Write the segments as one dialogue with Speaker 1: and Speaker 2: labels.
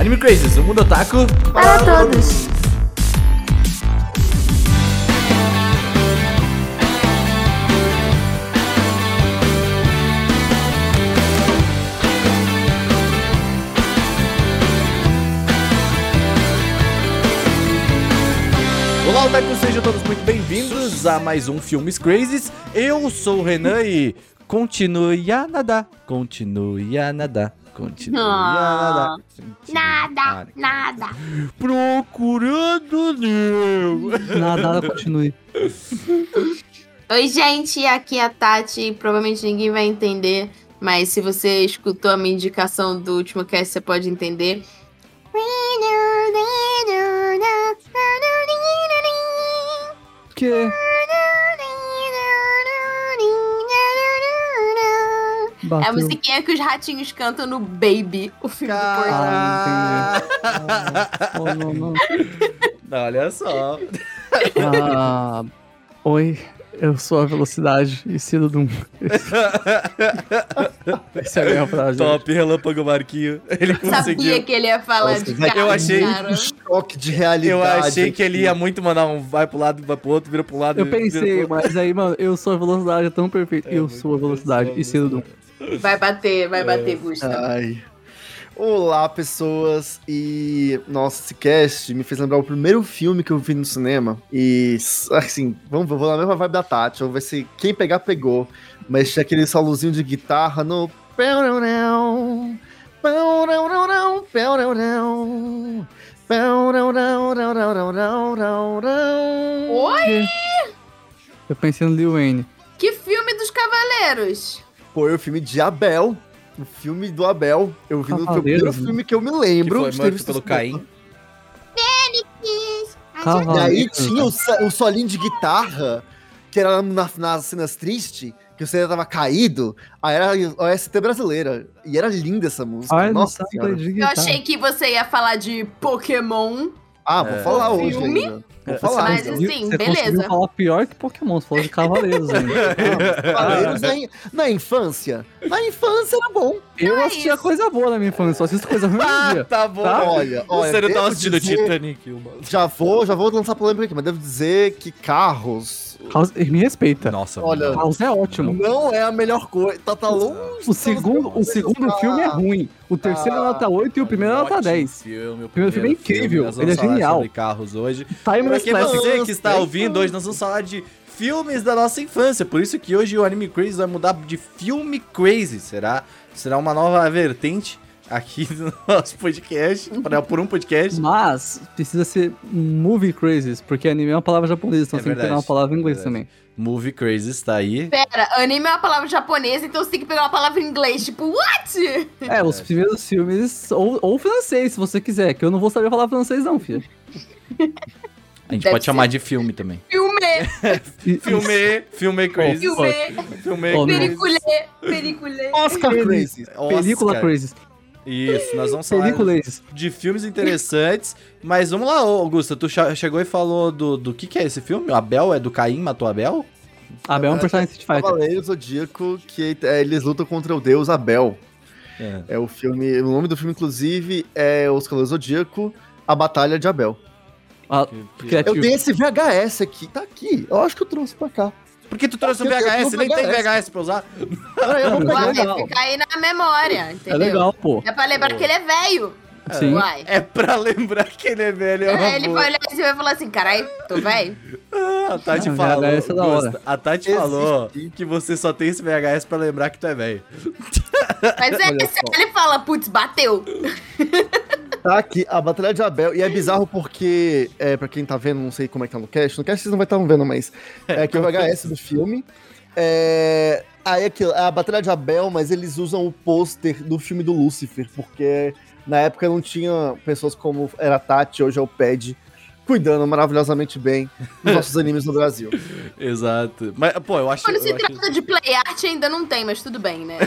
Speaker 1: Anime Crazes, o mundo otaku
Speaker 2: Para todos.
Speaker 1: Olá, otaku, sejam todos muito bem-vindos a mais um Filmes Crazes. Eu sou o Renan e continue a nadar, continue a nadar, continue a nadar. continue a
Speaker 2: Ah, Nada,
Speaker 1: nadar.
Speaker 2: nada.
Speaker 1: Procurando Nemo.
Speaker 3: Nada, nada, continue.
Speaker 2: Oi, gente, aqui é a Tati. Provavelmente ninguém vai entender, mas se você escutou a minha indicação do último cast, você pode entender.
Speaker 3: Porque
Speaker 2: É a
Speaker 3: bateu.
Speaker 2: É musiquinha que os ratinhos cantam no Baby, o filme do Pornhub.
Speaker 1: Cara...
Speaker 3: Oh, não, não.
Speaker 1: Olha só.
Speaker 3: Ah, oi, eu sou a Velocidade e Cido Dum. Esse é a minha frase.
Speaker 1: Top, Relâmpago Marquinho. Ele
Speaker 2: Sabia
Speaker 1: conseguiu.
Speaker 2: que ele ia falar de
Speaker 4: Nossa,
Speaker 2: carro,
Speaker 1: eu achei-
Speaker 2: cara.
Speaker 4: choque de realidade.
Speaker 1: Eu achei
Speaker 4: aqui.
Speaker 1: que ele ia muito mandar um vai pro lado, vai pro outro, vira pro lado.
Speaker 3: Eu
Speaker 1: vira pro
Speaker 3: pensei,
Speaker 1: outro.
Speaker 3: mas aí, mano, eu sou a Velocidade, é tão perfeito. eu sou a Velocidade e Cido Dum.
Speaker 2: Vai bater, vai bater, Gustavo.
Speaker 4: Ai. Olá, pessoas. E nossa, esse cast me fez lembrar o primeiro filme que eu vi no cinema. E assim, vamos, vamos na mesma vibe da Tati. Vamos ver se quem pegar, pegou. Mas tinha aquele solozinho de guitarra no. Pão-rão-rão, pão-rão-rão-rão, pão-rão-rão, pão-rão-rão-rão-rão-rão-rão-rão.
Speaker 2: Oi,
Speaker 3: Eu pensei no Lil Wayne.
Speaker 2: que filme dos cavaleiros!
Speaker 4: Foi o filme de Abel. O filme do Abel. Eu vi no foi o
Speaker 3: Cavaleiros,
Speaker 4: primeiro
Speaker 3: né?
Speaker 4: filme que eu me
Speaker 1: Que
Speaker 4: lembro
Speaker 1: foi
Speaker 4: de ter
Speaker 1: morto
Speaker 4: visto
Speaker 1: pelo
Speaker 4: esse filme.
Speaker 1: Caim.
Speaker 3: Cavalo.
Speaker 4: E aí tinha o, so- o solinho de guitarra, que era na- nas cenas tristes, que o CD tava caído. Aí era a OST brasileira. E era linda essa música.
Speaker 3: Ai, não
Speaker 4: Nossa
Speaker 3: sabe
Speaker 4: senhora.
Speaker 3: de
Speaker 2: Eu
Speaker 3: guitarra.
Speaker 2: achei que você ia falar de Pokémon,
Speaker 4: Ah, vou
Speaker 1: É.
Speaker 4: falar hoje
Speaker 2: Filme?
Speaker 4: ainda. Vou falar.
Speaker 2: Mas
Speaker 4: ainda.
Speaker 2: assim,
Speaker 3: Você
Speaker 2: beleza.
Speaker 3: conseguiu falar pior que Pokémon, você falou de Cavaleiros ainda.
Speaker 4: Cavaleiros na, in- na infância. Na infância era bom.
Speaker 3: Eu
Speaker 2: Ah,
Speaker 3: assistia
Speaker 2: isso.
Speaker 3: coisa boa na minha infância, só assisto coisa ruim hoje em
Speaker 1: Ah,
Speaker 3: dia.
Speaker 1: tá bom.
Speaker 3: Tá?
Speaker 4: Olha, olha.
Speaker 1: Você não
Speaker 4: devo
Speaker 1: tava assistindo
Speaker 4: dizer-
Speaker 1: Titanic, mano.
Speaker 4: Já vou, já vou lançar polêmica aqui, mas devo dizer que carros.
Speaker 3: House, me respeita.
Speaker 1: Nossa,
Speaker 4: Olha,
Speaker 1: mano.
Speaker 3: House é ótimo.
Speaker 4: Não é a melhor coisa. Tá, tá longe.
Speaker 3: O segundo, o segundo filme é ruim. O terceiro é nota 8 e o primeiro é nota
Speaker 1: Ah, Ótimo
Speaker 3: 10.
Speaker 1: Filme, o
Speaker 3: primeiro filme é incrível,
Speaker 1: nós vamos
Speaker 3: ele é
Speaker 1: falar
Speaker 3: genial.
Speaker 1: sobre carros hoje. Pra
Speaker 3: Timeless
Speaker 1: quem
Speaker 3: Classic.
Speaker 1: você que está
Speaker 4: Classic.
Speaker 1: ouvindo hoje, nós vamos falar de filmes da nossa infância. Por isso que hoje o Anime Crazy vai mudar de filme crazy. Será, será uma nova vertente aqui no nosso podcast, pra- por um podcast.
Speaker 3: Mas precisa ser movie crazes, porque anime é uma palavra japonesa, então
Speaker 1: É
Speaker 3: tem que pegar
Speaker 1: verdade,
Speaker 3: uma palavra em inglês
Speaker 1: verdade.
Speaker 3: também.
Speaker 1: Movie Crazy está aí.
Speaker 2: Pera, anime é uma palavra japonesa, então você tem que pegar uma palavra em inglês, tipo, what?
Speaker 3: É, os primeiros filmes, ou, ou francês, se você quiser, que eu não vou saber falar francês não, filho.
Speaker 1: A gente
Speaker 2: Deve
Speaker 1: pode
Speaker 2: ser.
Speaker 1: chamar de filme também.
Speaker 2: Filme,
Speaker 3: E-
Speaker 1: Filme, é filme crazy.
Speaker 3: Isso.
Speaker 2: filme,
Speaker 1: Filme
Speaker 3: Oh, meu
Speaker 1: crazy.
Speaker 2: periculê, periculê.
Speaker 4: Oscar Crazy.
Speaker 3: Película
Speaker 1: Oscar.
Speaker 3: crazes.
Speaker 1: Isso, nós vamos falar
Speaker 3: Película crazes.
Speaker 1: de filmes interessantes. Mas vamos lá, ô, Augusta, tu cha- chegou e falou do, do que, que é esse filme? O Abel é do Caim, matou Abel?
Speaker 3: Abel é um personagem de Street Fighter.
Speaker 4: Cavaleiro Zodíaco, que é, eles lutam contra o deus Abel.
Speaker 1: É.
Speaker 4: É o filme. O nome do filme, inclusive, é Os Cavaleiros Zodíaco, A Batalha de Abel.
Speaker 3: Ah,
Speaker 4: Eu
Speaker 3: criativo.
Speaker 4: tenho esse VHS aqui, tá aqui. Eu acho que eu trouxe pra cá.
Speaker 1: Por que tu trouxe um
Speaker 4: Eu- eu-
Speaker 1: VHS?
Speaker 4: eu-
Speaker 1: Nem tem
Speaker 4: VHS.
Speaker 1: VHS pra usar.
Speaker 4: Ah, eu vou
Speaker 3: Não,
Speaker 4: pegar.
Speaker 2: Uai,
Speaker 3: legal.
Speaker 2: É, fica aí na memória, entendeu?
Speaker 3: É legal, pô.
Speaker 2: É pra lembrar que ele é velho,
Speaker 3: Sim.
Speaker 2: uai.
Speaker 1: É pra lembrar que ele é velho. É uma
Speaker 2: É, ele
Speaker 1: boa.
Speaker 2: vai olhar e você vai falar assim, carai, tô velho.
Speaker 1: Ah, A Tati
Speaker 3: Ah,
Speaker 1: falou.
Speaker 3: VHS é da hora.
Speaker 1: Augusta, a Tati
Speaker 4: Existe.
Speaker 1: falou que você só tem esse VHS pra lembrar que tu é velho.
Speaker 2: Mas é,
Speaker 4: Olha
Speaker 2: se ele fala, putz, bateu.
Speaker 4: Tá aqui, A Batalha de Abel. E é bizarro porque, é, pra quem tá vendo, não sei como é que tá no cast. No cast vocês não vai estar vendo, mas. É que é o VHS do filme. É. Aí é aquilo, é a Batalha de Abel, mas eles usam o pôster do filme do Lúcifer, porque na época não tinha pessoas como era a Tati, hoje é o Pad, cuidando maravilhosamente bem dos nossos animes no Brasil.
Speaker 1: Exato. Mas, pô, eu acho.
Speaker 2: Quando se
Speaker 1: eu acho-
Speaker 2: trata de play art, ainda não tem, mas tudo bem, né?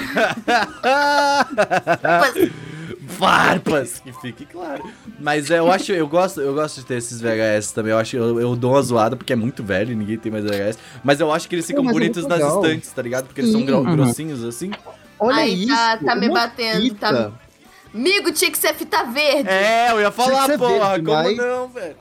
Speaker 1: Farpas, que fique claro. Mas é, eu acho, eu gosto, eu gosto de ter esses VHS também. Eu acho, eu, eu dou uma zoada porque é muito velho, e ninguém tem mais VHS. Mas eu acho que eles ficam
Speaker 4: mas é
Speaker 1: bonitos
Speaker 4: muito
Speaker 1: nas
Speaker 4: legal.
Speaker 1: estantes, tá ligado? Porque eles são
Speaker 4: Sim.
Speaker 1: gro-
Speaker 3: Uhum.
Speaker 1: grossinhos assim.
Speaker 4: Olha
Speaker 2: Ai,
Speaker 4: isso!
Speaker 2: tá- tá me
Speaker 4: uma
Speaker 2: batendo, tá-
Speaker 4: fita
Speaker 2: Migo, tinha que ser fita verde.
Speaker 1: É, eu ia falar,
Speaker 4: Tinha que ser
Speaker 1: porra,
Speaker 4: verde,
Speaker 1: como
Speaker 4: mas-
Speaker 1: não, velho?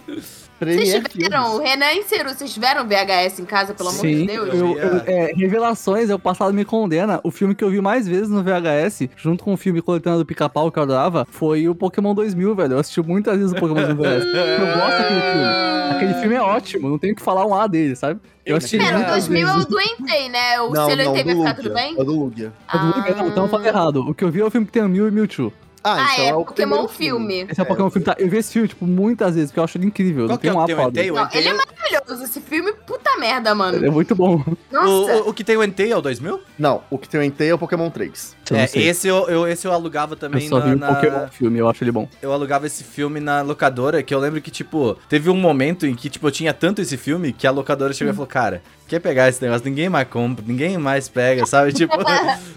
Speaker 4: Premier
Speaker 2: Vocês
Speaker 4: Filmes.
Speaker 2: tiveram, o Renan e Ceru, vocês tiveram VHS em casa, pelo amor
Speaker 3: Sim,
Speaker 2: de Deus?
Speaker 3: eu- eu- é, Revelações é o passado me condena. O filme que eu vi mais vezes no VHS, junto com o filme Coletando do Pica-Pau que eu adorava, foi o Pokémon 2000, velho. Eu assisti muitas vezes o Pokémon 2000 VHS. Eu gosto daquele filme. Aquele filme é ótimo, não tenho o que falar um A dele, sabe? Eu assisti ele
Speaker 2: Pera, o
Speaker 3: muitas
Speaker 2: 2000 é
Speaker 3: vezes.
Speaker 2: o do Entei, né? O selo Entei vai
Speaker 4: do
Speaker 2: ficar
Speaker 4: Lugia.
Speaker 2: tudo bem?
Speaker 4: É do Lugia.
Speaker 3: Ah, Não, então eu falei errado. O que eu vi é o filme que tem o Mew e o Mewtwo.
Speaker 4: Ah,
Speaker 2: Ah,
Speaker 4: então
Speaker 2: é,
Speaker 4: o
Speaker 2: Pokémon
Speaker 4: primeiro
Speaker 2: filme.
Speaker 3: Esse é o
Speaker 4: É,
Speaker 3: Pokémon filme. Tá, eu vi esse filme, tipo, muitas vezes, porque eu acho ele incrível.
Speaker 1: Qual
Speaker 3: não
Speaker 1: que é
Speaker 3: tem
Speaker 1: o
Speaker 3: um
Speaker 1: que tem o
Speaker 3: A
Speaker 1: Entei?
Speaker 3: dele.
Speaker 1: O
Speaker 2: Não,
Speaker 1: Entei-
Speaker 2: ele é maravilhoso, esse filme, puta merda, mano.
Speaker 3: Ele é muito bom.
Speaker 2: Nossa.
Speaker 1: o, o, o que tem o Entei é o 2000?
Speaker 4: Não, o que tem o Entei é o Pokémon 3.
Speaker 3: Eu não
Speaker 1: É,
Speaker 3: sei.
Speaker 1: esse eu, eu- esse eu um alugava
Speaker 3: Eu
Speaker 1: também
Speaker 3: só
Speaker 1: na-
Speaker 3: vi o
Speaker 1: na-
Speaker 3: Pokémon filme, eu acho ele bom.
Speaker 1: Eu alugava esse filme na locadora, que eu lembro que, tipo, teve um momento em que, tipo, eu tinha tanto esse filme que a locadora chegou e falou, cara, quer pegar esse negócio? Ninguém mais compra, ninguém mais pega, sabe? Tipo,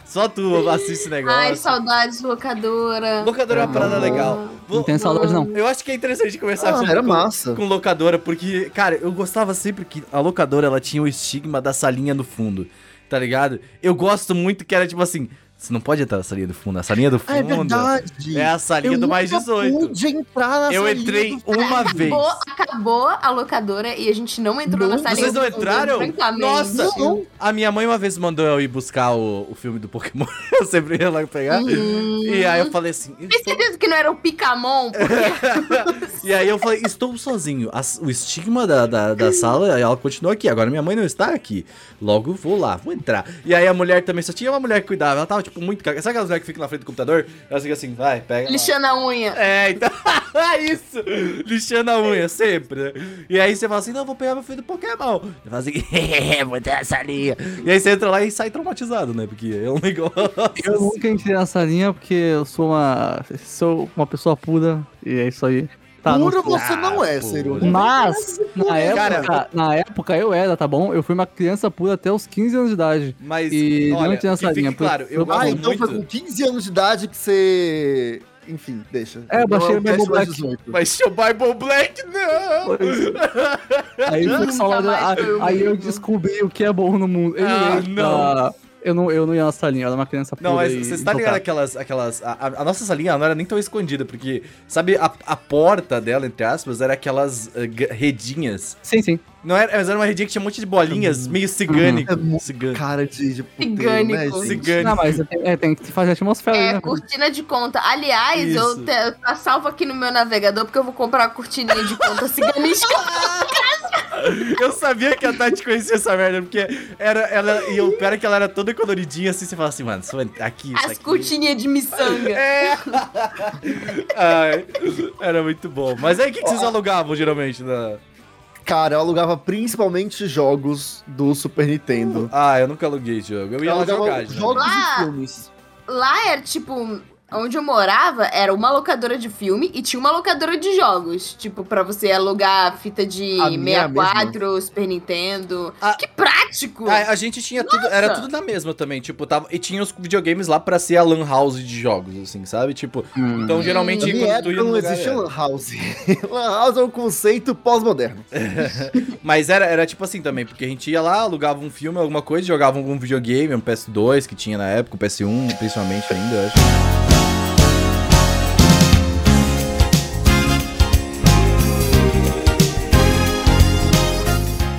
Speaker 1: só tu assiste esse negócio.
Speaker 2: Ai, saudades, locadora.
Speaker 1: Locadora é uma
Speaker 4: Ah,
Speaker 1: parada
Speaker 4: não.
Speaker 1: legal.
Speaker 3: Não
Speaker 1: Vou-
Speaker 3: tenho saudade, não.
Speaker 1: Eu acho que é interessante conversar
Speaker 4: Ah,
Speaker 1: sobre-
Speaker 4: era
Speaker 1: com,
Speaker 4: massa.
Speaker 1: com locadora, porque, cara, eu gostava sempre que a locadora ela tinha o estigma da salinha do fundo, tá ligado? Eu gosto muito que era tipo assim: você não pode entrar na salinha do fundo, a salinha do
Speaker 4: Ah, é
Speaker 1: fundo. é a salinha do mais 18.
Speaker 4: pude entrar na
Speaker 1: Eu
Speaker 4: salinha
Speaker 1: entrei
Speaker 4: do-
Speaker 1: uma vez.
Speaker 2: Acabou, acabou a locadora e a gente não entrou
Speaker 4: Não,
Speaker 2: na salinha.
Speaker 1: Vocês não
Speaker 2: do fundo,
Speaker 1: entraram?
Speaker 2: francamente.
Speaker 1: Nossa!
Speaker 4: Não.
Speaker 1: A minha mãe uma vez mandou eu ir buscar o, o filme do Pokémon. Eu sempre ia lá pegar.
Speaker 2: Hum.
Speaker 1: E aí eu falei assim.
Speaker 2: Tem certeza que não era o
Speaker 1: É.
Speaker 2: Picamon?
Speaker 1: E aí eu falei, estou sozinho. As- o estigma da, da, da sala, ela continuou aqui. Agora minha mãe não está aqui. Logo vou lá, vou entrar. E aí a mulher também só tinha uma mulher que cuidava. Ela tava, tipo, muito cagada. Sabe aquelas mulheres que ficam na frente do computador? Ela fica assim, vai, pega. lá.
Speaker 2: Lixando a unha.
Speaker 1: É, então. isso! Lixando a unha, sempre, né? E aí você fala assim: não, vou pegar meu filho do Pokémon. Você fala assim, vou dar essa linha. E aí você entra lá e sai traumatizado, né? Porque é um negócio.
Speaker 3: Eu nunca entrei nessa linha porque eu sou uma. sou uma pessoa pura e é isso aí. Tá, não
Speaker 4: Pura
Speaker 3: sou.
Speaker 4: você não é,
Speaker 1: Ah,
Speaker 4: Ciro.
Speaker 1: pura.
Speaker 3: Mas, na
Speaker 1: Cara,
Speaker 3: época, na época eu era, tá bom? Eu fui uma criança pura até os 15 anos de idade.
Speaker 1: Mas,
Speaker 3: E não
Speaker 1: olha,
Speaker 3: tinha essa
Speaker 1: que
Speaker 3: linha,
Speaker 1: fique
Speaker 3: por-
Speaker 1: claro, eu
Speaker 3: eu-
Speaker 1: gosto
Speaker 4: Ah, então foi com
Speaker 1: muito.
Speaker 4: 15 anos de idade que você... Enfim, deixa.
Speaker 3: É, eu baixei
Speaker 4: Não
Speaker 3: o Bible
Speaker 4: teste mais
Speaker 3: Black.
Speaker 4: 18.
Speaker 1: Mas seu Bible Black, não!
Speaker 3: Aí eu,
Speaker 2: Nunca
Speaker 3: fui só,
Speaker 2: mais foi o
Speaker 3: aí, aí eu
Speaker 2: mesmo.
Speaker 3: descobri o que é bom no mundo. Eu
Speaker 1: Ah,
Speaker 3: ia-
Speaker 1: não.
Speaker 3: ah, eu não. Eu não ia nessa linha, eu era uma criança pura.
Speaker 1: Não, mas
Speaker 3: e-
Speaker 1: você
Speaker 3: e
Speaker 1: tá ligado
Speaker 3: tocava.
Speaker 1: aquelas. aquelas a, a- a nossa salinha não era nem tão escondida, porque, sabe, a, a porta dela, entre aspas, era aquelas eh, g- redinhas.
Speaker 3: Sim, sim.
Speaker 1: Não era, mas era uma redinha que tinha um monte de bolinhas, meio cigânico.
Speaker 4: É muito
Speaker 1: Cigânico.
Speaker 4: cara é de... de puteiro, né,
Speaker 2: Cigânico.
Speaker 4: gente?
Speaker 1: Cigânico.
Speaker 3: Não, mas tem, é, tem que fazer a atmosfera aí,
Speaker 2: É,
Speaker 3: né?
Speaker 2: cortina de conta. Aliás,
Speaker 1: Isso.
Speaker 2: eu, te, eu tá salvo aqui no meu navegador porque eu vou comprar uma cortininha de conta ciganística.
Speaker 1: Eu sabia que a Tati conhecia essa merda, porque era ela. E o pior é que ela era toda coloridinha, assim, você fala assim, mano, isso aqui, isso
Speaker 2: as
Speaker 1: aqui.
Speaker 2: cortininhas de miçanga.
Speaker 1: É! Ai, era muito bom. Mas aí o que, que vocês alugavam geralmente? Na...
Speaker 4: Cara, eu alugava principalmente jogos do Super Nintendo.
Speaker 1: Ah, eu nunca aluguei jogo. Eu ia
Speaker 4: eu
Speaker 1: lá
Speaker 4: alugava
Speaker 1: jogar. geralmente.
Speaker 4: jogos
Speaker 2: Ah!
Speaker 4: e filmes.
Speaker 2: Lá era tipo. Onde eu morava era uma locadora de filme e tinha uma locadora de jogos. Tipo, pra você alugar fita de
Speaker 4: A minha
Speaker 2: 64, Super Nintendo.
Speaker 1: Ah.
Speaker 2: que prático!
Speaker 1: A, a gente tinha tudo, era tudo na mesma também, tipo, tava, e tinha os videogames lá pra ser a lan house de jogos, assim, sabe? Tipo,
Speaker 3: Hum.
Speaker 1: então geralmente
Speaker 4: Na minha
Speaker 1: quando tu
Speaker 4: época
Speaker 1: ia no
Speaker 4: não
Speaker 1: lugar, é,
Speaker 4: existe
Speaker 1: era.
Speaker 4: Lan House. Lan House é um conceito pós-moderno.
Speaker 1: Mas era, era tipo assim também, porque a gente ia lá, alugava um filme, alguma coisa, jogava algum videogame, um PS2 que tinha na época, um PS1 principalmente ainda, eu acho.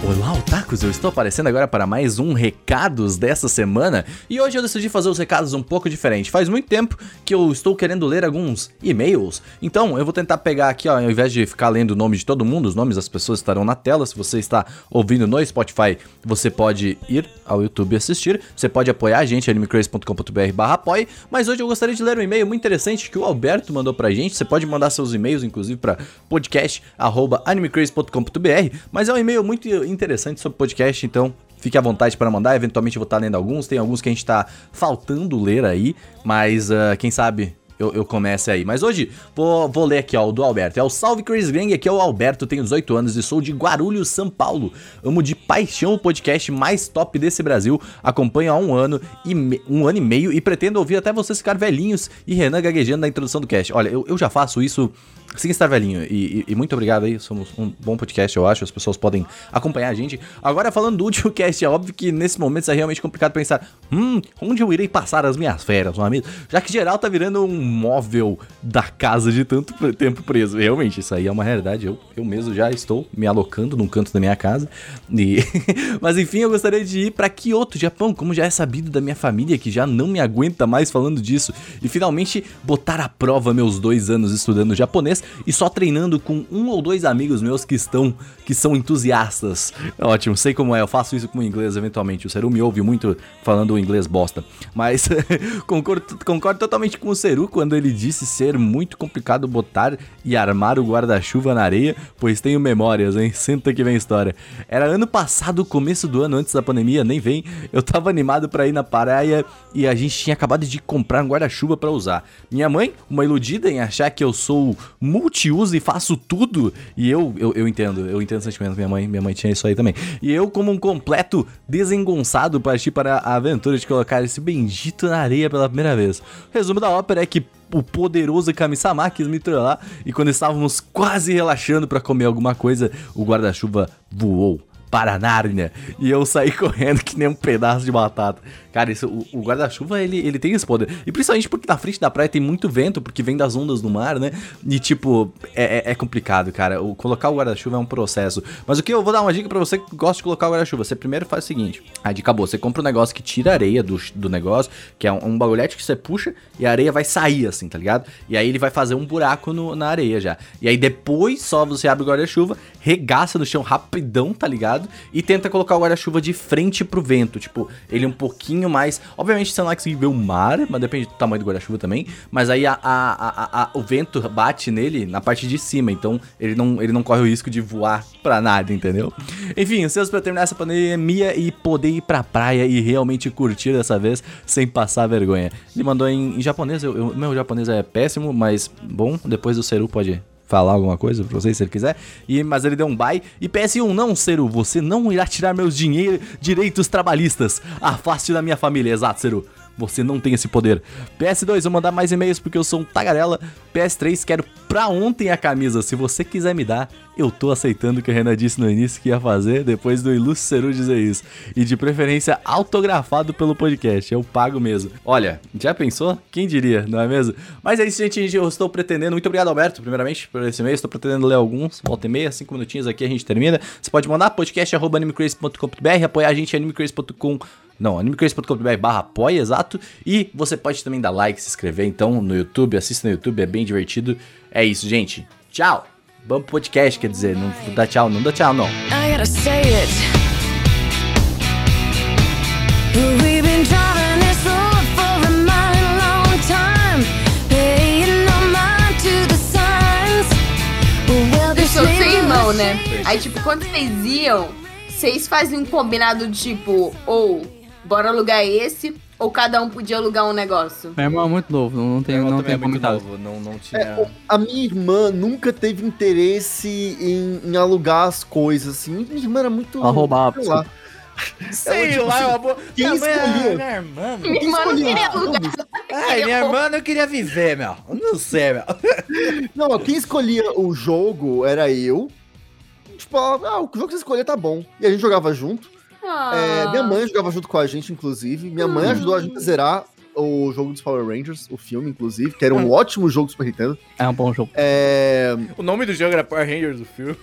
Speaker 1: Olá, otakus! Eu estou aparecendo agora para mais um Recados dessa semana e hoje eu decidi fazer os recados um pouco diferente. Faz muito tempo que eu estou querendo ler alguns e-mails, então eu vou tentar pegar aqui, ó, ao invés de ficar lendo o nome de todo mundo, os nomes das pessoas estarão na tela. Se você está ouvindo no Spotify, você pode ir ao YouTube assistir, você pode apoiar a gente, animecraze.com.br barra apoie, mas hoje eu gostaria de ler um e-mail muito interessante que o Alberto mandou pra gente. Você pode mandar seus e-mails, inclusive, para podcast.animecraze.com.br, mas é um e-mail muito interessante sobre podcast, então fique à vontade para mandar. Eventualmente eu vou estar lendo alguns, tem alguns que a gente tá faltando ler aí, mas ah, quem sabe eu, eu comece aí. Mas hoje vou, vou ler aqui, ó, o do Alberto. É o Salve Chris Gang, aqui é o Alberto, tenho 18 anos e sou de Guarulhos, São Paulo. Amo de paixão o podcast mais top desse Brasil. Acompanho há um ano e me- um ano e meio e pretendo ouvir até vocês ficar velhinhos e Renan gaguejando na introdução do cast. Olha, eu, eu já faço isso Sim, estar velhinho. E, e- e muito obrigado aí. Somos um bom podcast, eu acho. As pessoas podem acompanhar a gente. Agora, falando do último cast, é óbvio que nesse momento isso é realmente complicado pensar: hum, onde eu irei passar as minhas férias, meu amigo? Já que geral tá virando um móvel da casa de tanto pre- tempo preso. Realmente, isso aí é uma realidade. Eu, eu mesmo já estou me alocando num canto da minha casa. E- Mas enfim, eu gostaria de ir pra Kyoto, Japão, como já é sabido da minha família, que já não me aguenta mais falando disso. E finalmente botar à prova meus dois anos estudando japonês e só treinando com um ou dois amigos meus que estão, que são entusiastas. Ótimo, sei como é, eu faço isso com o inglês eventualmente. O Seru me ouve muito falando o inglês bosta. Mas concordo, concordo totalmente com o Seru quando ele disse ser muito complicado botar e armar o guarda-chuva na areia, pois tenho memórias, hein? Senta que vem história. Era ano passado, começo do ano, antes da pandemia, nem vem. Eu tava animado pra ir na praia e a gente tinha acabado de comprar um guarda-chuva pra usar. Minha mãe, uma iludida em achar que eu sou multiuso e faço tudo. E eu, eu, eu entendo, eu entendo o sentimento da minha mãe. Minha mãe tinha isso aí também. E eu, como um completo desengonçado, parti para a aventura de colocar esse bendito na areia pela primeira vez. Resumo da ópera é que o poderoso Kami-sama quis me trollar e quando estávamos quase relaxando pra comer alguma coisa, o guarda-chuva voou para Nárnia e eu saí correndo que nem um pedaço de batata. Cara, isso, o, o guarda-chuva ele, ele tem esse poder. E principalmente porque na frente da praia tem muito vento, porque vem das ondas do mar, né? E tipo, é, é- é complicado, cara. O, colocar o guarda-chuva é um processo. Mas o que eu vou dar uma dica pra você que gosta de colocar o guarda-chuva? Você primeiro faz o seguinte: a dica boa, você compra um negócio que tira a areia do, do negócio, que é um, um bagulhete que você puxa e a areia vai sair assim, tá ligado? E aí ele vai fazer um buraco no- na areia já. E aí depois só você abre o guarda-chuva, regaça no chão rapidão, tá ligado? E tenta colocar o guarda-chuva de frente pro vento. Tipo, ele um pouquinho mais. Obviamente você não vai conseguir ver o mar, mas depende do tamanho do guarda-chuva também. Mas aí a- a- a- a- o vento bate nele na parte de cima. Então ele não, ele não corre o risco de voar pra nada, entendeu? Enfim, ansioso pra terminar essa pandemia e poder ir pra praia e realmente curtir dessa vez sem passar vergonha. Ele mandou em, em japonês, eu, eu- meu japonês é péssimo, mas bom, depois do Seru pode falar alguma coisa pra vocês se ele quiser. E, mas ele deu um bye. E PS1, não, Seru, você não irá tirar meus dinheiro, direitos trabalhistas. Afaste da minha família, exato, Seru. Você não tem esse poder. PS2, vou mandar mais e-mails porque eu sou um tagarela. PS3, quero pra ontem a camisa. Se você quiser me dar, eu tô aceitando o que o Renan disse no início que ia fazer, depois do ilustre Seru dizer isso. E de preferência autografado pelo podcast. Eu pago mesmo. Olha, já pensou? Quem diria, não é mesmo? Mas é isso, gente. gente, Eu estou pretendendo. Muito obrigado, Alberto, primeiramente, por esse mês. Estou pretendendo ler alguns. Volta e meia, cinco minutinhos aqui, a gente termina. Você pode mandar podcast.animecrazy.com.br, apoiar a gente em animecrazy.com. Não, animecrazy.com.br barra apoia, exato. E você pode também dar like, se inscrever, então, no YouTube. Assista no YouTube, é bem divertido. É isso, gente. Tchau! Vamos pro podcast, quer dizer, não dá tchau, não dá tchau, não.
Speaker 5: I gotta say it. We've been driving this road for a mighty long time, paying no mind to the signs. Well,
Speaker 2: Vocês
Speaker 5: this
Speaker 2: são sem irmão,
Speaker 5: neighborhood-
Speaker 2: né? Aí, tipo, quando vocês iam, vocês faziam um combinado tipo, ou bora alugar esse, ou cada um podia alugar um negócio.
Speaker 3: Meu irmão é muito novo, não, não tem, não
Speaker 1: é
Speaker 3: tem comentado.
Speaker 1: não, não
Speaker 4: É, a minha irmã nunca teve interesse em, em alugar as coisas, assim. Minha irmã era muito.
Speaker 3: Ela roubava,
Speaker 4: Sei lá.
Speaker 1: Sei
Speaker 4: tipo
Speaker 1: lá,
Speaker 4: assim,
Speaker 1: é uma boa.
Speaker 4: quem
Speaker 1: Minha mãe é-
Speaker 4: escolheu?
Speaker 1: Minha irmã, meu.
Speaker 2: Minha irmã não
Speaker 4: escolhia,
Speaker 2: queria
Speaker 4: sabe?
Speaker 2: alugar.
Speaker 1: Ai, minha irmã não queria viver, meu. Não sei, meu.
Speaker 4: Não, ó, quem escolhia o jogo era eu. Tipo, ela, ah, o jogo que você escolher tá bom. E a gente jogava junto.
Speaker 2: Ah.
Speaker 4: É, minha mãe jogava junto com a gente, inclusive. Minha
Speaker 2: Hum.
Speaker 4: mãe ajudou a gente a zerar o jogo dos Power Rangers, o filme, inclusive, que era
Speaker 2: Ah.
Speaker 4: um ótimo jogo do Super Nintendo.
Speaker 3: É um bom jogo.
Speaker 4: É,
Speaker 1: O nome do jogo era Power Rangers do filme.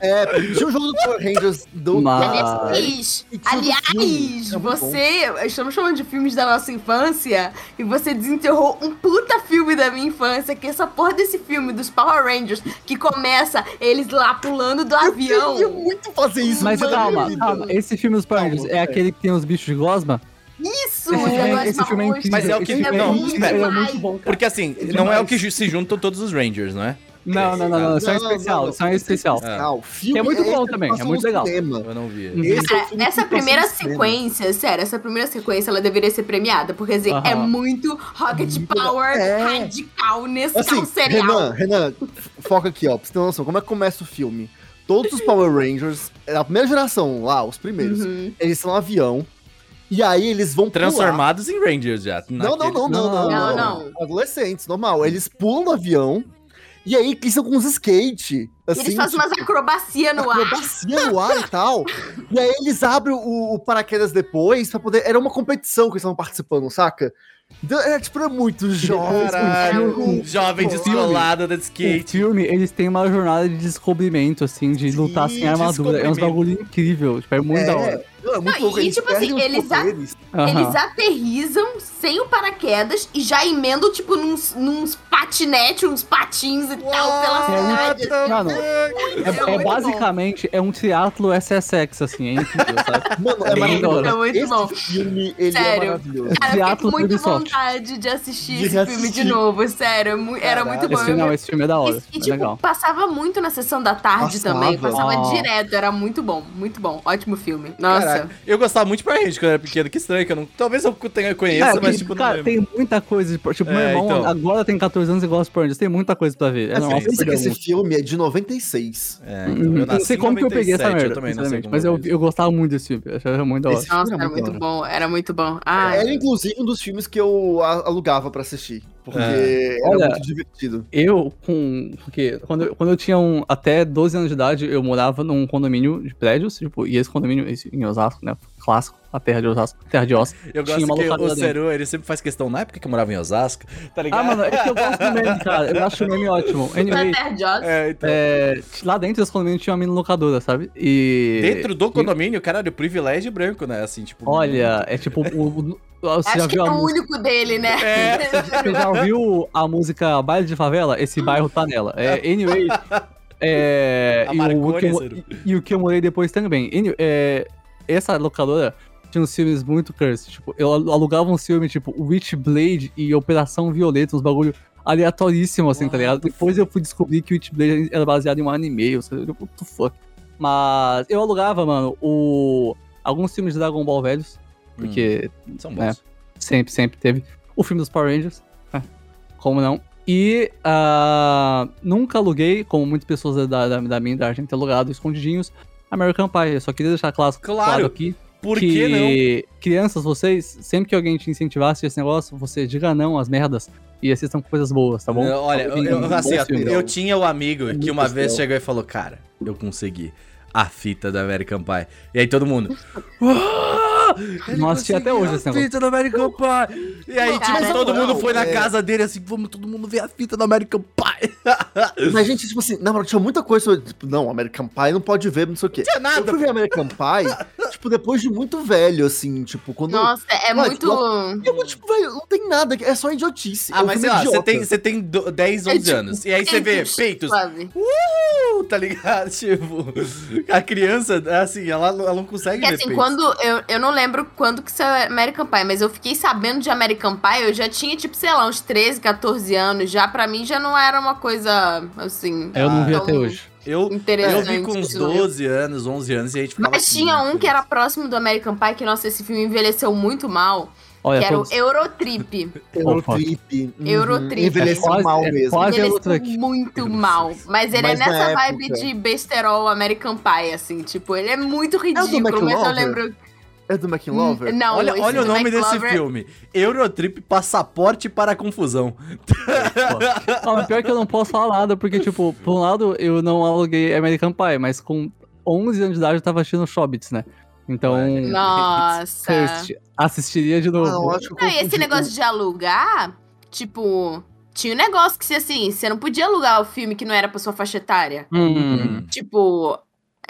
Speaker 4: é, tinha o jogo do Power Rangers do.
Speaker 3: Mas-
Speaker 4: da série,
Speaker 2: Aliás,
Speaker 4: e tinha o do filme.
Speaker 2: aliás
Speaker 4: Era muito bom.
Speaker 2: você. Estamos chamando de filmes da nossa infância e você desenterrou um puta filme da minha infância, que é essa porra desse filme dos Power Rangers, que começa eles lá pulando do
Speaker 4: Eu queria
Speaker 2: é avião.
Speaker 4: muito fazer isso,
Speaker 3: Mas
Speaker 4: mano,
Speaker 3: calma,
Speaker 4: vida.
Speaker 3: calma. Esse filme dos Power Rangers
Speaker 4: Calma,
Speaker 3: é
Speaker 4: é.
Speaker 3: aquele que tem os bichos de gosma?
Speaker 2: Isso,
Speaker 3: esse,
Speaker 2: os
Speaker 3: filme,
Speaker 2: negócios
Speaker 3: esse filme é
Speaker 2: marrons.
Speaker 3: incrível.
Speaker 1: Mas é o que-
Speaker 3: esse filme
Speaker 1: não,
Speaker 3: muito-
Speaker 1: espera.
Speaker 3: ele é muito bom, cara.
Speaker 1: Porque assim, não é o que ju- se juntam todos os Rangers, não é?
Speaker 3: Não, não, não, não. Isso é um
Speaker 4: Não, não,
Speaker 3: especial.
Speaker 4: não.
Speaker 3: Isso é um especial.
Speaker 1: É.
Speaker 4: Ah, o filme
Speaker 3: É muito bom
Speaker 4: esse
Speaker 3: também,
Speaker 4: que
Speaker 3: é
Speaker 4: passou
Speaker 3: muito
Speaker 4: no
Speaker 3: legal.
Speaker 4: cinema.
Speaker 1: Eu não vi.
Speaker 3: Uhum.
Speaker 4: Esse é o
Speaker 2: Cara,
Speaker 4: filme que
Speaker 2: essa
Speaker 4: passou no
Speaker 2: primeira
Speaker 4: cinema.
Speaker 2: sequência, sério, essa primeira sequência ela deveria ser premiada, porque assim,
Speaker 3: Aham.
Speaker 2: é muito Rocket Power
Speaker 4: É.
Speaker 2: radical nesse
Speaker 4: Assim,
Speaker 2: tal é um serial.
Speaker 4: Renan, Renan, foca aqui, ó. Pra você ter uma noção, como é que começa o filme? Todos os Power Rangers, é a primeira geração lá, os primeiros,
Speaker 2: Uhum.
Speaker 4: eles são um avião. E aí eles vão pular.
Speaker 1: Transformados em Rangers já.
Speaker 4: Não, não, não, não, não,
Speaker 3: Não,
Speaker 4: não,
Speaker 2: não.
Speaker 4: Adolescentes, normal. Eles pulam no avião E aí, que são com uns skate. Assim,
Speaker 2: Eles fazem
Speaker 1: tipo,
Speaker 2: umas acrobacia no ar.
Speaker 4: acrobacia no ar e tal. E aí eles abrem o, o paraquedas depois pra poder. Era uma competição que eles estavam participando, saca? Então, era, tipo, era muito jovem.
Speaker 1: Caralho,
Speaker 4: muito
Speaker 1: um jovem descolado de
Speaker 3: O
Speaker 1: skate.
Speaker 3: filme, eles têm uma jornada de descobrimento, assim, de
Speaker 1: Sim,
Speaker 3: lutar sem armadura. É uns
Speaker 1: descobrimento.
Speaker 3: bagulho incrível, tipo, é muito
Speaker 4: É,
Speaker 3: da hora.
Speaker 4: não, é muito
Speaker 2: Não,
Speaker 4: louco.
Speaker 2: e,
Speaker 4: eles
Speaker 2: tipo assim,
Speaker 4: perdem os
Speaker 2: eles a-
Speaker 4: poderes.
Speaker 3: Aham.
Speaker 2: Eles aterrizam sem o paraquedas e já emendam, tipo, nos, nos patinete, uns patins e tal, pela
Speaker 1: What
Speaker 2: cidade.
Speaker 1: the
Speaker 3: Mano,
Speaker 1: fuck?
Speaker 3: É, é
Speaker 2: muito
Speaker 3: basicamente, é um triatlo SSX, assim, é incrível, sabe?
Speaker 4: Mano,
Speaker 3: É
Speaker 4: é
Speaker 3: bem
Speaker 4: maravilhoso.
Speaker 2: da hora. É muito
Speaker 4: Esse tipo
Speaker 2: bom.
Speaker 4: filme, ele
Speaker 2: Sério.
Speaker 4: é maravilhoso.
Speaker 2: Cara, eu fiquei
Speaker 3: Teatro
Speaker 2: com muita
Speaker 3: Ubisoft.
Speaker 2: vontade de assistir
Speaker 4: De
Speaker 2: esse filme de
Speaker 4: assistir.
Speaker 2: novo, sério. é mu- Era muito bom.
Speaker 3: Esse,
Speaker 2: eu
Speaker 3: não,
Speaker 2: me-
Speaker 3: esse filme é da hora,
Speaker 2: e, e,
Speaker 3: é
Speaker 2: tipo,
Speaker 3: legal.
Speaker 2: passava muito na sessão da tarde
Speaker 4: Passava.
Speaker 2: também. Passava
Speaker 3: Ah.
Speaker 2: direto, era muito bom, muito bom. Ótimo filme. Nossa.
Speaker 1: Caraca, eu gostava muito de Power Rangers quando eu era pequeno, que estranho, que eu não. Talvez eu tenha
Speaker 3: Cara,
Speaker 1: conheça, mas
Speaker 3: É, tem-
Speaker 1: tipo, não
Speaker 3: cara,
Speaker 1: lembro.
Speaker 3: tem muita coisa. Tipo, tipo, meu
Speaker 1: É,
Speaker 3: irmão
Speaker 1: então.
Speaker 3: agora tem 14 anos e gosta de Power Rangers. Tem muita coisa pra ver. É
Speaker 4: Mas
Speaker 3: normal
Speaker 1: Nossa,
Speaker 3: você
Speaker 4: pensa que
Speaker 3: perder
Speaker 4: esse
Speaker 3: algum.
Speaker 4: filme é de 96.
Speaker 1: É, então, eu
Speaker 3: Uhum. Não
Speaker 1: nasci
Speaker 3: sei
Speaker 1: em
Speaker 3: como que eu peguei essa
Speaker 1: 97,
Speaker 3: merda,
Speaker 1: Eu também não sei
Speaker 3: sinceramente,
Speaker 1: como
Speaker 3: mas eu,
Speaker 1: fiz.
Speaker 3: eu gostava muito desse filme. eu Achava muito da hora.
Speaker 4: Esse filme é
Speaker 2: Nossa, era muito
Speaker 4: da hora.
Speaker 2: bom, era muito bom. Ah, Ai,
Speaker 4: Era inclusive um dos filmes que eu a- alugava pra assistir. Porque era
Speaker 3: É. Olha-
Speaker 4: muito divertido.
Speaker 3: Eu, com. Porque quando, eu- quando eu tinha um, até 12 anos de idade, eu morava num condomínio de prédios, tipo, e esse condomínio esse, em Osasco, né? Clássico, a terra de Osasco, terra de ossos.
Speaker 1: Eu
Speaker 3: Tinha uma
Speaker 1: gosto que
Speaker 3: locadora
Speaker 1: o
Speaker 3: dentro.
Speaker 1: Seru, ele sempre faz questão, na época que eu morava em Osasco, tá ligado?
Speaker 3: Ah, mano, é que eu gosto do meme, cara. Eu acho o meme ótimo. Anyway,
Speaker 2: Panther Jones.
Speaker 1: É, então.
Speaker 3: é, lá dentro desse condomínio tinha uma mini locadora, sabe? E.
Speaker 1: Dentro do condomínio, caralho, privilégio branco, né? Assim, tipo.
Speaker 3: Olha, é tipo. o- o- você já
Speaker 2: Acho que
Speaker 3: viu
Speaker 2: é
Speaker 3: a
Speaker 2: o
Speaker 3: música?
Speaker 2: único dele, né?
Speaker 4: É.
Speaker 3: Você já ouviu a música Baile de Favela? Esse bairro tá nela. É, anyway.
Speaker 1: A
Speaker 3: é, e, o, que
Speaker 1: Marconi,
Speaker 3: eu,
Speaker 1: Ciro.
Speaker 3: e o que eu morei depois também. Any- é, essa locadora tinha uns filmes muito cursed. Tipo, eu alu- alugava um filme tipo Witchblade e Operação Violeta, uns bagulho aleatoríssimo, assim, tá ligado? Depois eu fui descobrir que Witchblade era baseado em um anime. Eu falei, what the fuck? Mas eu alugava, mano, o, alguns filmes de Dragon Ball velhos, porque né,
Speaker 1: Hum, são bons.
Speaker 3: Sempre, sempre teve. O filme dos Power Rangers. né? Como não? E ah, nunca aluguei, como muitas pessoas da, da, da minha idade têm alugado, escondidinhos, American Pie. Eu só queria deixar claro,
Speaker 1: Claro.
Speaker 3: claro aqui
Speaker 1: Por
Speaker 3: que,
Speaker 1: que, não?
Speaker 3: crianças, vocês, sempre que alguém te incentivasse esse negócio, você diga não às merdas e assistam coisas boas, tá bom?
Speaker 1: Não, Olha, eu, eu-
Speaker 3: Bons
Speaker 1: assim,
Speaker 3: filmes.
Speaker 1: eu tinha um amigo que
Speaker 4: Muito
Speaker 1: uma vez
Speaker 4: bom.
Speaker 1: chegou e falou: Cara, eu consegui a fita da American Pie. E aí todo mundo. "Ah,
Speaker 3: Não assisti até hoje esse
Speaker 1: a
Speaker 3: negócio."
Speaker 1: fita da American Pie. E aí, tipo,
Speaker 2: Cara,
Speaker 1: todo
Speaker 4: não,
Speaker 1: mundo foi na
Speaker 4: é.
Speaker 1: casa dele assim: Vamos todo mundo ver a fita da American Pie.
Speaker 4: Mas, gente, tipo assim, na moral, tinha muita coisa sobre, tipo, não, American Pie não pode ver, não sei o quê.
Speaker 1: Não tinha
Speaker 4: Eu
Speaker 1: nada.
Speaker 4: fui ver American Pie, tipo, depois de muito velho, assim, tipo, quando.
Speaker 2: Nossa, é
Speaker 4: Mas,
Speaker 2: muito.
Speaker 4: Eu não, tipo, velho, não tem nada, é só idiotice.
Speaker 1: Ah,
Speaker 4: É um
Speaker 1: mas sei
Speaker 4: filme
Speaker 1: lá, você
Speaker 4: idiota.
Speaker 1: tem, você tem do- 10, 11
Speaker 2: É, tipo,
Speaker 1: anos. E aí você vê
Speaker 2: Peitos,
Speaker 1: peitos.
Speaker 2: sabe?
Speaker 1: Uhul, tá ligado? Tipo, a criança, assim, ela, ela não consegue
Speaker 2: Porque
Speaker 1: ver
Speaker 2: assim,
Speaker 1: peitos.
Speaker 2: quando. Eu, eu não lembro quando que isso é American Pie, mas eu fiquei sabendo de American Pie, eu já tinha, tipo, sei lá, uns 13, 14 anos já. Pra mim já não era uma coisa, assim,
Speaker 3: Eu não vi
Speaker 1: Ah,
Speaker 3: até
Speaker 2: não.
Speaker 3: hoje.
Speaker 1: Eu, eu
Speaker 2: interessante.
Speaker 1: vi com uns
Speaker 2: entendeu?
Speaker 1: 12 anos, 11 anos, e a gente ficava
Speaker 2: Mas tinha
Speaker 1: assim,
Speaker 2: um que era próximo do American Pie, que, nossa, esse filme envelheceu muito mal,
Speaker 3: Olha,
Speaker 1: É,
Speaker 2: que era
Speaker 3: todos-
Speaker 2: o Eurotrip.
Speaker 4: Eurotrip. É um uhum,
Speaker 2: Eurotrip.
Speaker 4: Envelheceu
Speaker 3: É quase-
Speaker 4: mal
Speaker 3: é
Speaker 4: mesmo.
Speaker 3: quase- Mas
Speaker 2: Ele
Speaker 3: outra
Speaker 2: é
Speaker 3: aqui.
Speaker 2: muito mal. Mas ele
Speaker 4: Mas
Speaker 2: é
Speaker 4: na
Speaker 2: nessa
Speaker 4: época-
Speaker 2: vibe de besterol American Pie, assim. Tipo, ele é muito
Speaker 4: do
Speaker 2: ridículo, mas eu
Speaker 4: McLover?
Speaker 2: lembro.
Speaker 4: É do McLover?
Speaker 2: Não,
Speaker 1: olha
Speaker 2: esse
Speaker 1: olha o
Speaker 2: do
Speaker 1: nome desse
Speaker 2: McLover-
Speaker 1: filme: Eurotrip Passaporte para a Confusão.
Speaker 3: Não, mas pior que eu não posso falar nada, porque, tipo, por um lado, eu não aluguei American Pie, mas com 11 anos de idade eu tava assistindo Hobbits, né? Então,
Speaker 2: Nossa.
Speaker 1: tipo
Speaker 3: first, assistiria de
Speaker 4: Ah,
Speaker 3: novo.
Speaker 4: eu acho que eu
Speaker 2: Não, e esse
Speaker 4: confundi.
Speaker 2: negócio de alugar, tipo, tinha um negócio que assim, você não podia alugar o filme que não era pra sua faixa etária.
Speaker 3: Hum.
Speaker 2: Tipo.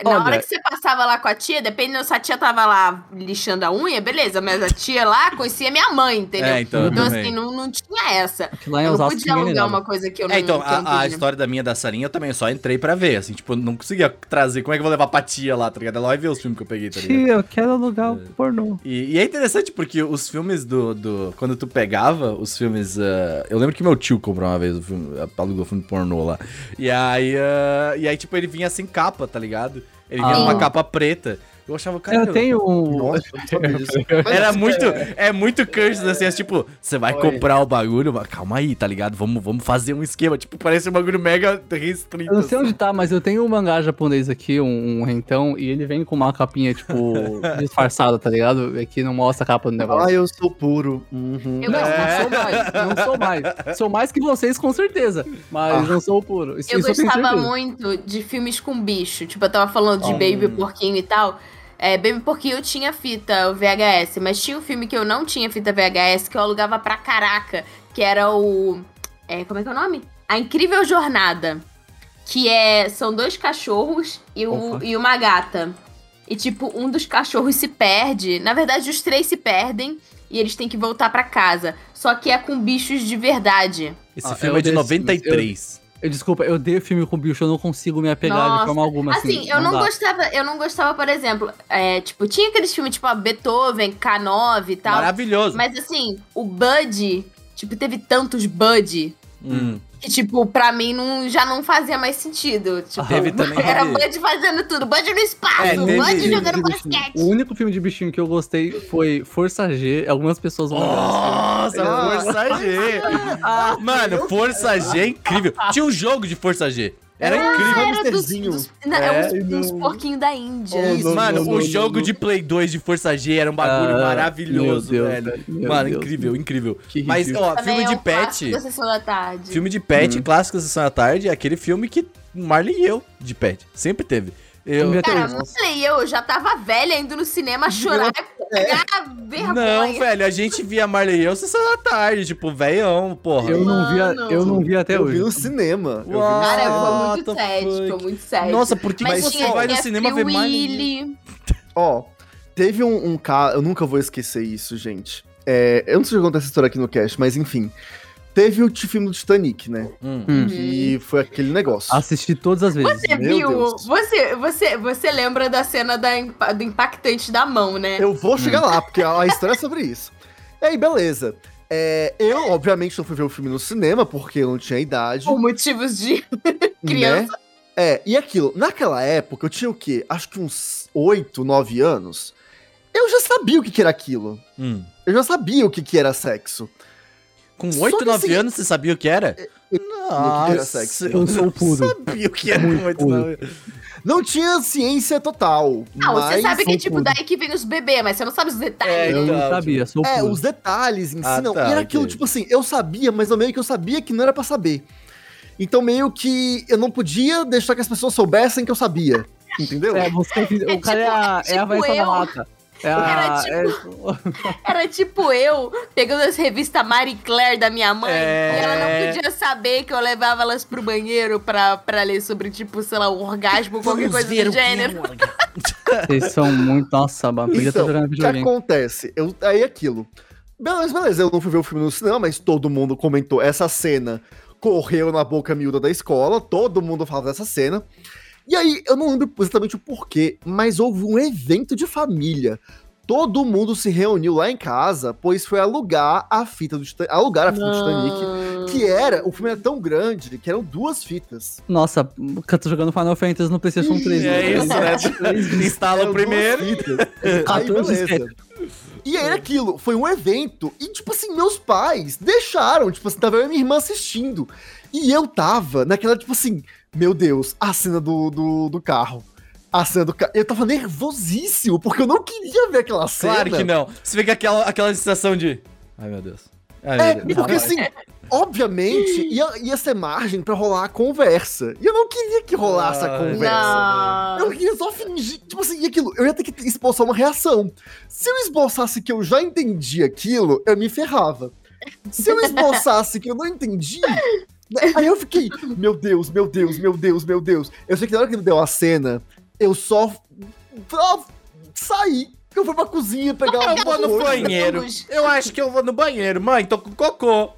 Speaker 2: Na
Speaker 3: Olha.
Speaker 2: hora que você passava lá com a tia, dependendo se a tia tava lá lixando a unha, beleza, mas a tia lá conhecia minha mãe, entendeu?
Speaker 1: É, então, eu
Speaker 2: então,
Speaker 1: também.
Speaker 2: assim, não, não tinha essa.
Speaker 3: Que lá em
Speaker 2: Eu não
Speaker 3: Osasco
Speaker 2: podia
Speaker 3: ninguém
Speaker 2: alugar
Speaker 3: ligava.
Speaker 2: uma coisa que eu não
Speaker 1: É, então,
Speaker 2: que eu não
Speaker 1: a, a
Speaker 2: podia.
Speaker 1: história da minha da salinha eu também só entrei pra ver, assim, tipo, eu não conseguia trazer. Como é que eu vou levar pra tia lá, tá ligado? Ela vai ver os filmes que eu peguei, tá ligado?
Speaker 3: Tia, eu quero alugar o pornô.
Speaker 1: E, e é interessante porque os filmes do. do quando tu pegava os filmes. ah, eu lembro que meu tio comprou uma vez o filme, alugou o filme pornô lá. E aí, ah, e aí tipo, ele vinha sem capa, tá ligado? Ele vinha
Speaker 3: Ah.
Speaker 1: numa capa preta. Eu achava, cara,
Speaker 3: Eu tenho um.
Speaker 4: Nossa, eu não sabia disso. Mas,
Speaker 1: Era
Speaker 4: assim,
Speaker 1: muito,
Speaker 4: é,
Speaker 1: é muito curses, assim, é tipo, você vai
Speaker 4: Oi.
Speaker 1: comprar o bagulho, mas calma aí, tá ligado? Vamos, vamos fazer um esquema, tipo, parece um bagulho mega restrito.
Speaker 3: Eu não sei
Speaker 1: assim.
Speaker 3: onde tá, mas eu tenho um mangá japonês aqui, um, um rentão, e ele vem com uma capinha, tipo, disfarçada, tá ligado? É que não mostra a capa do negócio.
Speaker 4: Ah, eu sou puro. Uhum.
Speaker 2: Eu
Speaker 3: Não,
Speaker 2: gosto-
Speaker 1: é.
Speaker 3: não sou mais, não sou mais. Sou mais que vocês, com certeza.
Speaker 1: Ah.
Speaker 3: Mas não sou o puro. Isso,
Speaker 2: Eu
Speaker 3: isso tenho
Speaker 2: gostava
Speaker 3: certeza. Ah.
Speaker 2: muito de filmes com bicho. Tipo, eu tava falando de
Speaker 1: Hum.
Speaker 2: Baby Porquinho e tal. É, Baby Porquinho eu tinha fita VHS, mas tinha um filme que eu não tinha fita VHS, que eu alugava pra caraca, que era o. é, como é que é o nome? A Incrível Jornada. Que é. São dois cachorros e, o,
Speaker 3: Opa.
Speaker 2: e uma gata. E, tipo, um dos cachorros se perde. Na verdade, os três se perdem e eles têm que voltar pra casa. Só que é com bichos de verdade.
Speaker 1: Esse
Speaker 3: Ah,
Speaker 1: filme é
Speaker 3: eu
Speaker 1: de
Speaker 3: desse-
Speaker 1: 93.
Speaker 3: Eu- desculpa, eu odeio filme com bicho, eu não consigo me apegar
Speaker 2: Nossa.
Speaker 3: de forma alguma. Assim,
Speaker 2: Assim, eu não,
Speaker 3: dá.
Speaker 2: gostava, eu não gostava, por exemplo, é, tipo, tinha aqueles filmes tipo a Beethoven, K9 e tal.
Speaker 1: Maravilhoso.
Speaker 2: Tá. Mas assim, o Bud, tipo, teve tantos Bud
Speaker 1: Hum.
Speaker 2: que, tipo, pra mim não, já não fazia mais sentido. Tipo,
Speaker 1: Teve também
Speaker 2: era
Speaker 1: teve-
Speaker 2: Bud fazendo tudo, Bud no espaço,
Speaker 1: É, teve
Speaker 2: Bud
Speaker 1: filme
Speaker 2: jogando
Speaker 3: de bichinho.
Speaker 2: basquete.
Speaker 3: O único filme de bichinho que eu gostei foi Força G. Algumas pessoas vão lembrar.
Speaker 1: Nossa,
Speaker 4: Ah.
Speaker 1: Força G.
Speaker 3: Ah,
Speaker 1: Mano, Força G é incrível. Tinha um jogo de Força G. Era incrível.
Speaker 2: Ah, era dos,
Speaker 4: hamsterzinho.
Speaker 2: dos, não, é,
Speaker 1: É,
Speaker 2: uns, uns porquinhos da Índia.
Speaker 4: Oh, não,
Speaker 1: Mano,
Speaker 4: não,
Speaker 1: o
Speaker 4: não,
Speaker 1: jogo
Speaker 4: não.
Speaker 1: de Play 2 de Força G era um bagulho
Speaker 3: Ah,
Speaker 1: maravilhoso,
Speaker 3: meu Deus,
Speaker 1: velho.
Speaker 3: velho, meu
Speaker 1: Mano,
Speaker 3: Deus.
Speaker 1: incrível, incrível.
Speaker 3: Que
Speaker 1: Mas,
Speaker 3: ridículo.
Speaker 1: ó,
Speaker 2: é um
Speaker 1: filme de pet.
Speaker 2: Da sessão da tarde.
Speaker 1: Filme de pet,
Speaker 4: Uhum.
Speaker 1: clássico da Sessão da Tarde, é aquele filme que Marley e eu, de pet, sempre teve. Eu,
Speaker 3: Devia ter
Speaker 2: Cara,
Speaker 3: um.
Speaker 2: eu falei, eu já tava velha indo no cinema chorar e pegar vergonha.
Speaker 1: é. não, velho, a gente via Marley e eu Sessão da Tarde, tipo, velhão, porra.
Speaker 3: eu não via, eu não vi até
Speaker 4: eu vi
Speaker 3: hoje.
Speaker 4: no cinema. Eu vi no
Speaker 1: Uau.
Speaker 4: cinema.
Speaker 2: Cara, foi
Speaker 1: What
Speaker 2: muito
Speaker 1: the
Speaker 2: sério,
Speaker 1: fuck?
Speaker 2: ficou muito sério.
Speaker 1: Nossa, porque
Speaker 2: tá mas
Speaker 1: você
Speaker 2: tinha
Speaker 1: vai no
Speaker 2: Jeff
Speaker 1: cinema ver Marley.
Speaker 2: Willy.
Speaker 4: Ó, teve um, um cara. Eu nunca vou esquecer isso, gente. É, eu não sei se eu contar essa história aqui no cast, mas enfim. Teve o t- filme do Titanic, né?
Speaker 1: Hum.
Speaker 3: Hum.
Speaker 4: Que
Speaker 2: Uhum.
Speaker 4: foi aquele negócio.
Speaker 3: Assisti todas as vezes.
Speaker 2: Você
Speaker 4: Meu
Speaker 2: viu?
Speaker 4: Deus.
Speaker 2: Você, você, você lembra da cena da, impa- do impactante da mão, né?
Speaker 4: Eu vou chegar lá, porque a a história é sobre isso. E aí, beleza. É, eu, obviamente, não fui ver o filme no cinema, porque eu não tinha idade.
Speaker 2: Por motivos de. criança.
Speaker 4: Né? É, e aquilo, naquela época eu tinha o quê? Acho que uns 8, 9 anos. Eu já sabia o que, que era aquilo.
Speaker 1: Hum.
Speaker 4: Eu já sabia o que, que era sexo.
Speaker 1: Com
Speaker 4: Só
Speaker 1: 8,
Speaker 4: que
Speaker 1: 9
Speaker 4: assim-
Speaker 1: anos, você sabia o que era?
Speaker 4: o que era
Speaker 1: Nossa,
Speaker 4: sexo. um
Speaker 3: Eu sou o puro.
Speaker 1: sabia o que era
Speaker 3: Muito
Speaker 1: com 8,
Speaker 3: puro.
Speaker 1: 9
Speaker 4: Não tinha ciência total.
Speaker 2: Não, você
Speaker 4: mas-
Speaker 2: sabe que,
Speaker 3: sou
Speaker 2: tipo,
Speaker 3: puro.
Speaker 2: daí que vem os bebês, mas você não sabe os
Speaker 1: É,
Speaker 2: detalhes.
Speaker 3: Eu não
Speaker 1: Legal,
Speaker 3: sabia, sou o
Speaker 4: É,
Speaker 3: puro.
Speaker 4: os detalhes em si
Speaker 1: Ah,
Speaker 4: não.
Speaker 1: tá,
Speaker 4: e era aquilo,
Speaker 1: ok.
Speaker 4: tipo assim, eu sabia, mas meio que eu sabia que não era pra saber. Então meio que eu não podia deixar que as pessoas soubessem que eu sabia. Entendeu?
Speaker 3: É, você,
Speaker 2: É
Speaker 3: o cara é a,
Speaker 2: tipo-
Speaker 3: é a Vanessa
Speaker 2: tipo eu.
Speaker 3: da Mata. É a,
Speaker 2: Era
Speaker 3: é-
Speaker 2: Era tipo eu pegando as revistas Marie Claire da minha mãe
Speaker 1: É.
Speaker 2: e ela não podia saber que eu levava elas pro banheiro pra, pra ler sobre, tipo, sei lá, um orgasmo ou qualquer coisa do gênero.
Speaker 4: é né?
Speaker 3: Vocês são muito. Nossa, Bá, podia estar
Speaker 4: Então,
Speaker 3: jogando
Speaker 4: o que
Speaker 3: videogame.
Speaker 4: acontece? Eu, aí é aquilo. Beleza, beleza, eu não fui ver o filme no cinema, mas todo mundo comentou essa cena. Correu na boca miúda da escola, todo mundo falava dessa cena. E aí, eu não lembro exatamente o porquê, mas houve um evento de família. Todo mundo se reuniu lá em casa, pois foi alugar a fita do Titanic, alugar a fita do Titanic, que era, o filme era tão grande que eram duas fitas.
Speaker 3: Nossa, eu tô jogando Final Fantasy no PlayStation 3. né?
Speaker 1: É isso, né? Instala
Speaker 4: Eram
Speaker 1: o
Speaker 4: É, duas
Speaker 1: primeiro.
Speaker 4: fitas. Aí,
Speaker 3: 14
Speaker 4: beleza. E aí era aquilo, foi um evento, e tipo assim, meus pais deixaram, tipo assim, tava eu e minha irmã assistindo. E eu tava naquela, tipo assim, meu Deus, a cena do, do, do carro. A cena do carro. Eu tava nervosíssimo, porque eu não queria ver aquela cena.
Speaker 1: Claro que não. Você fica aquela, aquela sensação de. Ai, meu Deus. Ai,
Speaker 4: É,
Speaker 1: meu Deus.
Speaker 4: porque assim, obviamente, ia, ia ser margem pra rolar a conversa. E eu não queria que rolasse a
Speaker 1: Ai.
Speaker 4: conversa. Eu
Speaker 2: Não.
Speaker 4: ia só fingir, tipo assim, e aquilo, eu ia ter que esboçar uma reação. Se eu esboçasse que eu já entendi aquilo, eu me ferrava. Se eu esboçasse que eu não entendi, né, aí eu fiquei, meu Deus, meu Deus, meu Deus, meu Deus. Eu sei que na hora que ele deu a cena, eu só, só saí. Eu fui pra cozinha pegar
Speaker 1: Eu
Speaker 4: uma
Speaker 1: vou no
Speaker 4: coisa,
Speaker 1: banheiro. Eu acho que eu vou no banheiro. Mãe, tô com cocô.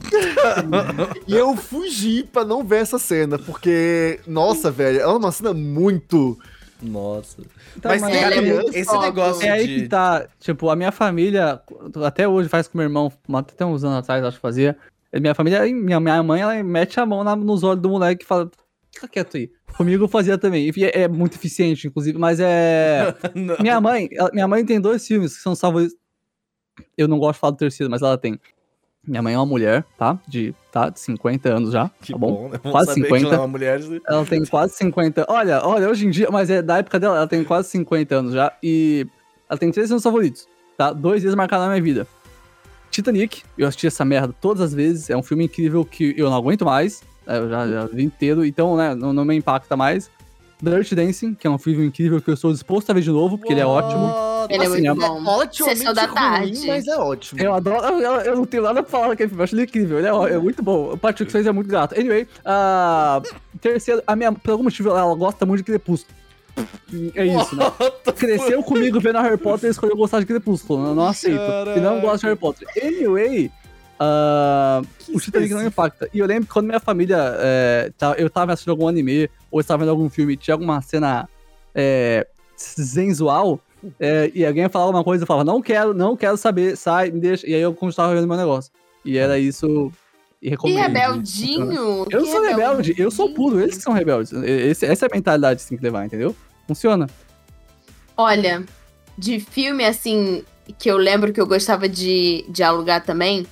Speaker 4: E eu fugi pra não ver essa cena, porque, nossa, velho, ela é uma cena muito.
Speaker 1: Nossa.
Speaker 3: Tá,
Speaker 1: mas,
Speaker 3: mas
Speaker 1: cara,
Speaker 2: é muito
Speaker 1: esse
Speaker 2: foda.
Speaker 1: negócio
Speaker 3: É aí
Speaker 1: de...
Speaker 3: que tá. Tipo, a minha família, até hoje faz com meu irmão, até uns anos atrás, acho que fazia. Minha família, minha, minha mãe, ela mete a mão na- nos olhos do moleque e fala: Fica quieto aí. Comigo eu fazia também. E é, é muito eficiente, inclusive, mas é.
Speaker 1: Não.
Speaker 3: minha mãe, ela- minha mãe tem dois filmes que são salvos. Eu não gosto de falar do terceiro, mas ela tem. Minha mãe é uma mulher, tá? De, tá? de 50 anos já.
Speaker 1: Que
Speaker 3: tá bom?
Speaker 1: bom, né? Vamos
Speaker 3: Quase
Speaker 1: saber que
Speaker 3: 50.
Speaker 1: ela é uma mulher.
Speaker 3: Ela tem quase 50. Olha, olha, hoje em dia, mas é da época dela, ela tem quase 50 anos já. E ela tem três filmes favoritos, tá? Dois deles marcaram na minha vida. Titanic, eu assisti essa merda todas as vezes. É um filme incrível que eu não aguento mais. é, Eu já, já vi inteiro, então, né, não, não me impacta mais. Dirty Dancing, que é um filme incrível que eu sou disposto a ver de novo, porque ele é ótimo.
Speaker 2: Ele é
Speaker 4: Assim,
Speaker 2: muito bom.
Speaker 4: Ótimo,
Speaker 2: Sessão da tarde.
Speaker 4: mas é ótimo.
Speaker 3: Eu adoro, eu, eu- eu não tenho nada pra falar daquele filme, eu acho ele incrível, ele é, ó- é muito bom. O Patrick Swayze é muito gato. Anyway, ah, terceiro, a minha, por algum motivo, ela gosta muito de Crepúsculo. É isso, né? Cresceu comigo vendo Harry Potter e escolheu gostar de Crepúsculo, eu não aceito. E não gosto de Harry Potter. Anyway, ah, o Titanic não impacta. E eu lembro que quando minha família, é, tá- eu tava assistindo algum anime, ou estava vendo algum filme, tinha alguma cena é, sensual, é, e alguém falava uma coisa, eu falava, não quero, não quero saber, sai, me deixa. E aí eu continuava vendo meu negócio. E
Speaker 1: Ah.
Speaker 3: era isso. E
Speaker 2: Que
Speaker 3: recomendo.
Speaker 2: rebeldinho.
Speaker 3: Eu
Speaker 2: que é
Speaker 3: sou rebelde, eu sou puro, é eles que são rebeldes. Esse- essa é a mentalidade que você tem que levar, entendeu? Funciona.
Speaker 2: Olha, de filme, assim, que eu lembro que eu gostava de, de alugar também,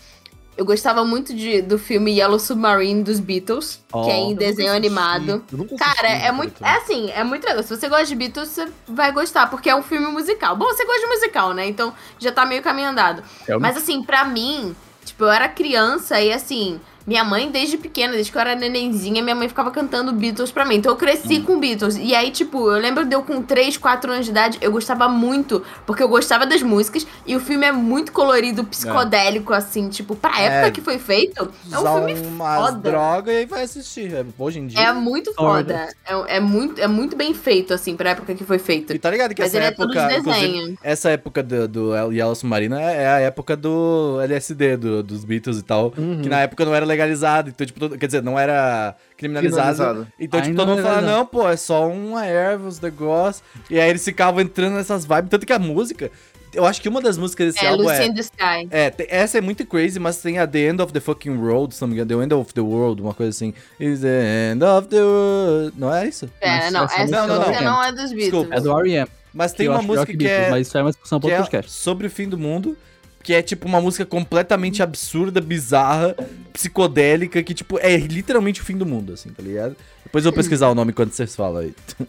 Speaker 2: eu gostava muito de, do filme Yellow Submarine dos Beatles,
Speaker 3: Ó.
Speaker 2: que é em
Speaker 4: Eu
Speaker 2: desenho
Speaker 4: nunca assisti,
Speaker 2: animado.
Speaker 4: eu nunca
Speaker 2: Cara,
Speaker 4: assisti,
Speaker 2: é muito.
Speaker 4: cara.
Speaker 2: É assim, é muito legal. Se você gosta de Beatles, você vai gostar, porque é um filme musical. Bom, você gosta de musical, né? Então já tá meio caminho andado.
Speaker 3: Realmente.
Speaker 2: Mas assim, pra mim, tipo, eu era criança e assim, minha mãe desde pequena, desde que eu era nenenzinha, minha mãe ficava cantando Beatles pra mim. Então eu cresci
Speaker 1: Hum.
Speaker 2: com Beatles. E aí, tipo, eu lembro de eu com 3, 4 anos de idade, eu gostava muito, porque eu gostava das músicas e o filme é muito colorido, psicodélico, assim, tipo, pra
Speaker 1: É.
Speaker 2: época que foi feito, é um
Speaker 1: Usar
Speaker 2: filme
Speaker 1: umas
Speaker 2: foda.
Speaker 1: drogas e aí vai assistir. É, Hoje em dia.
Speaker 2: é muito foda. É, é muito, é muito bem feito, assim, pra época que foi feito.
Speaker 1: E tá ligado que
Speaker 2: Mas
Speaker 1: essa
Speaker 2: ele é todo
Speaker 1: época.
Speaker 2: de
Speaker 1: inclusive,
Speaker 2: desenho.
Speaker 1: essa época do, do Yellow Submarina é a época do LSD, do- dos Beatles e tal.
Speaker 4: Uhum.
Speaker 1: Que na época não era legalizado. Então, tipo, todo- quer dizer, não era criminalizado.
Speaker 4: Criminalizado.
Speaker 1: Então, tipo,
Speaker 3: Ainda
Speaker 1: todo mundo
Speaker 3: não é
Speaker 1: fala,
Speaker 3: legalizado.
Speaker 1: não, pô, é só uma erva, os negócios. E aí eles ficavam entrando nessas vibes. Tanto que a música. Eu acho que uma das músicas desse
Speaker 2: É
Speaker 1: álbum
Speaker 2: Lucy
Speaker 1: é.
Speaker 2: in the Sky.
Speaker 1: É, te- essa é muito crazy, mas tem a The End of the Fucking World, se não me engano, The End of the World, uma coisa assim. Is the end of the world. Não é isso?
Speaker 2: Pera,
Speaker 3: Mas
Speaker 2: não,
Speaker 3: essa
Speaker 2: essa
Speaker 1: música
Speaker 2: não,
Speaker 1: não
Speaker 2: não,
Speaker 3: é.
Speaker 2: é dos Beatles.
Speaker 1: Desculpa.
Speaker 3: É do R.E.M.
Speaker 1: Mas
Speaker 3: que
Speaker 1: tem
Speaker 3: eu
Speaker 1: uma
Speaker 3: acho pior
Speaker 1: música que
Speaker 3: Beatles,
Speaker 1: é.
Speaker 3: Mas isso é uma discussão para
Speaker 1: que é
Speaker 3: outro podcast.
Speaker 1: sobre o fim do mundo, que é tipo uma música completamente absurda, bizarra, psicodélica, que tipo é literalmente o fim do mundo, assim, tá ligado? Depois eu vou pesquisar o nome quando vocês falam aí.
Speaker 2: Aí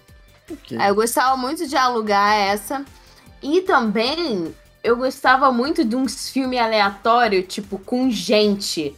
Speaker 2: Ah, Eu gostava muito de alugar essa. E também eu gostava muito de uns filmes aleatórios, tipo, com gente.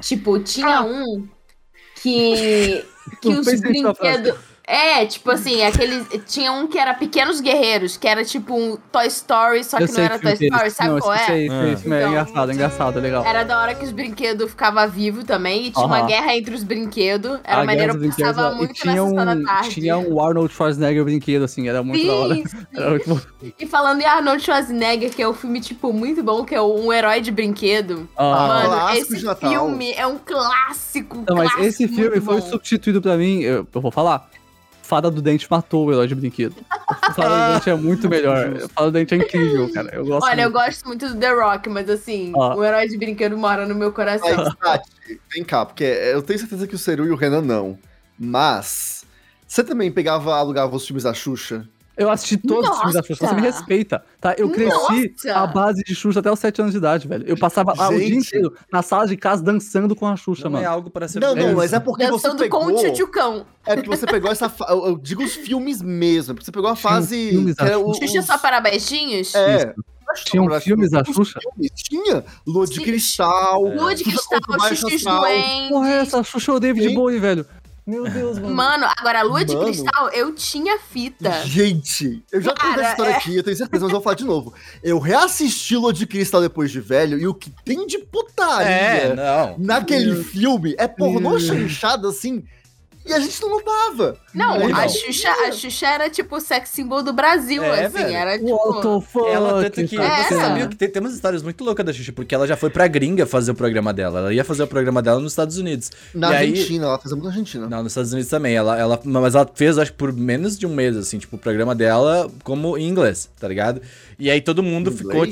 Speaker 2: Tipo, tinha um que. que
Speaker 3: Ah. Não
Speaker 2: os
Speaker 3: fez sentido a frase.
Speaker 2: brinquedos. É, tipo assim, aquele. Tinha um que era Pequenos Guerreiros, que era tipo um Toy Story, só que não era Toy
Speaker 3: filme
Speaker 2: Story,
Speaker 3: deles.
Speaker 2: sabe
Speaker 3: Não,
Speaker 2: qual
Speaker 3: esse-
Speaker 2: é?
Speaker 3: esse-
Speaker 1: Ah.
Speaker 3: esse filme é
Speaker 2: Então-
Speaker 3: engraçado, é engraçado, é legal.
Speaker 2: Era da hora que os brinquedos ficavam vivos também, e tinha uma
Speaker 3: Aham. guerra
Speaker 2: guerra entre os brinquedos.
Speaker 3: A
Speaker 2: Era
Speaker 3: Guerra
Speaker 2: maneiro,
Speaker 3: dos
Speaker 2: eu
Speaker 3: Brinquedos,
Speaker 2: passava
Speaker 3: ó,
Speaker 2: muito
Speaker 3: e tinha
Speaker 2: na sessão
Speaker 3: um,
Speaker 2: da tarde.
Speaker 3: Tinha um Arnold Schwarzenegger brinquedo, assim, era muito da hora.
Speaker 2: Sim,
Speaker 3: Era muito bom.
Speaker 2: E falando em Arnold Schwarzenegger, que é um filme, tipo, muito bom, que é um herói de brinquedo.
Speaker 3: Ah,
Speaker 2: Mano,
Speaker 4: um clássico
Speaker 2: esse
Speaker 4: de Natal.
Speaker 2: filme é um clássico.
Speaker 3: Não, mas
Speaker 2: clássico,
Speaker 3: esse filme
Speaker 2: muito
Speaker 3: foi
Speaker 2: bom.
Speaker 3: substituído pra mim, eu, eu vou falar. Fada do Dente matou o herói de brinquedo. Fada do Dente é muito melhor. Fada do Dente é incrível, cara. Eu gosto
Speaker 2: Olha, eu
Speaker 3: muito.
Speaker 2: gosto muito do The Rock, mas assim,
Speaker 3: Ó.
Speaker 2: o herói de brinquedo mora no meu
Speaker 4: Mas,
Speaker 2: coração.
Speaker 4: Tati, vem cá, porque eu tenho certeza que o Seru e o Renan não. Mas. Você também pegava, alugava os filmes da Xuxa?
Speaker 3: Eu assisti todos os filmes da Xuxa, você me
Speaker 2: Nossa!
Speaker 3: respeita, tá? Eu cresci
Speaker 2: Nossa!
Speaker 3: à base de Xuxa até os 7 anos de idade, velho. Eu passava ah, o dia
Speaker 4: Gente!
Speaker 3: inteiro na sala de casa dançando com a Xuxa,
Speaker 1: Não é
Speaker 3: mano.
Speaker 1: algo para ser
Speaker 4: Não,
Speaker 1: feito.
Speaker 4: não,
Speaker 3: isso.
Speaker 4: mas é porque você
Speaker 2: Dançando
Speaker 4: pegou.
Speaker 2: com o Tchutchucão.
Speaker 4: É porque você pegou essa. fa- Eu, eu digo os filmes mesmo, é porque você pegou a fase.
Speaker 3: filmes
Speaker 4: que era
Speaker 3: da um
Speaker 4: o-
Speaker 2: Xuxa
Speaker 4: os-
Speaker 2: só para baixinhos?
Speaker 4: Um, É.
Speaker 3: Tinham
Speaker 4: Os
Speaker 3: filmes da Xuxa?
Speaker 4: filmes, Tinha. Lua de
Speaker 2: Sim.
Speaker 4: Cristal.
Speaker 2: Lua de
Speaker 4: Xuxa
Speaker 2: Cristal,
Speaker 4: contra o baixo
Speaker 2: Xuxa
Speaker 4: astral.
Speaker 3: Porra, é
Speaker 2: Duendes.
Speaker 3: essa Xuxa é o David
Speaker 4: Gente.
Speaker 3: Bowie, velho. Meu Deus, mano.
Speaker 2: Mano, agora, Lua de
Speaker 4: Mano.
Speaker 2: Cristal, eu tinha fita.
Speaker 4: Gente, eu já contei
Speaker 2: Cara,
Speaker 4: essa história
Speaker 2: é.
Speaker 4: aqui, eu tenho certeza, mas eu vou falar de novo. Eu reassisti Lua de Cristal depois de velho e o que tem de putaria
Speaker 1: É, não.
Speaker 4: naquele filme é pornô
Speaker 3: Meu.
Speaker 4: chanchada assim e a gente não lutava.
Speaker 2: Não,
Speaker 1: Não,
Speaker 2: a
Speaker 1: não.
Speaker 2: Xuxa, a Xuxa era tipo o sex symbol do Brasil,
Speaker 1: É,
Speaker 2: assim.
Speaker 1: velho.
Speaker 2: Era
Speaker 3: What
Speaker 2: tipo.
Speaker 3: the fuck?
Speaker 1: Ela tanto que.
Speaker 3: cara?
Speaker 1: Você
Speaker 2: É.
Speaker 1: sabia que tem, tem umas histórias muito loucas da Xuxa, porque ela já foi pra gringa fazer o programa dela. Ela ia fazer o programa dela nos Estados Unidos.
Speaker 4: Na
Speaker 1: E aí-
Speaker 4: Argentina, ela fez muito na Argentina.
Speaker 1: Não, nos Estados Unidos também. Ela, ela, mas ela fez, acho que por menos de um mês, assim, tipo, o programa dela como em inglês, tá ligado? E aí todo mundo
Speaker 4: Inglês?
Speaker 1: ficou,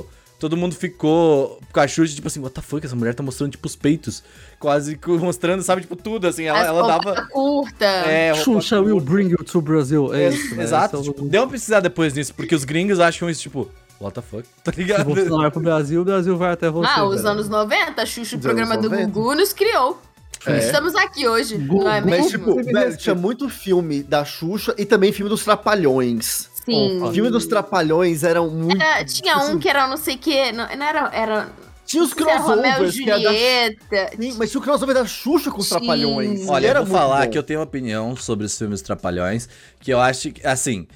Speaker 1: tipo. todo mundo ficou cachucho, tipo assim, what the fuck, essa mulher tá mostrando, tipo, os peitos. Quase que mostrando, sabe, tipo, tudo, assim. Ela,
Speaker 2: As
Speaker 1: ela
Speaker 2: roupas
Speaker 1: dava.
Speaker 2: curta.
Speaker 1: É, roupa
Speaker 3: Xuxa will bring you to Brazil. É,
Speaker 1: É,
Speaker 3: isso, né?
Speaker 1: Exato.
Speaker 3: Esse é o-
Speaker 1: tipo, dê uma pesquisada depois nisso, porque os gringos acham isso, tipo, what the fuck? Tá
Speaker 3: Se
Speaker 1: ligado?
Speaker 3: você não vai pro Brasil, o Brasil vai até você.
Speaker 2: Ah, os
Speaker 3: velho.
Speaker 2: anos 90, Xuxa, o
Speaker 4: Os
Speaker 2: programa
Speaker 4: anos
Speaker 2: do
Speaker 4: 90.
Speaker 2: Gugu, nos criou.
Speaker 1: É.
Speaker 2: Estamos aqui hoje, não é mesmo?
Speaker 4: Mas, tipo, velho, tinha muito filme da Xuxa e também filme dos Trapalhões.
Speaker 2: Sim.
Speaker 1: Hum.
Speaker 4: O filme dos Trapalhões eram muito. tipo assim,
Speaker 2: Era- assim. É, tinha um que era não sei o que, não, não era, era,
Speaker 4: Tinha os
Speaker 2: não sei se era Romeu e
Speaker 4: crossovers, que era da
Speaker 2: Julieta.
Speaker 4: Sim, mas tinha o crossover da Xuxa com os
Speaker 2: Sim.
Speaker 4: Trapalhões.
Speaker 1: Olha,
Speaker 4: E era
Speaker 1: eu vou falar
Speaker 4: bom.
Speaker 1: que eu tenho uma opinião sobre os filmes Trapalhões, que eu acho que, assim,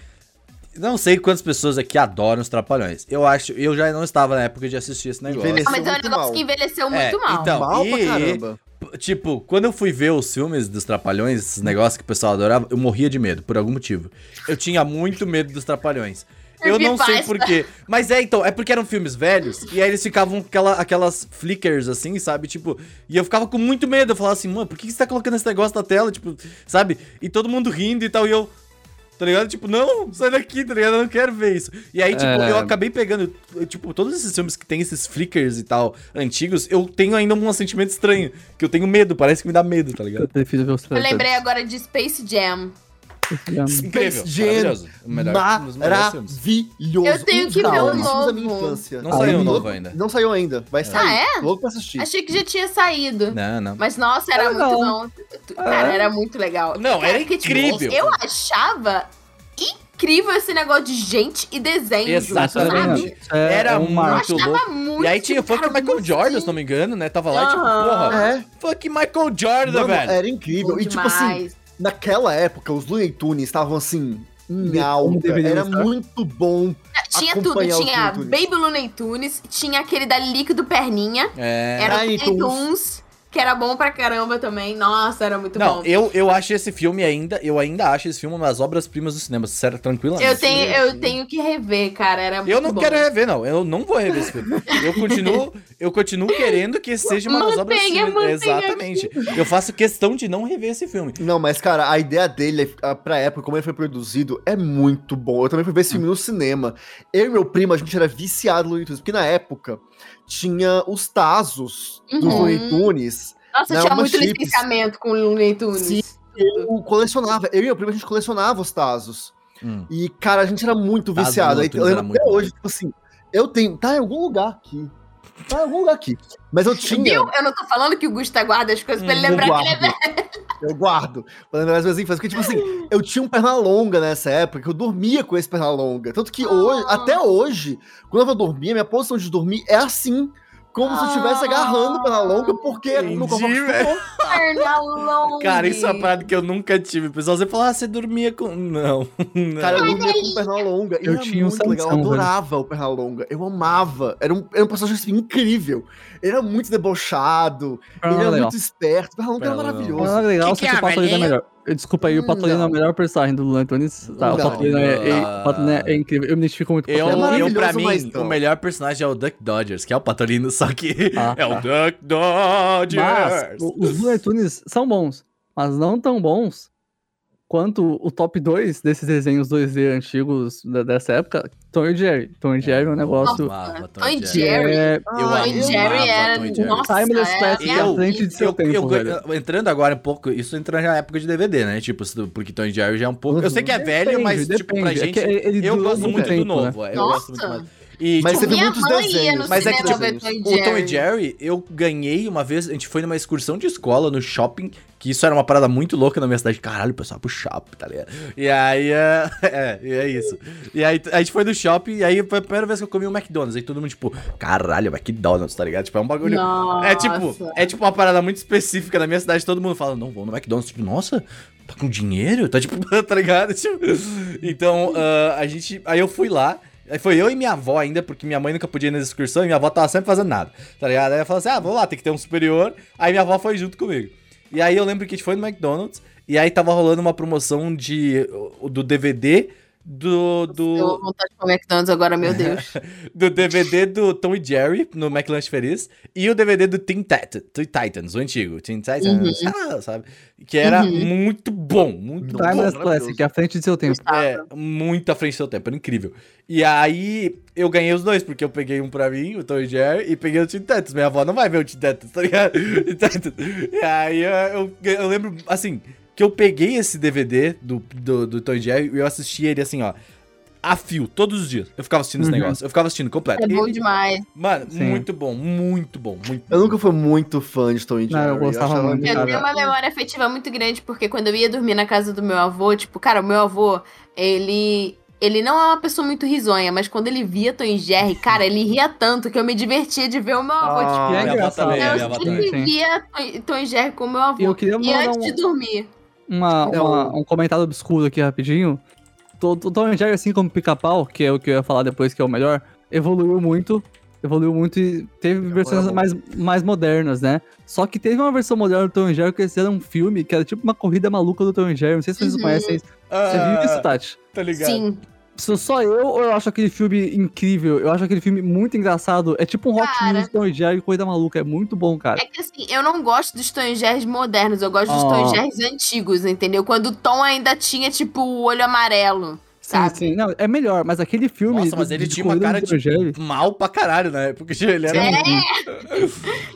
Speaker 1: não sei quantas pessoas aqui adoram os Trapalhões. Eu acho, eu já não estava na época de assistir esse negócio.
Speaker 4: Envelheceu.
Speaker 2: Ah, mas é um
Speaker 4: muito
Speaker 2: negócio
Speaker 4: mal.
Speaker 2: que envelheceu
Speaker 1: É,
Speaker 2: muito mal.
Speaker 1: então,
Speaker 4: Mal pra
Speaker 1: E-
Speaker 4: caramba.
Speaker 1: Tipo, quando eu fui ver os filmes dos Trapalhões, esses negócios que o pessoal adorava, eu morria de medo, por algum motivo. Eu tinha muito medo dos Trapalhões. Eu não sei
Speaker 2: Creepypasta.
Speaker 1: porquê. Mas é, então, é porque eram filmes velhos e aí eles ficavam com aquela, aquelas flickers, assim, sabe? Tipo, e eu ficava com muito medo. Eu falava assim, mano, por que que você tá colocando esse negócio na tela? Tipo, sabe? E todo mundo rindo e tal. E eu, tá ligado? Tipo, não, sai daqui, tá ligado? Eu não quero ver isso. E aí, tipo,
Speaker 3: É.
Speaker 1: eu acabei pegando, eu, tipo, todos esses filmes que tem esses flickers e tal, antigos, eu tenho ainda um sentimento estranho, que eu tenho medo, parece que me dá medo, tá
Speaker 3: Eu
Speaker 1: ligado?
Speaker 3: prefiro ver os
Speaker 2: Eu lembrei agora de Space Jam.
Speaker 1: Incrível,
Speaker 4: Jam,
Speaker 1: maravilhoso. O melhor, um dos melhores filmes.
Speaker 4: Maravilhoso.
Speaker 2: Eu tenho
Speaker 4: Um
Speaker 2: que
Speaker 4: dos
Speaker 2: ver o
Speaker 4: melhores filmes da minha
Speaker 2: novo.
Speaker 4: infância.
Speaker 1: Não
Speaker 4: Ah,
Speaker 1: saiu
Speaker 4: eu
Speaker 1: novo
Speaker 4: louco-
Speaker 1: ainda.
Speaker 4: Não saiu ainda. Vai sair.
Speaker 2: Ah, é?
Speaker 4: Louco pra assistir.
Speaker 2: Achei que já tinha saído.
Speaker 1: Não, não.
Speaker 2: Mas nossa, era
Speaker 3: Era
Speaker 2: muito
Speaker 3: legal.
Speaker 2: bom. Cara, era muito legal.
Speaker 1: Não,
Speaker 2: Cara,
Speaker 1: era
Speaker 2: porque, tipo,
Speaker 1: incrível.
Speaker 2: eu achava incrível esse negócio de gente e desenho.
Speaker 3: É,
Speaker 1: Exatamente.
Speaker 2: Sabe?
Speaker 1: Era
Speaker 3: um
Speaker 2: Eu
Speaker 1: Muito
Speaker 2: achava
Speaker 1: louco.
Speaker 2: muito.
Speaker 1: E aí tinha o
Speaker 2: cara,
Speaker 1: funk Michael
Speaker 2: assim.
Speaker 1: Jordan, se não me engano, né? Tava lá e tipo,
Speaker 2: Aham. é.
Speaker 1: porra,
Speaker 4: É.
Speaker 1: funk Michael Jordan,
Speaker 4: Mano,
Speaker 1: velho.
Speaker 4: era incrível.
Speaker 2: Bom
Speaker 4: E tipo assim,
Speaker 2: demais.
Speaker 4: naquela época, os Looney Tunes estavam assim, em alta.
Speaker 3: deveria
Speaker 4: Era
Speaker 3: estar.
Speaker 4: muito bom.
Speaker 2: Ah, Tinha tudo,
Speaker 4: acompanhar os
Speaker 2: tinha
Speaker 4: Looney Tunes.
Speaker 2: Baby Looney Tunes, tinha aquele da Líquido Perninha,
Speaker 1: É.
Speaker 2: era o
Speaker 4: Tiny
Speaker 2: Tiny
Speaker 4: Toons.
Speaker 2: Toons, que era bom pra caramba também. Nossa, era muito
Speaker 1: Não,
Speaker 2: bom.
Speaker 1: eu, eu acho esse filme ainda, eu ainda acho esse filme uma das obras-primas do cinema, sério, tranquilamente.
Speaker 2: Eu tenho,
Speaker 4: sim,
Speaker 2: eu
Speaker 4: sim.
Speaker 2: tenho que rever, cara. Era muito
Speaker 1: né? Eu não
Speaker 2: bom.
Speaker 1: quero rever, não. Eu não vou rever esse filme. Eu continuo, eu continuo querendo que seja uma das obras
Speaker 2: Mantenha,
Speaker 1: primas.
Speaker 2: mantenha
Speaker 1: Exatamente. Eu faço questão de não rever esse filme.
Speaker 4: Não, mas cara, a ideia dele a- pra época, como ele foi produzido, é muito bom. Eu também fui ver esse filme no cinema. Eu e meu primo, a gente era viciado no Looney Tunes, porque na época tinha os Tazos dos
Speaker 2: Uhum.
Speaker 4: Looney Tunes.
Speaker 2: Nossa,
Speaker 4: Não,
Speaker 2: tinha
Speaker 4: mas
Speaker 2: muito
Speaker 4: chips.
Speaker 2: licenciamento com o Looney Tunes.
Speaker 4: Sim. Eu colecionava, eu e meu primo, a gente colecionava os Tazos.
Speaker 1: Hum.
Speaker 4: E, cara, a gente era muito
Speaker 1: Tazos
Speaker 4: viciado.
Speaker 1: no
Speaker 4: Aí,
Speaker 1: iTunes
Speaker 4: eu lembro
Speaker 1: era
Speaker 4: até
Speaker 1: muito bom.
Speaker 4: hoje, tipo assim, eu tenho. Tá em algum lugar aqui. Tá em algum lugar aqui. Mas eu tinha.
Speaker 2: Viu? Eu não tô falando que o Gusta guarda as coisas pra ele
Speaker 1: Hum,
Speaker 2: lembrar que ele é
Speaker 4: guardo. Eu guardo. Pra lembrar das minhas infâncias. Porque, tipo assim, eu tinha um perna longa nessa época, que eu dormia com esse perna longa. Tanto que hoje,
Speaker 2: Ah.
Speaker 4: até hoje, quando eu vou dormir, a minha posição de dormir é assim. Como se eu estivesse
Speaker 2: Ah.
Speaker 4: agarrando o perna longa, porque é como meu corpo
Speaker 1: Entendi,
Speaker 4: acostumou.
Speaker 2: perna longa.
Speaker 1: Cara, isso é uma parada que eu nunca tive. O pessoal sempre fala, ah, você dormia com. Não. não. é
Speaker 4: Cara, eu dormia com o perna longa. E
Speaker 3: Eu
Speaker 4: era
Speaker 3: tinha um
Speaker 4: muito legal. Eu
Speaker 3: Samsung, velho.
Speaker 4: adorava o perna longa. Eu amava. Era um, era um personagem assim, incrível. Ele era muito debochado.
Speaker 3: É
Speaker 4: ele
Speaker 3: um
Speaker 4: era muito esperto. O perna longa era
Speaker 1: Perna Longa.
Speaker 4: maravilhoso.
Speaker 3: Ah, legal,
Speaker 1: Que
Speaker 3: só
Speaker 1: que
Speaker 3: que
Speaker 1: é,
Speaker 3: o Patolino é
Speaker 1: velhinho?
Speaker 3: melhor. Eu- Desculpa aí, o Patolino é
Speaker 4: Não.
Speaker 3: o melhor personagem do Looney Tunes. Tá, o
Speaker 4: Não.
Speaker 3: Patolino é, é-
Speaker 1: Ah.
Speaker 3: o Patolino é- é incrível. Eu me identifico muito com o
Speaker 1: Eu,
Speaker 4: É
Speaker 3: Patolino.
Speaker 1: eu,
Speaker 4: maravilhoso,
Speaker 1: pra mim,
Speaker 4: mas não.
Speaker 1: o melhor personagem é o Duck Dodgers, que é o Patolino, só que
Speaker 3: Ah,
Speaker 1: é o
Speaker 3: tá.
Speaker 1: Duck Dodgers.
Speaker 3: Mas o- os Looney Tunes são bons, mas não tão bons quanto o top 2 desses desenhos 2D antigos da- dessa época. Tom e Jerry. Tom e Jerry é um negócio.
Speaker 1: Amava Tom
Speaker 2: Tom
Speaker 1: e Jerry.
Speaker 2: e
Speaker 3: que
Speaker 2: Jerry.
Speaker 3: é
Speaker 1: Eu
Speaker 4: Ah,
Speaker 1: amava
Speaker 2: Tom e Jerry era.
Speaker 1: Tom e Jerry.
Speaker 2: Nossa,
Speaker 3: Timeless
Speaker 2: é,
Speaker 3: Classic
Speaker 2: minha
Speaker 1: à
Speaker 3: frente de
Speaker 2: vida.
Speaker 3: seu tempo,
Speaker 1: gan-
Speaker 3: velho.
Speaker 1: entrando agora um pouco, isso entra na época de DVD, né? Tipo, se- porque Tom e Jerry já é um pouco. Eu sei que é velho, mas tipo, pra
Speaker 3: depende. É
Speaker 1: gente.
Speaker 3: que ele
Speaker 1: eu
Speaker 3: durou
Speaker 1: gosto muito
Speaker 3: tempo,
Speaker 1: do
Speaker 3: né?
Speaker 1: novo. é, Eu gosto muito
Speaker 2: Nossa.
Speaker 1: mais. E,
Speaker 4: Mas
Speaker 1: tipo,
Speaker 4: você viu
Speaker 2: Minha
Speaker 4: muitos
Speaker 2: mãe ia
Speaker 4: desenhos.
Speaker 2: no
Speaker 4: Mas é que,
Speaker 2: cinema
Speaker 4: tipo,
Speaker 2: ver Tom e
Speaker 1: O Tom e
Speaker 2: Jerry.
Speaker 1: Jerry, eu ganhei uma vez, a gente foi numa excursão de escola no shopping, que isso era uma parada muito louca na minha cidade. Caralho, o pessoal pro shopping, tá ligado? E aí, é, é, e é isso. E aí a gente foi no shopping, e aí foi a primeira vez que eu comi um McDonald's. Aí todo mundo, tipo, caralho, McDonald's, tá ligado? Tipo, é um bagulho.
Speaker 2: Nossa.
Speaker 1: É tipo, é tipo uma parada muito específica na minha cidade, todo mundo fala, não, vou no McDonald's, tipo, nossa, tá com dinheiro? Tá tipo, tá ligado? Tipo, então, ah, a gente. Aí eu fui lá. Aí foi eu e minha avó ainda, porque minha mãe nunca podia ir nas excursões e minha avó tava sempre fazendo nada, tá ligado? Aí ela falou assim: ah, vamos lá, tem que ter um superior. Aí minha avó foi junto comigo. E aí eu lembro que a gente foi no McDonald's e aí tava rolando uma promoção de, do DVD do,
Speaker 2: Deu
Speaker 1: do,
Speaker 2: vontade de comer McDonald's agora, meu Deus.
Speaker 1: do DVD do Tom e Jerry no McLanche Feliz e o DVD do Teen, Tit- Teen Titans, o antigo. Teen Titans, ah, sabe? Que era
Speaker 2: Uhum.
Speaker 1: muito bom, muito bom. maravilhoso.
Speaker 3: Timeless Classic, à frente de seu tempo.
Speaker 1: É, muito à frente do seu tempo, era incrível. E aí, eu ganhei os dois, porque eu peguei um pra mim, o Tom e Jerry, e peguei o Teen Titans. Minha avó não vai ver o Teen Titans, tá ligado? Teen Titans. E aí, eu, eu- eu lembro, assim, que eu peguei esse DVD do, do, do Tom e Jerry e eu assisti ele, assim, ó, a fio, todos os dias. Eu ficava assistindo esse
Speaker 3: Uhum.
Speaker 1: negócio, eu ficava assistindo completo.
Speaker 2: É bom
Speaker 1: Ele-
Speaker 2: demais.
Speaker 1: Mano,
Speaker 3: Sim.
Speaker 1: muito bom, muito bom, muito
Speaker 4: Eu
Speaker 1: bom.
Speaker 4: nunca fui muito fã de Tom e
Speaker 3: Não,
Speaker 4: Jerry.
Speaker 3: eu gostava
Speaker 4: achava
Speaker 3: muito.
Speaker 4: meio-
Speaker 2: Eu tenho uma memória afetiva muito grande, porque quando eu ia dormir na casa do meu avô, tipo, cara, o meu avô, ele. Ele não é uma pessoa muito risonha, mas quando ele via Tom e Jerry, cara, ele ria tanto que eu me divertia de ver o meu avô.
Speaker 4: Ah,
Speaker 3: E
Speaker 1: minha
Speaker 3: é
Speaker 1: avó
Speaker 3: engraçado.
Speaker 1: também, minha
Speaker 2: tipo,
Speaker 1: avó
Speaker 2: eu
Speaker 1: também.
Speaker 2: sempre via Tom- Tom e Jerry com o meu avô.
Speaker 3: Eu queria
Speaker 2: E
Speaker 3: mandar
Speaker 2: antes de
Speaker 3: um,
Speaker 2: dormir.
Speaker 3: uma-
Speaker 4: É,
Speaker 3: uma- um comentário obscuro aqui rapidinho. To- to- Tom e Jerry, assim como Pica-Pau, que é o que eu ia falar depois, que é o melhor, evoluiu muito. Evoluiu muito e teve versões
Speaker 4: bom.
Speaker 3: mais, mais modernas, né? Só que teve uma versão moderna do Tom e Jerry que eles fizeram um filme que era tipo uma corrida maluca do Tom e Jerry. Não sei se vocês
Speaker 2: Uhum.
Speaker 3: conhecem. Você viu isso, Tati?
Speaker 1: Ah, Tá ligado?
Speaker 2: Sim.
Speaker 3: Sou só eu ou eu acho aquele filme incrível? Eu acho aquele filme muito engraçado. É tipo um Hot
Speaker 2: Cara.
Speaker 3: News Tom e Jerry, corrida maluca. É muito bom, cara.
Speaker 2: É que assim, eu não gosto dos Tom e Jerry's modernos, eu gosto dos
Speaker 3: Ah.
Speaker 2: Tom e Jerry's antigos, entendeu? Quando o Tom ainda tinha, tipo, o olho amarelo.
Speaker 3: Sim,
Speaker 2: sabe?
Speaker 3: sim. Não, é melhor, mas aquele filme.
Speaker 1: Nossa, mas
Speaker 3: do-
Speaker 1: ele
Speaker 3: de
Speaker 1: tinha uma
Speaker 3: corrida
Speaker 1: cara
Speaker 3: do Tom e Jerry-
Speaker 1: de mal pra caralho, né? Porque ele era
Speaker 2: É,
Speaker 1: um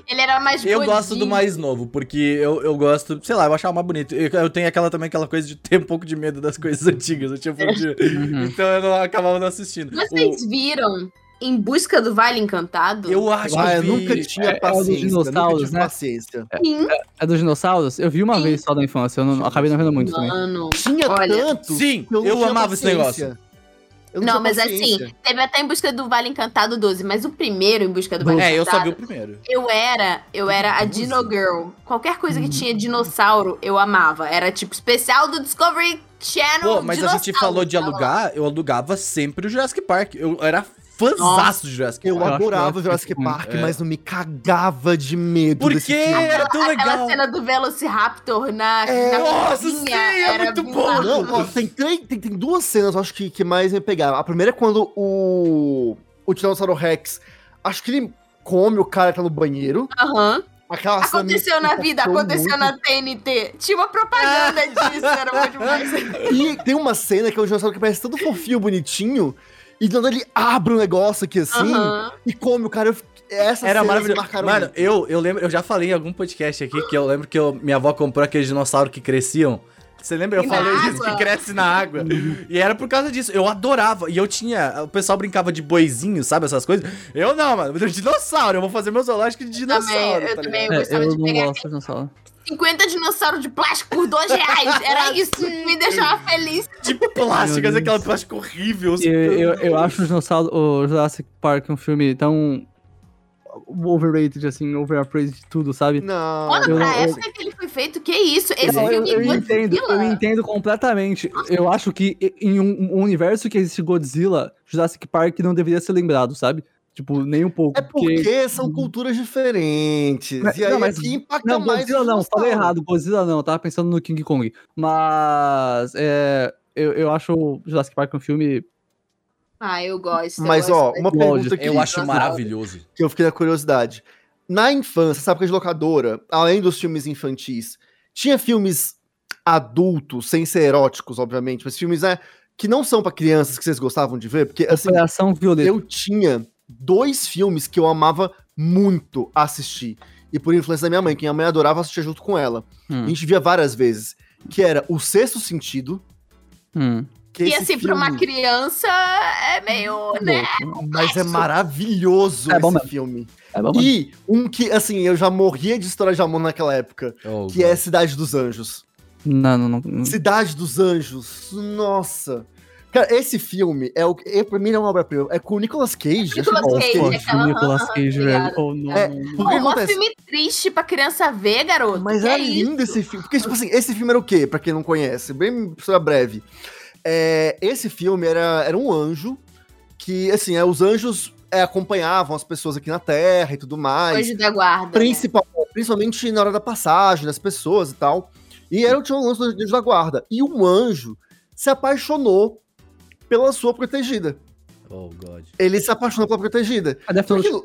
Speaker 2: Ele era mais
Speaker 1: Eu gosto do
Speaker 2: gordinho.
Speaker 1: mais novo, porque eu, eu gosto, sei lá, eu achava mais bonito. Eu, eu tenho aquela também, aquela coisa de ter um pouco de medo das coisas antigas. Eu tinha um pouco de...
Speaker 3: Uhum.
Speaker 1: Então eu não acabava não assistindo.
Speaker 2: Vocês viram Em Busca do Vale Encantado?
Speaker 1: O- eu acho que
Speaker 4: Ah, eu
Speaker 1: vi-
Speaker 4: nunca tinha
Speaker 3: É, é o dos
Speaker 4: paciência. Nunca
Speaker 3: dinossauros,
Speaker 4: tive
Speaker 3: né?
Speaker 4: paciência.
Speaker 2: Sim,
Speaker 3: É dos dinossauros? Eu vi uma
Speaker 2: Sim.
Speaker 3: vez só da infância, eu não, acabei não vendo muito também.
Speaker 2: mano.
Speaker 4: Tinha
Speaker 2: Olha,
Speaker 4: tanto.
Speaker 1: Sim,
Speaker 4: que
Speaker 1: eu,
Speaker 4: não tinha
Speaker 1: amava esse
Speaker 4: paciência.
Speaker 1: negócio.
Speaker 4: Eu
Speaker 2: Não,
Speaker 4: tinha
Speaker 2: mas
Speaker 4: paciência.
Speaker 2: assim, teve até Em Busca do Vale Encantado 12, mas o primeiro Em Busca do Vale
Speaker 1: É, eu
Speaker 2: Encantado.
Speaker 1: só vi o primeiro.
Speaker 2: Eu era, eu era a
Speaker 1: Doze?
Speaker 2: Dino Girl. Qualquer coisa que tinha dinossauro, eu amava. Era tipo especial do Discovery Channel.
Speaker 1: Pô, mas a gente
Speaker 2: dinossauro,
Speaker 1: falou de
Speaker 2: tá lá.
Speaker 1: alugar, eu alugava sempre o Jurassic Park. Eu era fãzaço do Jurassic
Speaker 4: Eu
Speaker 1: Park.
Speaker 3: acho
Speaker 4: adorava
Speaker 3: ótimo.
Speaker 4: o Jurassic Park,
Speaker 1: É.
Speaker 4: mas não me cagava de medo
Speaker 1: Porque
Speaker 4: desse filme.
Speaker 1: era tão
Speaker 2: Aquela
Speaker 1: é legal.
Speaker 2: cena do Velociraptor na. na
Speaker 1: Nossa,
Speaker 2: cozinha
Speaker 1: sim, é
Speaker 2: era
Speaker 1: muito bom.
Speaker 2: bizarro.
Speaker 4: Não, ó, tem, três- tem, tem duas cenas, eu acho que, que mais me pegaram. A primeira é quando o, o Tiranossauro Rex, acho que ele come o cara que tá no banheiro.
Speaker 2: Aham.
Speaker 4: Aquela cena me
Speaker 2: Aconteceu na vida,
Speaker 4: impactou
Speaker 2: aconteceu
Speaker 4: muito.
Speaker 2: na TNT. Tinha uma propaganda disso, era muito demais.
Speaker 4: E tem uma cena que é o dinossauro que parece todo fofinho, bonitinho, e quando ele abre um negócio aqui assim,
Speaker 2: Aham.
Speaker 4: e come o cara. Eu, fiquei- essa
Speaker 1: Era
Speaker 4: cena
Speaker 1: maravilhoso.
Speaker 4: marcaram
Speaker 1: Mano,
Speaker 4: muito.
Speaker 1: eu, eu lembro, eu já falei em algum podcast aqui que eu lembro que eu- minha avó comprou aqueles dinossauros que cresciam. Você lembra? Eu
Speaker 2: E na
Speaker 1: falei disso,
Speaker 2: água.
Speaker 1: que cresce na água. e era por causa disso. Eu adorava. E eu tinha. O pessoal brincava de boizinho, sabe? Essas coisas. Eu não, mano. Eu tenho dinossauro. Eu vou fazer meu zoológico de dinossauro.
Speaker 2: eu
Speaker 1: tá
Speaker 2: também.
Speaker 1: ligado?
Speaker 2: Eu
Speaker 3: É,
Speaker 2: gostava
Speaker 3: eu
Speaker 2: de
Speaker 3: não
Speaker 2: pegar
Speaker 3: gosto de dinossauro.
Speaker 2: 50 dinossauros de plástico por 2 reais. Era isso que me deixava feliz.
Speaker 1: De plásticas,
Speaker 3: Meu Deus.
Speaker 1: aquela plástica horrível.
Speaker 3: Eu, eu, eu acho o, dinossauro, o Jurassic Park um filme tão overrated, assim, overappraised de tudo, sabe?
Speaker 4: Não.
Speaker 2: Mano,
Speaker 3: Ah, eu
Speaker 2: pra
Speaker 3: não- eu-
Speaker 2: época que ele foi feito, que isso? Esse
Speaker 3: Não, eu,
Speaker 2: filme
Speaker 3: eu entendo,
Speaker 2: Godzilla.
Speaker 3: eu entendo completamente. Eu acho que em um um universo que existe Godzilla, Jurassic Park não deveria ser lembrado, sabe? Tipo, nem um pouco.
Speaker 4: É porque são culturas diferentes.
Speaker 3: Mas-
Speaker 4: e aí
Speaker 3: não, mas-
Speaker 4: aqui impacta
Speaker 3: Não,
Speaker 4: mais.
Speaker 3: Godzilla não,
Speaker 4: os
Speaker 3: falei
Speaker 4: dinossauros.
Speaker 3: errado, Godzilla não, eu tava pensando no King Kong. Mas é, eu, eu acho o Jurassic Park um filme.
Speaker 2: Ah, eu gosto. eu
Speaker 4: Mas, ó,
Speaker 2: gosto.
Speaker 4: uma
Speaker 3: Lógico,
Speaker 4: pergunta que,
Speaker 1: Eu acho
Speaker 2: Dinossauro.
Speaker 1: maravilhoso.
Speaker 4: que eu fiquei na curiosidade. Na infância, essa época de locadora, além dos filmes infantis, tinha filmes adultos, sem ser eróticos, obviamente, mas filmes né, que não são pra crianças que vocês gostavam de ver, porque assim,
Speaker 3: Operação Violeta.
Speaker 4: eu tinha dois filmes que eu amava muito assistir. E por influência da minha mãe, que minha mãe adorava assistir junto com ela.
Speaker 3: Hum.
Speaker 4: A gente via várias vezes. Que era O Sexto Sentido.
Speaker 3: Hum.
Speaker 4: Que é
Speaker 2: E
Speaker 4: esse
Speaker 2: assim, pra uma
Speaker 4: filme-
Speaker 2: criança, é meio,
Speaker 3: É
Speaker 2: né?
Speaker 3: bom,
Speaker 4: Mas é maravilhoso
Speaker 3: É bom
Speaker 4: esse
Speaker 3: mesmo.
Speaker 4: filme.
Speaker 3: é bom,
Speaker 4: E um que, assim, eu já morria de história de amor naquela época,
Speaker 1: Oh,
Speaker 4: que é Cidade dos Anjos.
Speaker 3: Não, não, não. não.
Speaker 4: Cidade dos Anjos, nossa. Cara, esse filme é o é, pra mim ele é uma obra-prima. É com o Nicolas Cage.
Speaker 2: É com o
Speaker 4: acho que-
Speaker 2: Nicolas Cage,
Speaker 3: Nossa,
Speaker 2: é aquela-
Speaker 3: Nicolas
Speaker 2: aham,
Speaker 3: Cage, velho.
Speaker 2: obrigada.
Speaker 3: Oh, não,
Speaker 4: É,
Speaker 3: não, não.
Speaker 2: Pô,
Speaker 4: Porque
Speaker 2: um
Speaker 4: acontece-
Speaker 2: filme triste pra criança ver, garoto.
Speaker 4: Mas
Speaker 2: que
Speaker 4: era
Speaker 2: é isso?
Speaker 4: lindo esse filme. Porque, tipo assim, esse filme era o quê? Pra quem não conhece, bem história breve. É, esse filme era, era um anjo que, assim, é, os anjos é, acompanhavam as pessoas aqui na Terra e tudo mais.
Speaker 2: Anjo da guarda. né?
Speaker 4: Principal, principalmente na hora da passagem, das pessoas e tal. E era o tinha um lance do anjo da guarda. E um anjo se apaixonou pela sua protegida.
Speaker 1: Oh, God.
Speaker 4: Ele se apaixonou pela protegida.
Speaker 3: A Death
Speaker 4: Só
Speaker 3: Note.
Speaker 4: que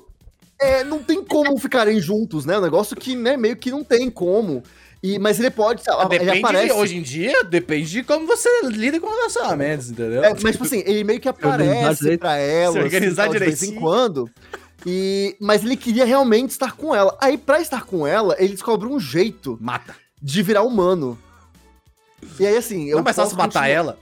Speaker 4: é, não tem como ficarem juntos, né? Um negócio que, né, meio que não tem como. E, mas ele pode, sabe, ele
Speaker 1: Depende
Speaker 4: aparece.
Speaker 1: de, hoje em dia, depende de como você lida com relacionamentos, entendeu?
Speaker 4: É, mas, tipo assim, ele meio que aparece
Speaker 3: direito.
Speaker 4: pra ela,
Speaker 1: Se organizar
Speaker 4: assim, tal, de vez em
Speaker 1: direitinho.
Speaker 4: quando. E, mas ele queria realmente estar com ela. Aí, pra estar com ela, ele descobre um jeito
Speaker 1: Mata.
Speaker 4: de virar humano. E aí, assim.
Speaker 1: não é mais fácil
Speaker 4: posso
Speaker 1: matar
Speaker 4: continuar-
Speaker 1: ela.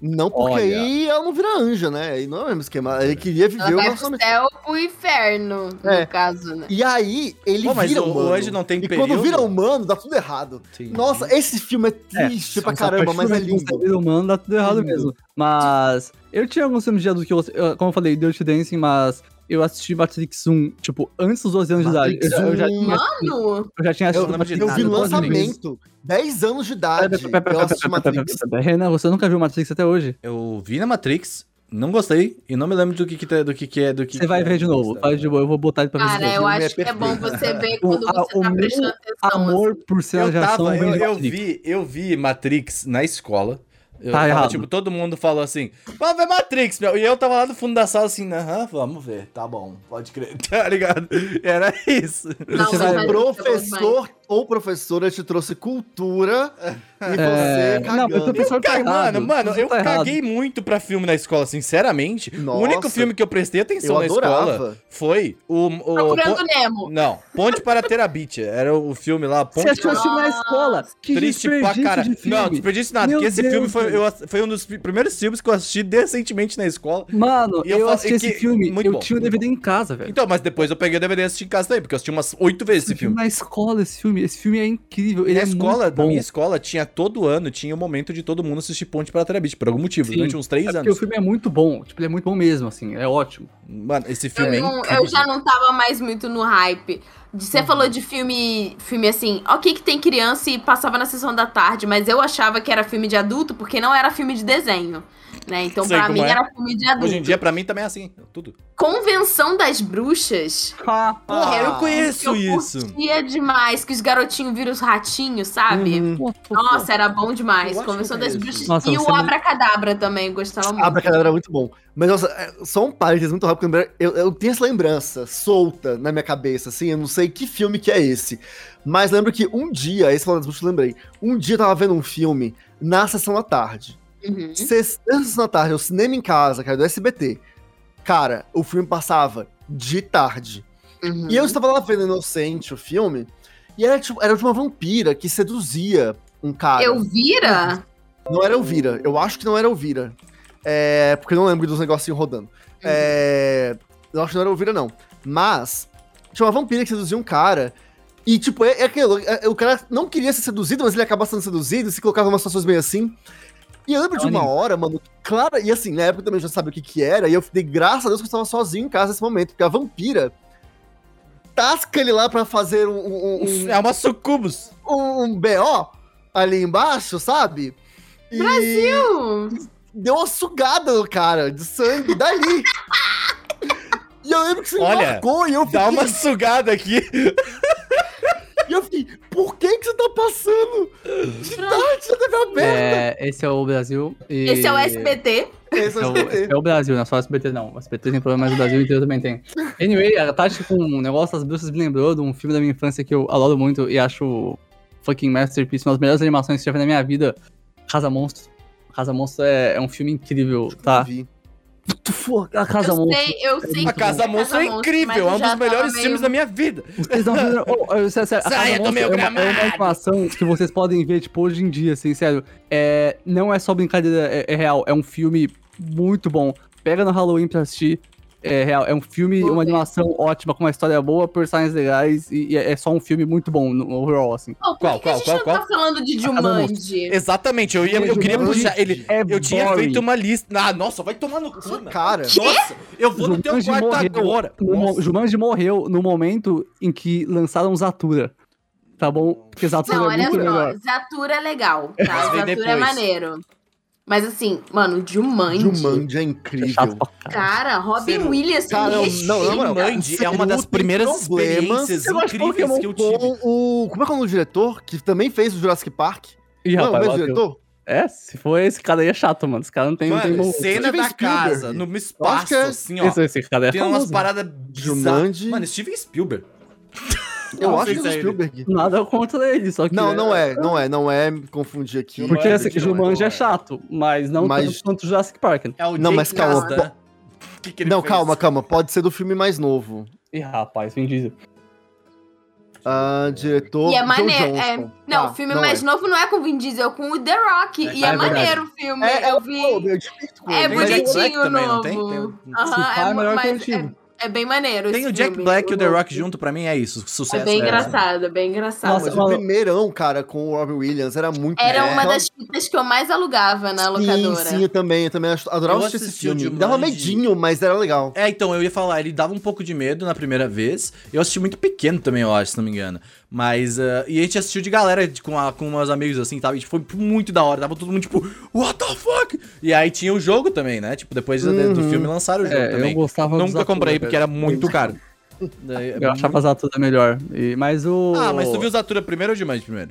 Speaker 4: Não, porque
Speaker 3: Olha.
Speaker 4: aí ela não vira anja, né? Aí não é o mesmo esquema. Ele queria viver o
Speaker 3: é
Speaker 2: Ela vai
Speaker 4: relacionamento.
Speaker 2: do céu pro inferno,
Speaker 4: É.
Speaker 2: no caso, né?
Speaker 4: E aí, ele
Speaker 1: Pô, mas
Speaker 4: vira
Speaker 1: o- o
Speaker 4: humano.
Speaker 1: anjo não tem
Speaker 4: e quando
Speaker 1: período?
Speaker 4: vira humano, dá tudo errado.
Speaker 1: Sim.
Speaker 4: Nossa, esse filme é triste pra
Speaker 3: Mas
Speaker 4: caramba,
Speaker 3: a
Speaker 4: mas é
Speaker 3: partir do momento que você
Speaker 4: lindo.
Speaker 3: vira humano, dá tudo errado
Speaker 4: Lindo.
Speaker 3: mesmo. Mas eu tinha alguns filmes de adulto que eu, eu- como eu falei, Dirty Dancing, mas eu assisti Matrix 1, tipo, antes dos 12 anos de
Speaker 4: Matrix
Speaker 3: idade. Eu, eu já,
Speaker 4: 1.
Speaker 3: tinha-
Speaker 2: Mano,
Speaker 3: eu já tinha assistido
Speaker 1: um? lembro de
Speaker 4: Eu vi
Speaker 1: nada,
Speaker 3: duas vezes.
Speaker 4: lançamento, 10 anos de idade.
Speaker 3: Pera, pera,
Speaker 4: eu
Speaker 3: pera,
Speaker 4: assisti
Speaker 3: pera, pera,
Speaker 4: Matrix.
Speaker 3: pera, pera. Renan, você nunca viu Matrix até hoje?
Speaker 1: Eu vi na Matrix, não gostei, e não me lembro do que, que, tá- do que, que é. Do que
Speaker 3: Você vai
Speaker 1: que é,
Speaker 3: ver de novo. Vai de boa, eu vou botar ele pra ver
Speaker 2: cara,
Speaker 3: de
Speaker 2: eu
Speaker 3: novo.
Speaker 4: filme é
Speaker 2: acho que é bom você ver
Speaker 3: O-
Speaker 2: quando
Speaker 3: a-
Speaker 2: você
Speaker 3: o
Speaker 2: tá
Speaker 3: meu
Speaker 2: prestando atenção.
Speaker 3: Amor por cena
Speaker 1: Eu
Speaker 3: de ação.
Speaker 1: tava,
Speaker 3: vem
Speaker 1: eu,
Speaker 3: de
Speaker 1: eu
Speaker 3: um Matrix.
Speaker 1: vi, eu vi Matrix na escola. Eu
Speaker 3: Tá
Speaker 1: tava,
Speaker 3: errado.
Speaker 1: Tipo, todo mundo falou assim, vamos ver Matrix, meu. E eu tava lá no fundo da sala assim, aham, vamos ver, tá bom, pode crer, tá ligado? Era isso.
Speaker 2: assim. Não,
Speaker 3: você
Speaker 2: mas
Speaker 3: vai-
Speaker 2: vai-
Speaker 4: Professor ou professora te trouxe cultura e
Speaker 3: É,
Speaker 4: você
Speaker 3: não, mas o
Speaker 4: cagando.
Speaker 3: professor tá
Speaker 1: Cara,
Speaker 3: errado.
Speaker 1: mano, mano,
Speaker 3: Professor
Speaker 1: eu
Speaker 3: tá errado.
Speaker 1: caguei muito pra filme na escola, sinceramente.
Speaker 4: Nossa.
Speaker 1: o único filme que eu prestei atenção
Speaker 4: Eu
Speaker 1: na
Speaker 4: adorava.
Speaker 1: escola foi o. o-
Speaker 2: Procurando
Speaker 1: Pon-
Speaker 2: Nemo.
Speaker 1: Não, Ponte para Terabit. Era o filme lá, Ponte
Speaker 3: Você assistiu
Speaker 1: para
Speaker 3: esse filme na escola? Que
Speaker 1: Triste pra
Speaker 3: desperdício
Speaker 1: cara.
Speaker 3: de filme.
Speaker 1: Não, desperdício nada,
Speaker 3: Meu
Speaker 1: porque esse
Speaker 3: Deus,
Speaker 1: filme foi,
Speaker 3: velho.
Speaker 1: eu ass- foi um dos fi- primeiros filmes que eu assisti decentemente na escola.
Speaker 3: Mano,
Speaker 1: E eu
Speaker 3: eu,
Speaker 1: falo-
Speaker 3: assisti
Speaker 1: é
Speaker 3: esse
Speaker 1: que-
Speaker 3: filme,
Speaker 1: muito
Speaker 3: eu
Speaker 1: bom,
Speaker 3: tinha o
Speaker 1: muito
Speaker 3: DVD em casa, velho.
Speaker 1: Então, mas depois eu peguei o DVD e assisti em casa também, porque eu assisti umas oito vezes esse
Speaker 3: Esse filme
Speaker 1: filme.
Speaker 3: na escola, esse filme, esse filme é incrível. Ele
Speaker 1: Na
Speaker 3: é
Speaker 1: escola,
Speaker 3: muito
Speaker 1: na
Speaker 3: bom.
Speaker 1: minha escola, tinha todo ano, tinha o momento de todo mundo assistir Ponte para Terabit, por algum motivo,
Speaker 3: Sim.
Speaker 1: durante uns três
Speaker 3: É porque o
Speaker 1: anos.
Speaker 3: filme é muito bom, tipo, ele é muito bom mesmo, assim, é ótimo.
Speaker 1: Mano, esse filme
Speaker 2: Eu,
Speaker 1: é
Speaker 2: não-
Speaker 1: incrível.
Speaker 2: eu já não tava mais muito no hype. De- Você
Speaker 1: Uhum.
Speaker 2: falou de filme, filme assim, ok que tem criança e passava na sessão da tarde, mas eu achava que era filme de adulto porque não era filme de desenho, né? Então
Speaker 1: Sei
Speaker 2: pra
Speaker 1: como
Speaker 2: mim
Speaker 1: é.
Speaker 2: era filme de adulto.
Speaker 1: Hoje em dia, pra mim, também é assim. Tudo.
Speaker 2: Convenção das Bruxas.
Speaker 1: Porra, eu
Speaker 4: Ah,
Speaker 1: conheço
Speaker 2: que eu
Speaker 1: isso.
Speaker 2: curtia demais, que os garotinhos viram os ratinhos, sabe? Nossa, é era bom demais.
Speaker 1: Uhum. Eu acho
Speaker 2: Convenção
Speaker 1: que eu
Speaker 2: das
Speaker 1: conheço.
Speaker 2: Bruxas.
Speaker 3: Nossa,
Speaker 2: e
Speaker 3: você
Speaker 2: o
Speaker 3: não-
Speaker 2: Abracadabra também, gostava muito.
Speaker 4: Ah, pra caralho, era muito bom. Mas, nossa, é, só um parênteses muito rápido. porque Eu, eu tenho essa lembrança solta na minha cabeça, assim. Eu não sei que filme que é esse. Mas lembro que um dia, esse falando das bruxas, eu lembrei. Um dia eu tava vendo um filme na sessão da tarde.
Speaker 2: Uhum.
Speaker 4: Sexta na sessão da tarde, o cinema em casa, cara, do SBT. Cara, o filme passava de tarde.
Speaker 2: Uhum.
Speaker 4: E eu estava lá vendo Inocente, o filme. E era, tipo, era de uma vampira que seduzia um cara.
Speaker 2: Eu vira?
Speaker 4: Não era Elvira. Eu acho que não era Elvira. É, porque eu não lembro dos negocinhos rodando. É, eu acho que não era Elvira, não. Mas tinha uma vampira que seduzia um cara. E, tipo, é, é aquilo. é- o cara não queria ser seduzido, mas ele acabava sendo seduzido e se colocava em umas situações meio assim. E eu lembro de uma
Speaker 3: Olha.
Speaker 4: hora, mano, clara. E assim, na época eu também já sabia o que que era. E eu dei graças a Deus que eu estava sozinho em casa nesse momento. Porque a vampira tasca ele lá pra fazer um- um- um
Speaker 1: É uma sucubus.
Speaker 4: um, um BO ali embaixo, sabe? E
Speaker 2: Eu-
Speaker 4: deu uma sugada no cara de sangue dali. e eu lembro que você me
Speaker 1: Olha,
Speaker 4: marcou e eu fiquei,
Speaker 1: Dá uma
Speaker 2: um
Speaker 1: sugada aqui.
Speaker 4: e eu fiquei, por que que você tá passando de tarde na TV aberta?
Speaker 3: É, esse é o Brasil. e-
Speaker 2: Esse é o SBT.
Speaker 4: Esse
Speaker 3: Esse é o,
Speaker 4: SBT.
Speaker 3: esse é o Brasil, não é só o SBT, não. O SBT tem problema, mas o Brasil inteiro também tem. Anyway, a Tati com um negócio das bruxas me lembrou de um filme da minha infância que eu adoro muito e acho fucking masterpiece, uma das melhores animações que eu já vi na minha vida. Casa Monstro. Casa Monstro é, é um filme incrível,
Speaker 4: Eu
Speaker 3: tá?
Speaker 4: vi.
Speaker 3: Tu for, a Casa
Speaker 2: eu
Speaker 3: Monstro.
Speaker 2: sei, eu sei.
Speaker 1: A
Speaker 2: que é
Speaker 1: Casa Monstro é
Speaker 2: mas
Speaker 1: incrível.
Speaker 2: eu
Speaker 1: É um
Speaker 2: já
Speaker 1: dos melhores
Speaker 2: tava meio-
Speaker 1: filmes da minha vida.
Speaker 3: Vocês não viram. Oh, oh, sério, sério, a
Speaker 1: Saia
Speaker 3: Casa
Speaker 1: do
Speaker 3: Monstro
Speaker 1: meu
Speaker 3: é uma, é uma
Speaker 1: gramado!
Speaker 3: animação que vocês podem ver, tipo, hoje em dia, assim, sério. É, não é só brincadeira, é, é real. É um filme muito bom. Pega no Halloween pra assistir. É real. É um filme,
Speaker 2: Vou
Speaker 3: uma
Speaker 2: ver.
Speaker 3: animação ótima, com uma história boa, personagens legais. E, e é é só um filme muito bom, no overall, assim.
Speaker 2: Pô, por
Speaker 1: Qual,
Speaker 2: que que a
Speaker 1: qual,
Speaker 2: gente
Speaker 1: qual,
Speaker 2: não
Speaker 1: qual?
Speaker 2: tá falando de
Speaker 3: Casa
Speaker 2: Jumanji?
Speaker 1: Exatamente, eu, ia, eu queria
Speaker 3: Jumanji
Speaker 1: puxar ele.
Speaker 3: é
Speaker 1: eu tinha
Speaker 3: boring.
Speaker 1: feito uma lista. Ah, nossa, vai tomar no cu,
Speaker 4: Sua
Speaker 1: mano.
Speaker 4: cara.
Speaker 1: Nossa, eu vou no teu
Speaker 3: Jumanji
Speaker 1: quarto
Speaker 3: morreu
Speaker 1: agora.
Speaker 3: no mo-
Speaker 1: Nossa.
Speaker 3: Jumanji morreu no momento em que lançaram Zatura. Tá bom? Porque Zatura
Speaker 2: Não,
Speaker 3: é
Speaker 2: olha
Speaker 3: muito
Speaker 2: só,
Speaker 3: melhor.
Speaker 2: Zatura é legal, tá?
Speaker 1: Mas vem
Speaker 2: Zatura é
Speaker 1: depois.
Speaker 2: maneiro. Mas assim, mano, Jumanji.
Speaker 4: Jumanji é
Speaker 3: É
Speaker 4: incrível.
Speaker 3: chato pra caralho.
Speaker 2: Cara, Robin
Speaker 1: Sério.
Speaker 2: Williams,
Speaker 4: Cara,
Speaker 2: me
Speaker 4: eu- não, na
Speaker 2: recheia.
Speaker 4: moral,
Speaker 1: Jumanji é uma
Speaker 4: Você
Speaker 1: das
Speaker 4: não tem
Speaker 1: primeiras
Speaker 4: problema.
Speaker 1: experiências
Speaker 4: Eu acho
Speaker 1: incríveis que eu tive.
Speaker 4: Com o. Como é que é o nome do diretor? Que também fez o Jurassic Park.
Speaker 3: Ih,
Speaker 4: não,
Speaker 3: rapaz,
Speaker 4: o mesmo
Speaker 3: bateu.
Speaker 4: diretor?
Speaker 3: É, se for esse cara aí é chato, mano. Esse cara não tem. não tem um
Speaker 1: Mano,
Speaker 3: bom-
Speaker 1: cena
Speaker 4: Steven
Speaker 1: da
Speaker 4: Spielberg.
Speaker 1: casa, numa
Speaker 4: acho que
Speaker 1: espaço,
Speaker 4: é-
Speaker 1: assim, ó.
Speaker 3: Esse, esse cara é
Speaker 1: Tem umas
Speaker 3: famoso.
Speaker 1: paradas bizarras.
Speaker 4: Jumanji.
Speaker 1: Mano, Steven Spielberg.
Speaker 4: Eu
Speaker 1: Não
Speaker 4: acho
Speaker 1: sei
Speaker 4: que
Speaker 1: se
Speaker 4: é
Speaker 1: é
Speaker 4: o
Speaker 1: ele.
Speaker 4: Spielberg.
Speaker 3: Nada contra ele, só que.
Speaker 4: Não, não é, não é, não é. Me confundi aqui.
Speaker 3: Porque
Speaker 1: Não é,
Speaker 3: assim,
Speaker 1: não é,
Speaker 3: Jumanji
Speaker 1: não
Speaker 3: é,
Speaker 1: é.
Speaker 3: chato, mas não
Speaker 4: Mas-
Speaker 3: tanto quanto Jurassic Park.
Speaker 1: É o
Speaker 4: Não,
Speaker 1: Jake
Speaker 4: mas calma,
Speaker 1: Castan. Que que ele
Speaker 4: Não,
Speaker 1: fez?
Speaker 4: calma, calma. Pode ser do filme mais novo.
Speaker 3: Ih, rapaz, Vin Diesel.
Speaker 4: Ah, diretor.
Speaker 2: E é
Speaker 4: Joe
Speaker 2: maneiro.
Speaker 4: Johnston.
Speaker 2: é- Não, o
Speaker 4: Ah,
Speaker 2: filme mais novo não é com o Vin Diesel, é com o The Rock. e
Speaker 1: Ah,
Speaker 2: é,
Speaker 1: é verdade.
Speaker 2: maneiro o filme.
Speaker 4: É, é
Speaker 2: eu
Speaker 4: o
Speaker 2: vi.
Speaker 4: Pô, meu, de jeito, pô.
Speaker 2: é
Speaker 1: Tem o
Speaker 4: Mas-
Speaker 1: Jack
Speaker 2: bonitinho
Speaker 1: Black também, não tem?
Speaker 2: novo.
Speaker 1: Tem o-
Speaker 2: Aham,
Speaker 3: Se pá, é
Speaker 2: mu-
Speaker 3: melhor que o
Speaker 2: mas
Speaker 3: antigo.
Speaker 2: é bem maneiro.
Speaker 1: Tem
Speaker 2: esse
Speaker 1: o Jack
Speaker 2: filme,
Speaker 1: Black e
Speaker 2: eu
Speaker 1: o The
Speaker 2: gosto.
Speaker 1: Rock junto, pra mim é isso. Sucesso.
Speaker 2: É bem
Speaker 1: né?
Speaker 2: engraçado, é bem engraçado.
Speaker 4: Não,
Speaker 3: Nossa,
Speaker 4: mas o
Speaker 3: mano.
Speaker 4: primeirão, cara, com o Robin Williams era muito
Speaker 2: Era
Speaker 4: bom.
Speaker 2: uma das fitas que eu mais alugava na locadora.
Speaker 4: É, então Sim, sim, eu também. Eu também ach- adorava
Speaker 1: Eu
Speaker 4: assistir esse
Speaker 1: assisti o
Speaker 4: filme.
Speaker 1: Jumanji.
Speaker 4: Dava medinho, mas era legal.
Speaker 1: É, então, eu ia falar, ele dava um pouco de medo na primeira vez. Eu assisti muito pequeno também, eu acho, se não me engano. Mas, ah, e a gente assistiu de galera, de- com, a, com meus amigos, assim, tá? E foi muito da hora, tava todo mundo tipo, what the fuck? E aí tinha o jogo também, né? Tipo, depois do- do
Speaker 4: Uhum.
Speaker 1: filme lançaram o jogo
Speaker 3: É, eu
Speaker 1: também.
Speaker 3: gostava dos
Speaker 1: Nunca comprei,
Speaker 3: atores, né,
Speaker 1: porque era muito caro. Daí, é
Speaker 3: Eu achava as aturas melhor. E, mas o.
Speaker 1: muito- Ah, mas tu viu Zatura primeiro ou Jumanji primeiro?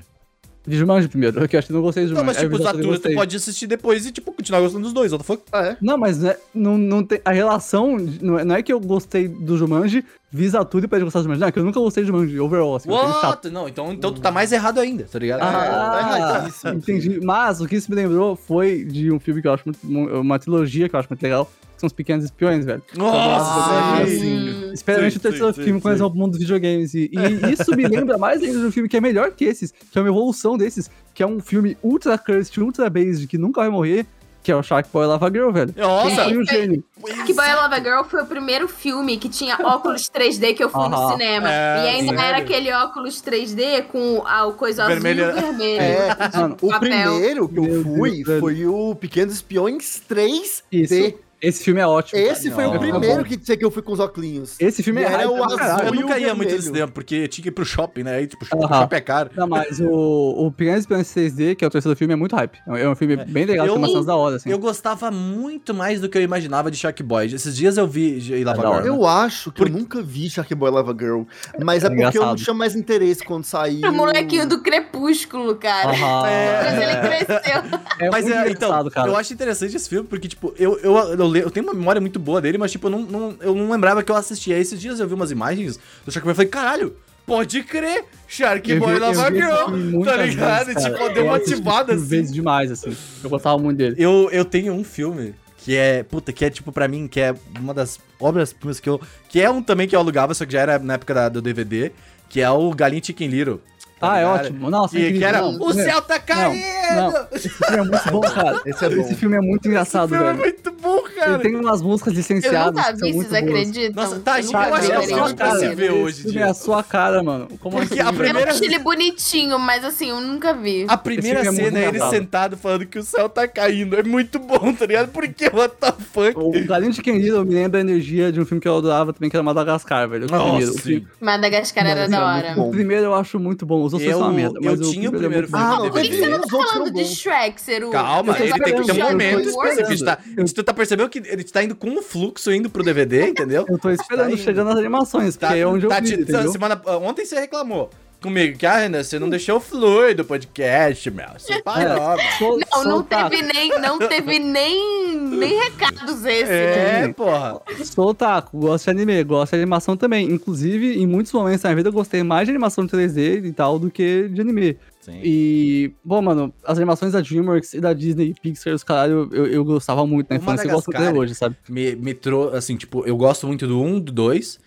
Speaker 3: De Jumanji primeiro, que eu acho que não gostei de
Speaker 1: Não,
Speaker 3: Jumanji.
Speaker 1: mas
Speaker 3: Aí eu
Speaker 1: tipo,
Speaker 3: vi os atores e
Speaker 1: Zatura tu
Speaker 3: gostei.
Speaker 1: pode assistir depois e, tipo, continuar gostando dos dois, what the fuck?
Speaker 4: Ah, é?
Speaker 3: Não, mas né, não, não tem, a relação. de- Não é, não é que eu gostei do Jumanji, visa tudo e pede gostar do Jumanji. Não, é que eu nunca gostei de Jumanji overall. Assim, eu achei chato.
Speaker 1: What? Não, então, então tu tá mais errado ainda, tá ligado?
Speaker 4: tá
Speaker 3: Ah,
Speaker 4: erradíssimo.
Speaker 3: entendi. Mas o que isso me lembrou foi de um filme que eu acho muito. mu- Uma trilogia que eu acho muito legal. Que são os Pequenos Espiões, velho. é, assim,
Speaker 1: Nossa,
Speaker 4: Ah,
Speaker 1: sim.
Speaker 2: Hum,
Speaker 3: Especialmente
Speaker 1: Sim,
Speaker 3: o terceiro
Speaker 1: sim,
Speaker 3: filme
Speaker 1: sim,
Speaker 3: quando eles vão pro mundo dos videogames. E, e isso me lembra mais ainda de um filme que é melhor que esses, que é uma evolução desses, que é um filme ultra cursed, ultra based, que nunca vai morrer, que é o Shark Boy Lava Girl, velho.
Speaker 1: Nossa,
Speaker 3: Esse filme é um gênio.
Speaker 2: Que Boy Love Girl foi o primeiro filme que tinha óculos 3D que eu fui no
Speaker 3: Aham.
Speaker 2: cinema.
Speaker 1: É,
Speaker 2: e ainda era
Speaker 1: sério?
Speaker 2: aquele óculos 3D com a, o coisa
Speaker 1: Vermelho.
Speaker 2: azul e o vermelho.
Speaker 4: É,
Speaker 3: Mano,
Speaker 4: o
Speaker 2: Papel.
Speaker 4: primeiro que eu
Speaker 3: Meu
Speaker 4: fui
Speaker 3: Deus, velho.
Speaker 4: foi o Pequenos Espiões 3D.
Speaker 3: Isso. Esse filme é ótimo.
Speaker 4: Esse foi
Speaker 1: Não.
Speaker 4: o primeiro que, que eu fui com os óculinhos.
Speaker 3: Esse filme é
Speaker 4: Era
Speaker 3: hype
Speaker 4: o
Speaker 3: pra
Speaker 4: azul.
Speaker 3: caralho.
Speaker 1: Eu
Speaker 4: e o
Speaker 1: nunca ia muito
Speaker 4: vermelho.
Speaker 1: nesse tempo, porque tinha que ir pro shopping, né? E, tipo, shopping,
Speaker 3: Aham.
Speaker 1: shopping é caro.
Speaker 3: Não, mas o, o Pequenos Espiões 3D, que é o terceiro filme, é muito hype. É um- É um filme bem legal,
Speaker 1: Eu-
Speaker 3: tem umas cenas da hora, assim.
Speaker 1: Eu gostava muito mais do que eu imaginava de Shark Boy. Esses dias eu vi e Lava
Speaker 3: da hora.
Speaker 1: Girl, né?
Speaker 4: Eu acho que
Speaker 1: Por-
Speaker 4: eu nunca vi Shark Boy Lava Girl, mas é,
Speaker 3: É
Speaker 4: porque eu não
Speaker 3: engraçado.
Speaker 4: tinha mais interesse quando saiu.
Speaker 2: O molequinho do crepúsculo, cara.
Speaker 3: Aham.
Speaker 2: Mas
Speaker 1: É.
Speaker 2: ele cresceu.
Speaker 3: É
Speaker 1: Mas
Speaker 3: muito
Speaker 1: é, então,
Speaker 3: engraçado, cara.
Speaker 1: eu acho interessante esse filme, porque, tipo, eu, eu, eu, le- eu tenho uma memória muito boa dele, mas, tipo, eu não, não- eu não lembrava que eu assistia. Esses dias eu vi umas imagens do Shark Boy e falei, caralho, pode crer, Shark
Speaker 3: Eu vi-
Speaker 1: Boy
Speaker 3: eu
Speaker 1: Lava
Speaker 3: vi esse filme
Speaker 1: Girl, tá
Speaker 3: muitas vezes,
Speaker 1: ligado?
Speaker 3: cara.
Speaker 1: tipo, deu
Speaker 3: Eu
Speaker 1: uma
Speaker 3: assisti
Speaker 1: ativada,
Speaker 3: mil
Speaker 1: assim.
Speaker 3: vezes demais, assim. Eu gostava muito dele.
Speaker 1: Eu, eu tenho um filme que é, puta, que é tipo pra mim, que é uma das obras-primas que eu. Que é um também que eu alugava, só que já era na época da- do DVD, que é o Galinha Chicken Little. tá
Speaker 3: Ah, é
Speaker 1: ligado?
Speaker 3: ótimo. Nossa, é
Speaker 1: Que, que
Speaker 3: incrível.
Speaker 1: era.
Speaker 3: Não,
Speaker 1: o
Speaker 3: não,
Speaker 1: céu tá caindo!
Speaker 3: não. Esse filme é muito bom, cara.
Speaker 4: Esse é
Speaker 3: Esse
Speaker 4: bom.
Speaker 3: filme é muito
Speaker 1: Esse
Speaker 3: engraçado,
Speaker 1: filme é
Speaker 3: velho. um-
Speaker 1: muito bom,
Speaker 3: Ele
Speaker 1: cara.
Speaker 3: tem umas músicas
Speaker 2: Eu
Speaker 4: é
Speaker 3: licenciadas
Speaker 2: nunca
Speaker 3: que são
Speaker 2: vi,
Speaker 3: muito
Speaker 2: vocês
Speaker 3: boas.
Speaker 2: acreditam?
Speaker 1: Nossa, tá,
Speaker 2: Eu
Speaker 1: gente,
Speaker 2: nunca
Speaker 1: eu acho que é um
Speaker 2: vi
Speaker 1: filme pra se
Speaker 2: diferente.
Speaker 1: ver hoje
Speaker 3: Esse
Speaker 1: em
Speaker 3: filme é
Speaker 1: dia.
Speaker 3: a sua cara, mano. Como
Speaker 1: Porque a
Speaker 3: assim, velho?
Speaker 2: Eu
Speaker 1: Primeira-
Speaker 2: acho ele um bonitinho, mas assim, eu nunca
Speaker 4: Ah.
Speaker 2: vi.
Speaker 1: A primeira
Speaker 3: filme é muito
Speaker 1: cena é ele
Speaker 3: engraçado.
Speaker 1: sentado falando que o céu tá caindo. É muito bom, tá ligado? Porque what the fuck?
Speaker 3: O Galinho de Quem Little me lembra a energia de um filme que eu adorava também, que era Madagascar, velho. O primeiro. O
Speaker 1: sim.
Speaker 3: filme-
Speaker 2: Madagascar era da
Speaker 4: Madagascar é
Speaker 2: hora.
Speaker 4: muito
Speaker 3: O primeiro eu acho muito bom. Os outros
Speaker 1: Eu-
Speaker 3: são uma merda.
Speaker 1: eu
Speaker 3: mas
Speaker 1: tinha o
Speaker 3: é
Speaker 1: primeiro
Speaker 3: muito
Speaker 1: filme.
Speaker 3: bom.
Speaker 1: Ah, não,
Speaker 2: Por que, que
Speaker 4: teve
Speaker 2: você não
Speaker 4: os
Speaker 2: tá
Speaker 4: outros
Speaker 2: falando
Speaker 4: são bons.
Speaker 2: de Shrek, Seru?
Speaker 1: Calma,
Speaker 2: Você
Speaker 1: ele
Speaker 2: tá
Speaker 1: tem que ter um
Speaker 2: esperando
Speaker 1: momento
Speaker 2: Shrek
Speaker 1: específico. a gente Tá,
Speaker 3: Eu-
Speaker 1: se tu tá percebendo que ele tá indo com um fluxo indo pro DVD, entendeu?
Speaker 3: Eu tô
Speaker 1: Tá
Speaker 3: esperando
Speaker 1: indo.
Speaker 3: chegando as animações, porque é onde eu
Speaker 1: tá
Speaker 3: vi,
Speaker 1: te-
Speaker 3: entendeu?
Speaker 1: semana, Ontem você reclamou comigo que, ah, Renan, você não deixou fluir do podcast, meu.
Speaker 3: É.
Speaker 1: Você parou, meu.
Speaker 3: Sol-
Speaker 2: Não, não
Speaker 3: solta-
Speaker 2: teve nem, não teve nem, nem recados esse, né?
Speaker 1: É, porra.
Speaker 3: Sou otaku, gosto de anime, gosto de animação também. Inclusive, em muitos momentos da minha vida, eu gostei mais de animação 3D e tal do que de anime. E, bom, mano, as animações da DreamWorks e da Disney e Pixar, os caralho, eu, eu gostava muito na
Speaker 1: O
Speaker 3: infância, eu gosto até
Speaker 1: Madagascar.
Speaker 3: hoje, sabe?
Speaker 1: Me, me trou... Assim, tipo, eu gosto muito do 1, do 2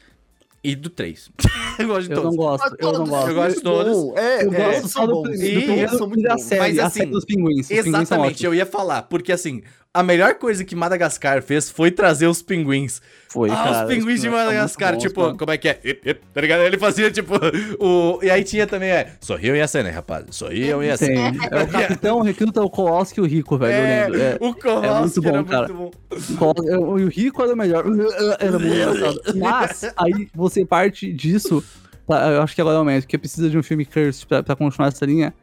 Speaker 1: e do 3. eu gosto de
Speaker 3: Eu não
Speaker 1: né? todos.
Speaker 3: gosto, eu não
Speaker 2: Todos.
Speaker 1: Eu
Speaker 3: gosto.
Speaker 1: gosto de todos.
Speaker 4: Bom, É,
Speaker 3: Eu
Speaker 4: é,
Speaker 3: gosto só do, do
Speaker 1: E-
Speaker 3: primeiro
Speaker 4: são
Speaker 3: e
Speaker 4: muito
Speaker 3: da
Speaker 4: bons.
Speaker 3: série,
Speaker 1: Mas,
Speaker 3: a
Speaker 1: assim,
Speaker 3: série dos pinguins. Os pinguins são
Speaker 1: Exatamente,
Speaker 3: ótimos.
Speaker 1: eu ia falar, porque assim, a melhor coisa que Madagascar fez foi trazer os pinguins.
Speaker 3: Foi,
Speaker 1: ah,
Speaker 3: cara,
Speaker 1: os pinguins de
Speaker 3: são muito
Speaker 1: Madagascar,
Speaker 3: bons,
Speaker 1: tipo,
Speaker 3: mano.
Speaker 1: como é que é? Ip, ip, tá ligado? Ele fazia, tipo, o... E aí tinha também, é, sorriam e acena, rapaz, sorriam e acena.
Speaker 3: Tem. É o Capitão, o Recruta, o Colosso e o Rico, velho,
Speaker 1: É,
Speaker 3: eu lembro. É,
Speaker 1: o Kowalski
Speaker 3: É muito bom,
Speaker 1: era
Speaker 3: cara.
Speaker 1: muito bom.
Speaker 3: Col- eu- E o Rico era o melhor. Era muito engraçado. Mas, aí você parte disso. tá, Eu acho que agora é o momento, porque precisa de um filme Cursed pra, pra continuar essa linha.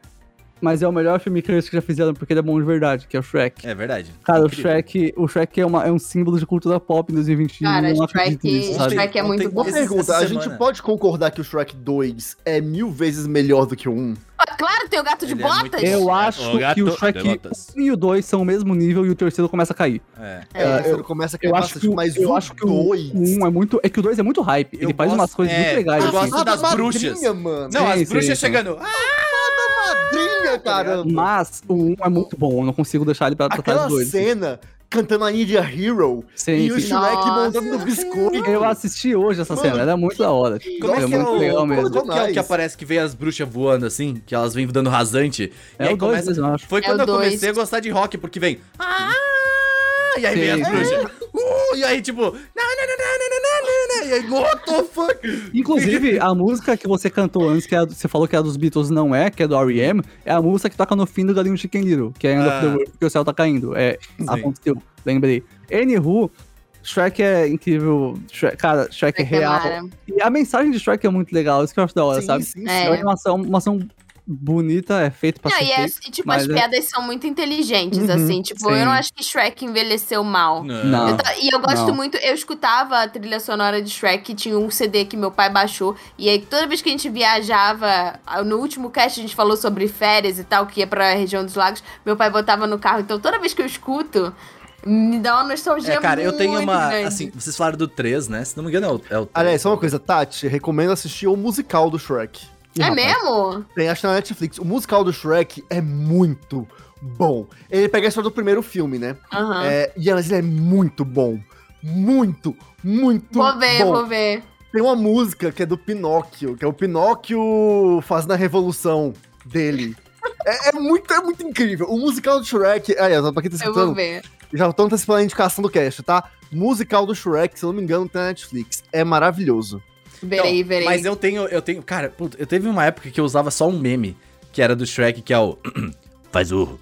Speaker 3: Mas é o melhor filme Cursed que já fizeram, porque ele é bom de verdade, que é o Shrek.
Speaker 1: É verdade.
Speaker 3: Cara, o
Speaker 1: Incrível.
Speaker 3: Shrek, o Shrek é, uma- é um símbolo de cultura pop em 2021.
Speaker 2: Cara,
Speaker 3: eu não
Speaker 2: Shrek-
Speaker 3: acredito nisso, sabe?
Speaker 2: Shrek- é muito
Speaker 1: ontem-
Speaker 2: bom.
Speaker 4: Uma
Speaker 1: essa-
Speaker 4: pergunta,
Speaker 1: essa
Speaker 4: a gente
Speaker 1: semana-
Speaker 4: pode concordar que o Shrek 2 é mil vezes melhor do que o 1?
Speaker 2: Ah, claro, tem o gato de
Speaker 1: Ele é muito
Speaker 2: botas.
Speaker 1: bom.
Speaker 3: Eu acho
Speaker 1: O gato
Speaker 3: que o Shrek
Speaker 1: derrotas.
Speaker 3: 1 e o 2 são o mesmo nível e o terceiro começa a cair.
Speaker 1: É.
Speaker 4: É,
Speaker 2: É,
Speaker 4: o terceiro começa a
Speaker 3: Eu
Speaker 4: queimar,
Speaker 3: acho que, o-
Speaker 4: mas
Speaker 3: eu
Speaker 4: o
Speaker 3: acho que o 1 é muito. É que o 2 é muito hype. Ele
Speaker 1: Eu
Speaker 3: faz umas
Speaker 1: gosto-
Speaker 3: coisas
Speaker 1: é,
Speaker 3: muito legais.
Speaker 1: eu
Speaker 3: assim.
Speaker 1: gosto das
Speaker 4: madrinha,
Speaker 1: bruxas.
Speaker 4: mano.
Speaker 1: Não,
Speaker 3: Sim,
Speaker 1: as bruxas
Speaker 3: sim, sim.
Speaker 1: chegando. Ah,
Speaker 4: Madrinha, caramba.
Speaker 3: Mas o 1 é muito bom, eu não consigo deixar ele pra tratar
Speaker 4: Aquela
Speaker 3: dos tá dois. assim.
Speaker 4: cena cantando a India Hero
Speaker 3: Sim,
Speaker 4: e o
Speaker 3: sim.
Speaker 4: Shrek
Speaker 2: Nossa.
Speaker 4: mandando no biscoito.
Speaker 3: Eu assisti hoje essa
Speaker 4: Mano,
Speaker 3: cena, ela é muito da hora.
Speaker 1: como é,
Speaker 3: é
Speaker 1: que é
Speaker 3: muito
Speaker 1: o...
Speaker 3: legal
Speaker 1: Qual
Speaker 3: mesmo.
Speaker 1: que é o que
Speaker 4: Nice.
Speaker 1: aparece que vem as bruxas voando assim? Que elas vêm dando rasante.
Speaker 3: É o 2 mesmo, eu acho.
Speaker 1: Foi
Speaker 2: É
Speaker 1: quando
Speaker 2: o
Speaker 1: eu
Speaker 2: dois.
Speaker 1: comecei a gostar de rock, porque vem. Ah! E aí vem
Speaker 3: Sim,
Speaker 1: as
Speaker 3: sim.
Speaker 1: bruxas. Uh, e aí, tipo. "Na, na, na, na, na, na, na, na", E aí, what the fuck?
Speaker 3: Inclusive, a música que você cantou antes, que é a do- você falou que é a dos Beatles, não é, que é do R.E.M., é a música que toca no fim do Galinho Chicken Little, que é End of the
Speaker 1: Ah.
Speaker 3: World, porque o céu tá caindo. É, aconteceu, lembrei. Anywho, Shrek é incrível. Shrek- cara, Shrek é real. E a mensagem de Shrek é muito legal, isso que eu acho da hora,
Speaker 4: Sim,
Speaker 3: sabe?
Speaker 4: sim,
Speaker 2: É.
Speaker 3: É uma animação, uma ação bonita, é feito pra
Speaker 2: Não,
Speaker 3: ser
Speaker 2: e, é,
Speaker 3: feito.
Speaker 2: e, tipo,
Speaker 3: mas
Speaker 2: as
Speaker 3: é-
Speaker 2: piadas são muito inteligentes,
Speaker 4: Uhum,
Speaker 2: assim. Tipo, eu
Speaker 3: sim.
Speaker 2: não acho que Shrek envelheceu mal.
Speaker 1: Então,
Speaker 3: Não.
Speaker 2: Eu ta- e eu gosto
Speaker 3: Não.
Speaker 2: muito, eu escutava a trilha sonora de Shrek, que tinha um CD que meu pai baixou, e aí toda vez que a gente viajava, ah, no último cast a gente falou sobre férias e tal, que ia pra região dos lagos, meu pai botava no carro, então toda vez que eu escuto, me dá uma nostalgia
Speaker 1: É, cara, eu tenho
Speaker 2: muito
Speaker 1: uma.
Speaker 2: grande.
Speaker 1: Assim, vocês falaram do 3, né? Se não me engano, é o. É o
Speaker 4: Aliás, só uma coisa, Tati, recomendo assistir o musical do Shrek.
Speaker 3: Ih,
Speaker 2: é
Speaker 3: rapaz.
Speaker 2: mesmo?
Speaker 4: Tem, acho que na Netflix. O musical do Shrek é muito bom. Ele pega a história do primeiro filme, né?
Speaker 2: Aham.
Speaker 4: É, e mas ele é muito bom. Muito, muito
Speaker 2: Vou ver,
Speaker 4: bom.
Speaker 2: vou ver.
Speaker 4: Tem uma música que é do Pinóquio, que é o Pinóquio fazendo a revolução dele. É, é muito, é muito incrível. O musical do Shrek. Aliás, pra quem tá
Speaker 2: Eu vou
Speaker 1: então,
Speaker 4: escutando,
Speaker 2: ver.
Speaker 4: já estão antecipando a indicação do cast, tá? Musical do Shrek, se eu não me engano, tem na Netflix. É maravilhoso.
Speaker 2: Verei, verei.
Speaker 1: Mas eu tenho, eu tenho. Cara, puta, eu teve uma época que eu usava só um meme, que era do Shrek, que é o. Faz urro.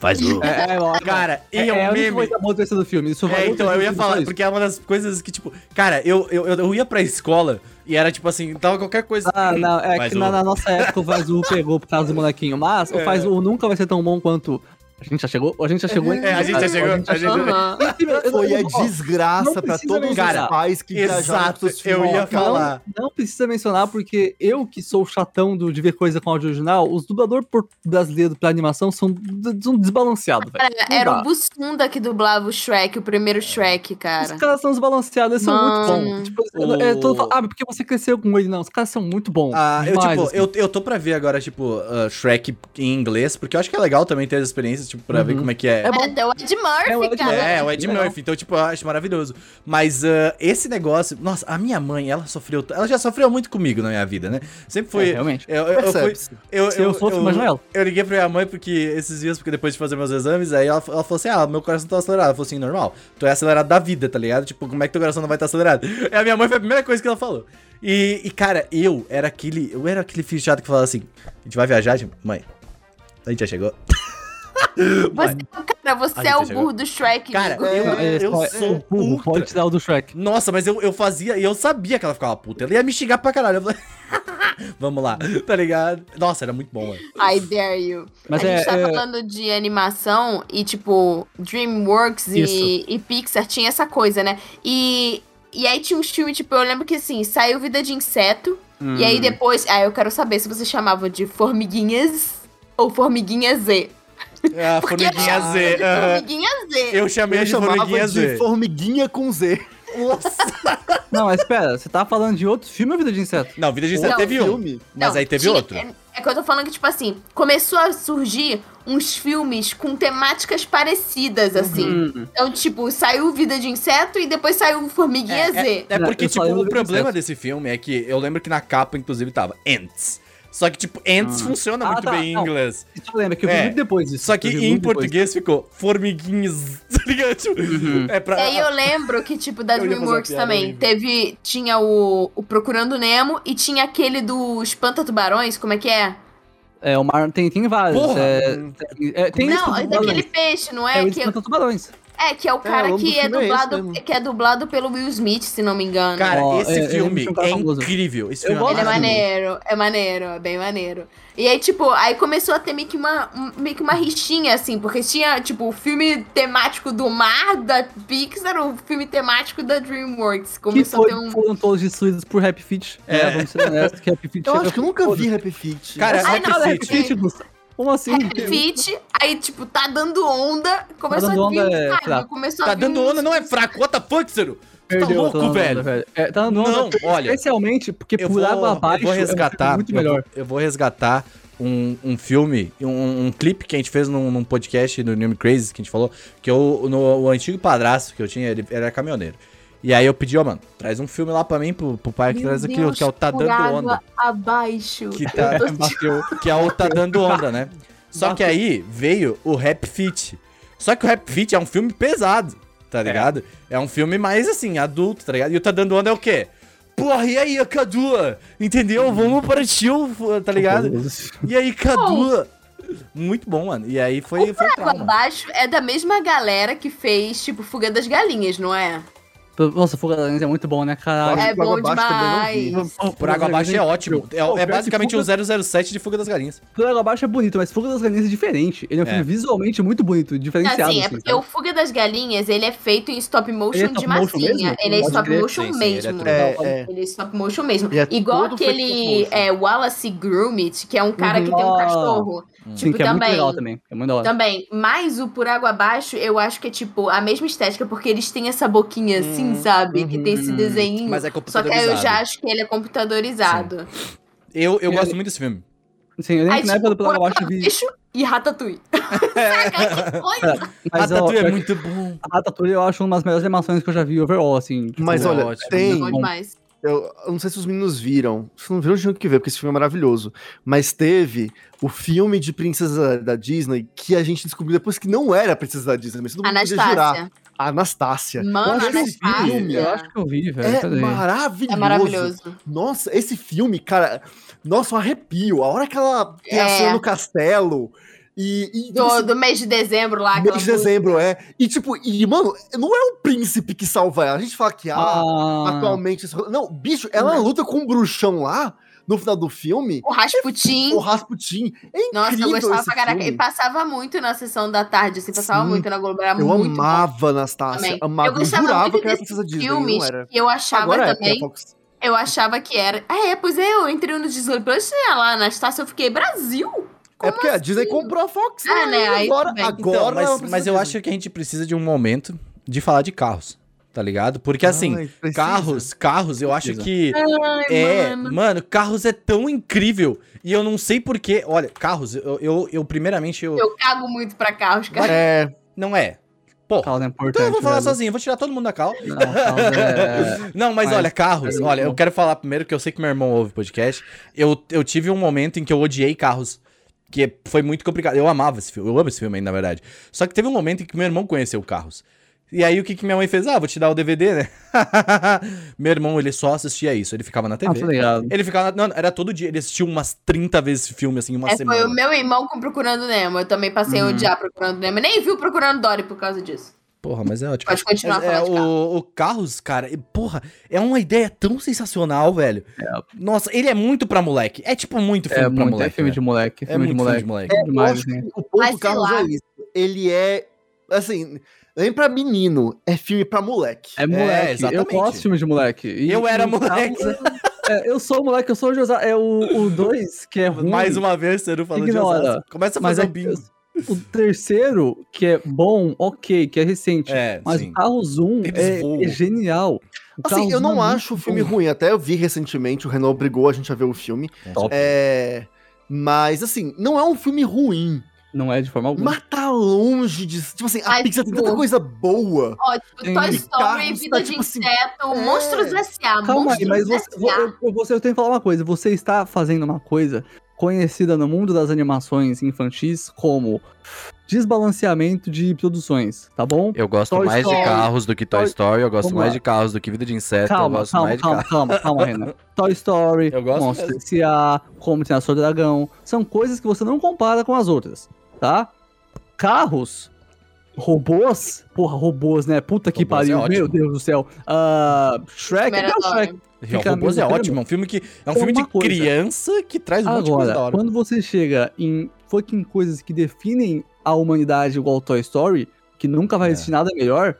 Speaker 1: Faz urro.
Speaker 3: É, é, ó,
Speaker 1: Cara, e
Speaker 3: é,
Speaker 1: é,
Speaker 3: é
Speaker 1: um
Speaker 3: a única
Speaker 1: meme.
Speaker 3: coisa boa do terceiro do filme. Isso
Speaker 1: É,
Speaker 3: vai
Speaker 1: então eu ia
Speaker 3: só
Speaker 1: falar,
Speaker 3: isso.
Speaker 1: porque é uma das coisas que, tipo, cara, eu, eu, eu- eu ia pra escola e era tipo assim, tava qualquer coisa.
Speaker 3: Ah, não, é
Speaker 1: Faz
Speaker 3: que na,
Speaker 1: o-
Speaker 3: na nossa época o Faz U pegou por causa do molequinho, mas
Speaker 1: É.
Speaker 3: o Faz U nunca vai ser tão bom quanto. A gente já chegou? A gente tá já chegou em-
Speaker 1: É, a gente já chegou, a gente-
Speaker 2: Aham.
Speaker 3: Eu- eu-
Speaker 4: Foi a
Speaker 3: ó,
Speaker 4: desgraça
Speaker 3: não
Speaker 4: pra
Speaker 3: precisa
Speaker 4: todos os
Speaker 1: mencionar.
Speaker 4: pais que viajaram
Speaker 1: Exato,
Speaker 4: pros
Speaker 1: eu ia
Speaker 4: Pinóquio.
Speaker 1: falar.
Speaker 3: Não precisa mencionar, porque eu que sou chatão do, de ver coisa com áudio original, os dubladores por- brasileiros pra animação são, d- são desbalanceados, velho.
Speaker 2: Cara,
Speaker 3: Não
Speaker 2: era
Speaker 3: dá.
Speaker 2: o Bussunda que dublava o Shrek, o primeiro Shrek, cara.
Speaker 3: Os caras são desbalanceados, eles são
Speaker 2: Mano.
Speaker 3: muito bons. Tipo, eu não- é, todo mundo fala, ah, porque você cresceu com ele, não. Os caras são muito bons.
Speaker 1: Ah, eu,
Speaker 3: demais,
Speaker 1: tipo,
Speaker 3: assim.
Speaker 1: eu, eu tô pra ver agora, tipo, ah, Shrek em inglês, porque eu acho que é legal também ter as experiências, tipo, pra ver
Speaker 3: Uhum.
Speaker 1: como é que é.
Speaker 3: É bom.
Speaker 2: Até o Ed Murphy,
Speaker 3: É o Ed
Speaker 2: cara.
Speaker 1: É, o Ed
Speaker 3: Legal.
Speaker 1: Murphy, então, tipo, eu acho maravilhoso. Mas ah, esse negócio, nossa, a minha mãe, ela sofreu. Ela já sofreu muito comigo na minha vida, né? Sempre
Speaker 3: É,
Speaker 1: foi.
Speaker 3: realmente.
Speaker 1: eu, eu, eu fui,
Speaker 4: Percebe-se.
Speaker 1: eu,
Speaker 3: Se eu fosse, imagina ela.
Speaker 1: eu liguei pra minha mãe porque esses dias, porque depois de fazer meus exames, aí ela, ela falou assim: Ah, meu coração tá acelerado. Ela falou assim: Normal, tu é acelerado da vida, tá ligado? Tipo, como é que teu coração não vai estar acelerado? E a minha mãe foi a primeira coisa que ela falou. E, e, cara, eu era aquele. Eu era aquele filho chato que falava assim: A gente vai viajar, gente? mãe. A gente já chegou.
Speaker 2: Você, cara,
Speaker 1: Ai,
Speaker 2: você é
Speaker 1: gente,
Speaker 2: o burro do Shrek.
Speaker 1: Cara,
Speaker 2: Igor.
Speaker 1: eu,
Speaker 3: É,
Speaker 1: eu
Speaker 3: só-
Speaker 1: sou
Speaker 3: burro,
Speaker 1: ultra.
Speaker 3: pode tirar o do Shrek.
Speaker 1: Nossa, mas eu, eu fazia e eu sabia que ela ficava puta. Ela ia me xingar pra caralho. Eu falei, Vamos lá, tá ligado? Nossa, era muito bom, mano.
Speaker 2: I dare you.
Speaker 3: Mas
Speaker 2: a
Speaker 3: é,
Speaker 2: gente tá
Speaker 3: é-
Speaker 2: falando de animação e, tipo, DreamWorks e,
Speaker 3: Isso.
Speaker 2: e Pixar tinha essa coisa, né? E, e aí tinha uns filmes, tipo, eu lembro que, assim, saiu Vida de Inseto. E
Speaker 3: Hum.
Speaker 2: aí depois... Ah, eu quero saber se você chamava de Formiguinhas ou Formiguinha Z.
Speaker 1: É, a
Speaker 2: Porque
Speaker 1: formiguinha
Speaker 2: eu
Speaker 1: Z.
Speaker 2: chamava de
Speaker 1: aham.
Speaker 2: Formiguinha Z.
Speaker 1: Eu chamei
Speaker 4: Eu
Speaker 1: de
Speaker 4: chamava
Speaker 1: formiguinha
Speaker 4: de
Speaker 1: Z.
Speaker 4: formiguinha com Z.
Speaker 1: Nossa.
Speaker 3: Não, mas espera, você tá falando de outro filme ou Vida de Inseto?
Speaker 1: Não, Vida de Inseto
Speaker 2: Não,
Speaker 1: teve um.
Speaker 4: é filme.
Speaker 1: Mas
Speaker 2: Não,
Speaker 1: aí teve
Speaker 2: tinha-
Speaker 1: outro.
Speaker 2: É, é que eu tô falando que, tipo assim, começou a surgir uns filmes com temáticas parecidas, assim.
Speaker 3: Uhum.
Speaker 2: Então, tipo, saiu Vida de Inseto e depois saiu Formiguinha Z.
Speaker 1: É
Speaker 3: Não,
Speaker 1: porque,
Speaker 3: eu só
Speaker 1: tipo,
Speaker 3: lembro
Speaker 1: o
Speaker 3: do
Speaker 1: problema
Speaker 3: Inseto.
Speaker 1: desse filme é que eu lembro que na capa, inclusive, tava Ants. Só que, tipo, Ants funciona
Speaker 3: Ah,
Speaker 1: muito
Speaker 3: tá,
Speaker 1: bem em
Speaker 3: não.
Speaker 1: inglês.
Speaker 3: Isso eu lembro, que eu vi
Speaker 1: É.
Speaker 3: muito depois disso.
Speaker 1: Só que
Speaker 3: Eu vi
Speaker 1: em
Speaker 3: muito depois.
Speaker 1: português ficou formiguinhas. Tá ligado? Tipo, É pra.
Speaker 2: Uhum. E aí eu lembro que, tipo, da
Speaker 1: Eu ia fazer uma
Speaker 2: DreamWorks
Speaker 1: piada
Speaker 2: também,
Speaker 1: horrível.
Speaker 2: teve, tinha o, o Procurando Nemo e tinha aquele do Espanta Tubarões, como é que é?
Speaker 3: É, o mar tem, tem vários.
Speaker 1: Porra!
Speaker 3: é, é, tem
Speaker 2: não,
Speaker 3: isso
Speaker 2: é
Speaker 3: do tubarões.
Speaker 2: daquele peixe, não
Speaker 3: É,
Speaker 2: é?
Speaker 3: o
Speaker 2: que
Speaker 3: espanta tubarões.
Speaker 2: É, que é o cara
Speaker 4: o nome do
Speaker 2: que, é
Speaker 4: filme é esse
Speaker 2: dublado,
Speaker 4: mesmo.
Speaker 2: que é dublado pelo Will Smith, se não me engano.
Speaker 1: Cara,
Speaker 3: Ó,
Speaker 1: esse
Speaker 3: é- é
Speaker 1: filme
Speaker 3: um
Speaker 1: é,
Speaker 3: cara famoso.
Speaker 1: incrível. Esse
Speaker 3: Eu
Speaker 1: filme
Speaker 3: gosto
Speaker 2: Ele é
Speaker 3: Claro.
Speaker 2: maneiro, é maneiro, é bem maneiro. E aí, tipo, aí começou a ter meio que uma, um- meio que uma rixinha, assim, porque tinha, tipo, o filme temático do mar da Pixar, o filme temático da DreamWorks.
Speaker 3: Que
Speaker 2: Começou
Speaker 3: foi,
Speaker 2: a ter um.
Speaker 3: foram todos destruídos por Happy Feet.
Speaker 1: É.
Speaker 3: É. Vamos ser honestos que é Happy Feet
Speaker 4: Eu
Speaker 3: chega-
Speaker 4: acho que
Speaker 2: um
Speaker 4: eu nunca vi
Speaker 3: Foda-se.
Speaker 4: Happy Feet.
Speaker 1: Cara, é
Speaker 2: Ai, não, é
Speaker 1: Happy
Speaker 3: Happy
Speaker 1: Feet.
Speaker 3: Feet, Gustavo. Como assim?
Speaker 2: Happy Feet, É, aí, tipo, tá dando onda, começou
Speaker 3: dando
Speaker 2: a vir,
Speaker 3: onda, é,
Speaker 2: sabe?
Speaker 3: fraco.
Speaker 2: Começou
Speaker 1: Tá
Speaker 2: a vir
Speaker 1: dando
Speaker 2: uns-
Speaker 1: onda, não é fraco. What the fuck, Ciro? Você tá
Speaker 3: Perdeu,
Speaker 1: louco,
Speaker 3: dando onda,
Speaker 1: velho.
Speaker 3: É, tá dando onda,
Speaker 1: Não, olha,
Speaker 3: Especialmente porque
Speaker 1: Eu
Speaker 3: por
Speaker 1: vou,
Speaker 3: água abaixo
Speaker 1: eu vou
Speaker 3: é um filme
Speaker 1: resgatar.
Speaker 3: muito
Speaker 1: eu vou-
Speaker 3: melhor.
Speaker 1: Eu, vou resgatar um, um filme, um, um clipe que a gente fez num, num podcast do Name Crazy, que a gente falou, que eu, no, o antigo padrasto que eu tinha, ele era caminhoneiro. E aí eu pedi, ó, mano, traz um filme lá pra mim, pro, pro pai que
Speaker 2: Meu
Speaker 1: traz aquilo,
Speaker 2: Deus,
Speaker 1: que é o Tá
Speaker 2: por
Speaker 1: Dando
Speaker 2: água
Speaker 1: Onda.
Speaker 2: Abaixo.
Speaker 1: Que, tá, bateu, que é o Tá Dando Onda, né? Só que aí veio o Rap Fit. Só que o Rap Fit é um filme pesado, tá ligado? É. um filme mais assim, adulto, tá ligado? E o Tá Dando Onda é o quê? Porra, e aí, Cadua? Entendeu? Vamos para o tio, tá ligado? E aí, Cadua? Muito bom, mano. E aí foi, foi
Speaker 2: Água
Speaker 1: trauma.
Speaker 2: abaixo é da mesma galera que fez, tipo, Fuga das Galinhas, não é?
Speaker 3: Nossa, Fuga da Lens é muito bom, né, caralho?
Speaker 4: Acho
Speaker 2: é
Speaker 4: que Água
Speaker 2: bom
Speaker 4: Abaixo também
Speaker 2: demais.
Speaker 4: eu não vi.
Speaker 1: Por água abaixo é ótimo. É,
Speaker 3: Pô,
Speaker 1: é
Speaker 3: pior que
Speaker 1: basicamente um
Speaker 3: Fuga-
Speaker 1: 007 de Fuga das Galinhas.
Speaker 3: Por água abaixo é bonito, mas Fuga das Galinhas é diferente. Ele é um
Speaker 1: É.
Speaker 3: filme visualmente muito bonito, diferenciado.
Speaker 2: Assim, é
Speaker 3: assim,
Speaker 2: porque
Speaker 3: sabe?
Speaker 2: o Fuga das Galinhas, ele é feito em stop
Speaker 3: Ele
Speaker 2: motion
Speaker 3: é stop
Speaker 2: de
Speaker 3: motion
Speaker 2: massinha.
Speaker 3: mesmo?
Speaker 2: Ele é
Speaker 3: Pode
Speaker 2: stop
Speaker 3: crer.
Speaker 2: motion
Speaker 1: Sim, sim, ele é
Speaker 2: mesmo.
Speaker 1: tudo-
Speaker 4: É,
Speaker 2: Ele
Speaker 4: é.
Speaker 2: é stop motion mesmo.
Speaker 4: E é
Speaker 2: Igual
Speaker 4: todo feito
Speaker 2: aquele
Speaker 4: stop motion.
Speaker 2: é, Wallace Gromit, que é um cara que
Speaker 3: Uhum.
Speaker 2: tem um cachorro.
Speaker 3: Sim,
Speaker 2: Tipo,
Speaker 3: que é muito
Speaker 2: também.
Speaker 3: legal também. É muito da hora.
Speaker 2: Também, mas o Por Água Abaixo, eu acho que é tipo a mesma estética, porque eles têm essa boquinha
Speaker 4: Hum,
Speaker 2: assim, sabe? Que tem esse
Speaker 3: uhum.
Speaker 2: desenho.
Speaker 1: Mas é
Speaker 2: Só que aí eu
Speaker 1: computadorizado.
Speaker 2: já acho que ele é computadorizado.
Speaker 1: Eu, eu
Speaker 3: Ele-
Speaker 1: gosto muito desse filme.
Speaker 3: Sim, Assim, eu lembro
Speaker 2: Aí,
Speaker 3: que na época
Speaker 2: tipo,
Speaker 3: do Por
Speaker 2: Por
Speaker 3: Água
Speaker 2: Água
Speaker 3: Abaixo eu vi.
Speaker 2: Abaixo e Ratatouille. Saca? Que coisa!
Speaker 1: A
Speaker 3: Mas, ó,
Speaker 1: Tatu é
Speaker 3: pior que
Speaker 1: muito bom.
Speaker 3: a Ratatouille eu acho uma das melhores animações que eu já vi overall, assim. tipo,
Speaker 4: Mas
Speaker 1: é
Speaker 4: olha,
Speaker 1: ótimo.
Speaker 4: tem.
Speaker 2: Bom demais.
Speaker 4: Eu, eu não sei se os meninos viram. Se não viram, tinham que ver, porque esse filme é maravilhoso. Mas teve o filme de princesa da Disney que a gente descobriu depois que não era a princesa da Disney, mas todo mundo podia jurar.
Speaker 2: Anastácia. É
Speaker 4: Anastácia.
Speaker 2: Mano,
Speaker 4: Eu acho esse filme
Speaker 3: eu
Speaker 2: Anastácia.
Speaker 3: acho que eu vi, velho.
Speaker 4: É
Speaker 3: cadê?
Speaker 1: ah,
Speaker 4: maravilhoso.
Speaker 2: É maravilhoso.
Speaker 4: Nossa, esse filme, cara, nossa, um arrepio. A hora que ela tem a
Speaker 2: É.
Speaker 4: cena no castelo e. e
Speaker 2: Do, do mês de dezembro lá. Tá, aquela
Speaker 4: Mês de dezembro, é. E tipo, e, mano, não é o príncipe que salva ela. A gente fala que, ah,
Speaker 3: Ah,
Speaker 4: atualmente. isso- Não, bicho, ela luta com um bruxão lá no final do filme. Tipo,
Speaker 2: música. O Rasputin.
Speaker 4: O Rasputin. É incrível
Speaker 2: Tipo Nossa, eu gostava
Speaker 4: esse
Speaker 2: pra caraca. E
Speaker 4: filme.
Speaker 2: passava muito na sessão da tarde, assim, passava
Speaker 4: Sim.
Speaker 2: muito na Globo. Era
Speaker 4: Eu
Speaker 2: muito
Speaker 4: amava
Speaker 2: bom
Speaker 4: Anastácia.
Speaker 2: também.
Speaker 4: Amava.
Speaker 2: eu
Speaker 4: Eu,
Speaker 2: gostava
Speaker 4: jurava
Speaker 2: muito
Speaker 4: que era a
Speaker 2: desses
Speaker 4: princesa Disney,
Speaker 2: filmes.
Speaker 4: não era.
Speaker 2: E eu achava
Speaker 4: Agora é,
Speaker 2: também.
Speaker 4: porque a Fox-
Speaker 2: eu achava que era. Ah, é, pois é, eu entrei no Disney Plus, sei lá, Anastácia, eu fiquei, Brasil?
Speaker 4: é porque a Disney comprou a Fox.
Speaker 2: assim? Ah, né, aí
Speaker 4: Agora,
Speaker 2: tudo bem.
Speaker 4: agora
Speaker 1: Então,
Speaker 4: é uma
Speaker 1: mas,
Speaker 4: princesa
Speaker 1: mas eu
Speaker 4: Disney.
Speaker 1: acho que a gente precisa de um momento de falar de carros, tá ligado? Porque assim,
Speaker 4: Ai, precisa.
Speaker 1: carros, carros, eu acho
Speaker 3: Precisa.
Speaker 1: que é, mano. carros é tão incrível e eu não sei porquê. Olha, carros, eu, eu, eu primeiramente eu
Speaker 2: Eu cago muito pra carros, cara.
Speaker 4: É,
Speaker 1: não é. Pô,
Speaker 3: causa é importante.
Speaker 1: então eu vou falar
Speaker 3: velho.
Speaker 1: sozinho, eu vou tirar todo mundo da cal.
Speaker 3: Não, causa é...
Speaker 1: Não, mas,
Speaker 3: Mas-
Speaker 1: olha, carros.
Speaker 3: mas-
Speaker 1: Olha, eu quero falar primeiro que eu sei que meu irmão ouve podcast. Eu, eu tive um momento em que eu odiei carros. Que foi muito complicado. Eu amava esse filme. Eu amo esse filme ainda, na verdade. Só que teve um momento em que meu irmão conheceu carros. E aí, o que, que minha mãe fez? Ah, vou te dar o DVD, né? meu irmão, ele só assistia isso. Ele ficava na
Speaker 3: Ah, tô
Speaker 1: TV.
Speaker 3: ligado.
Speaker 1: ele ficava. na- Não, era todo dia. Ele assistiu umas 30 vezes esse filme, assim, em uma
Speaker 2: É,
Speaker 1: semana.
Speaker 2: foi o meu irmão com Procurando Nemo. Eu também passei a odiar Procurando Nemo. Eu Nem viu Procurando Dory por causa disso.
Speaker 1: Porra, mas é ótimo.
Speaker 2: Pode continuar
Speaker 1: Mas, é,
Speaker 2: falando de
Speaker 1: o, o Carros, cara, e, porra, é uma ideia tão sensacional, velho. Nossa, ele é muito pra moleque. É tipo muito filme
Speaker 3: É,
Speaker 1: pra
Speaker 3: muito, é
Speaker 1: moleque.
Speaker 3: filme
Speaker 1: velho.
Speaker 3: de moleque,
Speaker 1: É
Speaker 3: filme de
Speaker 1: muito filme de
Speaker 3: moleque.
Speaker 1: moleque.
Speaker 3: É demais,
Speaker 4: acho
Speaker 3: né?
Speaker 4: O ponto
Speaker 2: Mas sei
Speaker 4: do Carlos
Speaker 2: lá.
Speaker 4: é isso. Ele é, assim, nem pra menino, é filme pra moleque.
Speaker 3: É moleque, eu
Speaker 1: exatamente.
Speaker 3: gosto de filme de moleque. E-
Speaker 1: Eu era
Speaker 3: e- tá
Speaker 1: moleque.
Speaker 3: É, eu sou moleque, eu sou o José. É o 2, que é ruim.
Speaker 1: Mais uma vez, Seru falando
Speaker 3: Ignora.
Speaker 1: de Osasco. Começa a
Speaker 3: mas
Speaker 1: fazer
Speaker 3: é
Speaker 1: o bingo.
Speaker 3: o terceiro, que é bom, ok, que é recente.
Speaker 1: É,
Speaker 3: mas tá.
Speaker 1: sim.
Speaker 3: o Carros 1
Speaker 1: Eles voam.
Speaker 3: é, é genial. O
Speaker 4: Assim,
Speaker 3: Carros
Speaker 4: eu
Speaker 3: 1
Speaker 4: não
Speaker 3: é muito
Speaker 4: acho o filme
Speaker 1: né?
Speaker 3: bom.
Speaker 4: ruim. Até eu vi recentemente, o Renan obrigou a gente a ver o filme.
Speaker 3: Top.
Speaker 4: É, mas, assim, não é um filme ruim.
Speaker 3: Não é de forma alguma.
Speaker 4: Mas tá longe de. Tipo assim, a
Speaker 2: Mas,
Speaker 4: Pixar tem
Speaker 2: tipo,
Speaker 4: tanta coisa boa.
Speaker 2: Ó, tipo,
Speaker 3: Tem
Speaker 2: Toy
Speaker 3: de
Speaker 2: Story,
Speaker 4: carros,
Speaker 2: Vida
Speaker 4: tá,
Speaker 2: de
Speaker 4: tipo assim,
Speaker 2: Inseto,
Speaker 4: é.
Speaker 2: Monstros S.A.
Speaker 3: Calma aí,
Speaker 2: Monstros
Speaker 3: mas você, vo-
Speaker 2: S.A..
Speaker 3: eu, eu- você- eu tenho que falar uma coisa. Você está fazendo uma coisa conhecida no mundo das animações infantis como desbalanceamento de produções, tá bom?
Speaker 1: Eu gosto
Speaker 3: Toy mais de Story.
Speaker 1: carros do que
Speaker 3: Toy Toy-
Speaker 1: Story, eu gosto
Speaker 3: Vamos mais lá. de
Speaker 1: carros do que Vida de Inseto,
Speaker 3: Calma, calma, calma, calma, calma, Renan. Toy Story,
Speaker 1: Eu gosto
Speaker 3: Monstro S.A., Como Treinar Seu Dragão, são coisas que você não compara com as outras, tá? Carros Robôs? Porra, robôs, né? Puta que
Speaker 1: Robôs é
Speaker 3: pariu,
Speaker 1: ótimo.
Speaker 3: meu Deus do céu. Ah, Shrek, cadê o Shrek?
Speaker 2: Meradona.
Speaker 1: Real
Speaker 3: Fica
Speaker 1: Robôs é
Speaker 3: mesmo
Speaker 1: ótimo, é um filme que é um
Speaker 3: Uma
Speaker 1: filme de
Speaker 3: coisa.
Speaker 1: criança que traz um monte de coisa da
Speaker 3: Agora,
Speaker 1: hora.
Speaker 3: quando você chega em fucking coisas que definem a humanidade igual Toy Story, que nunca vai
Speaker 1: É.
Speaker 3: existir nada melhor,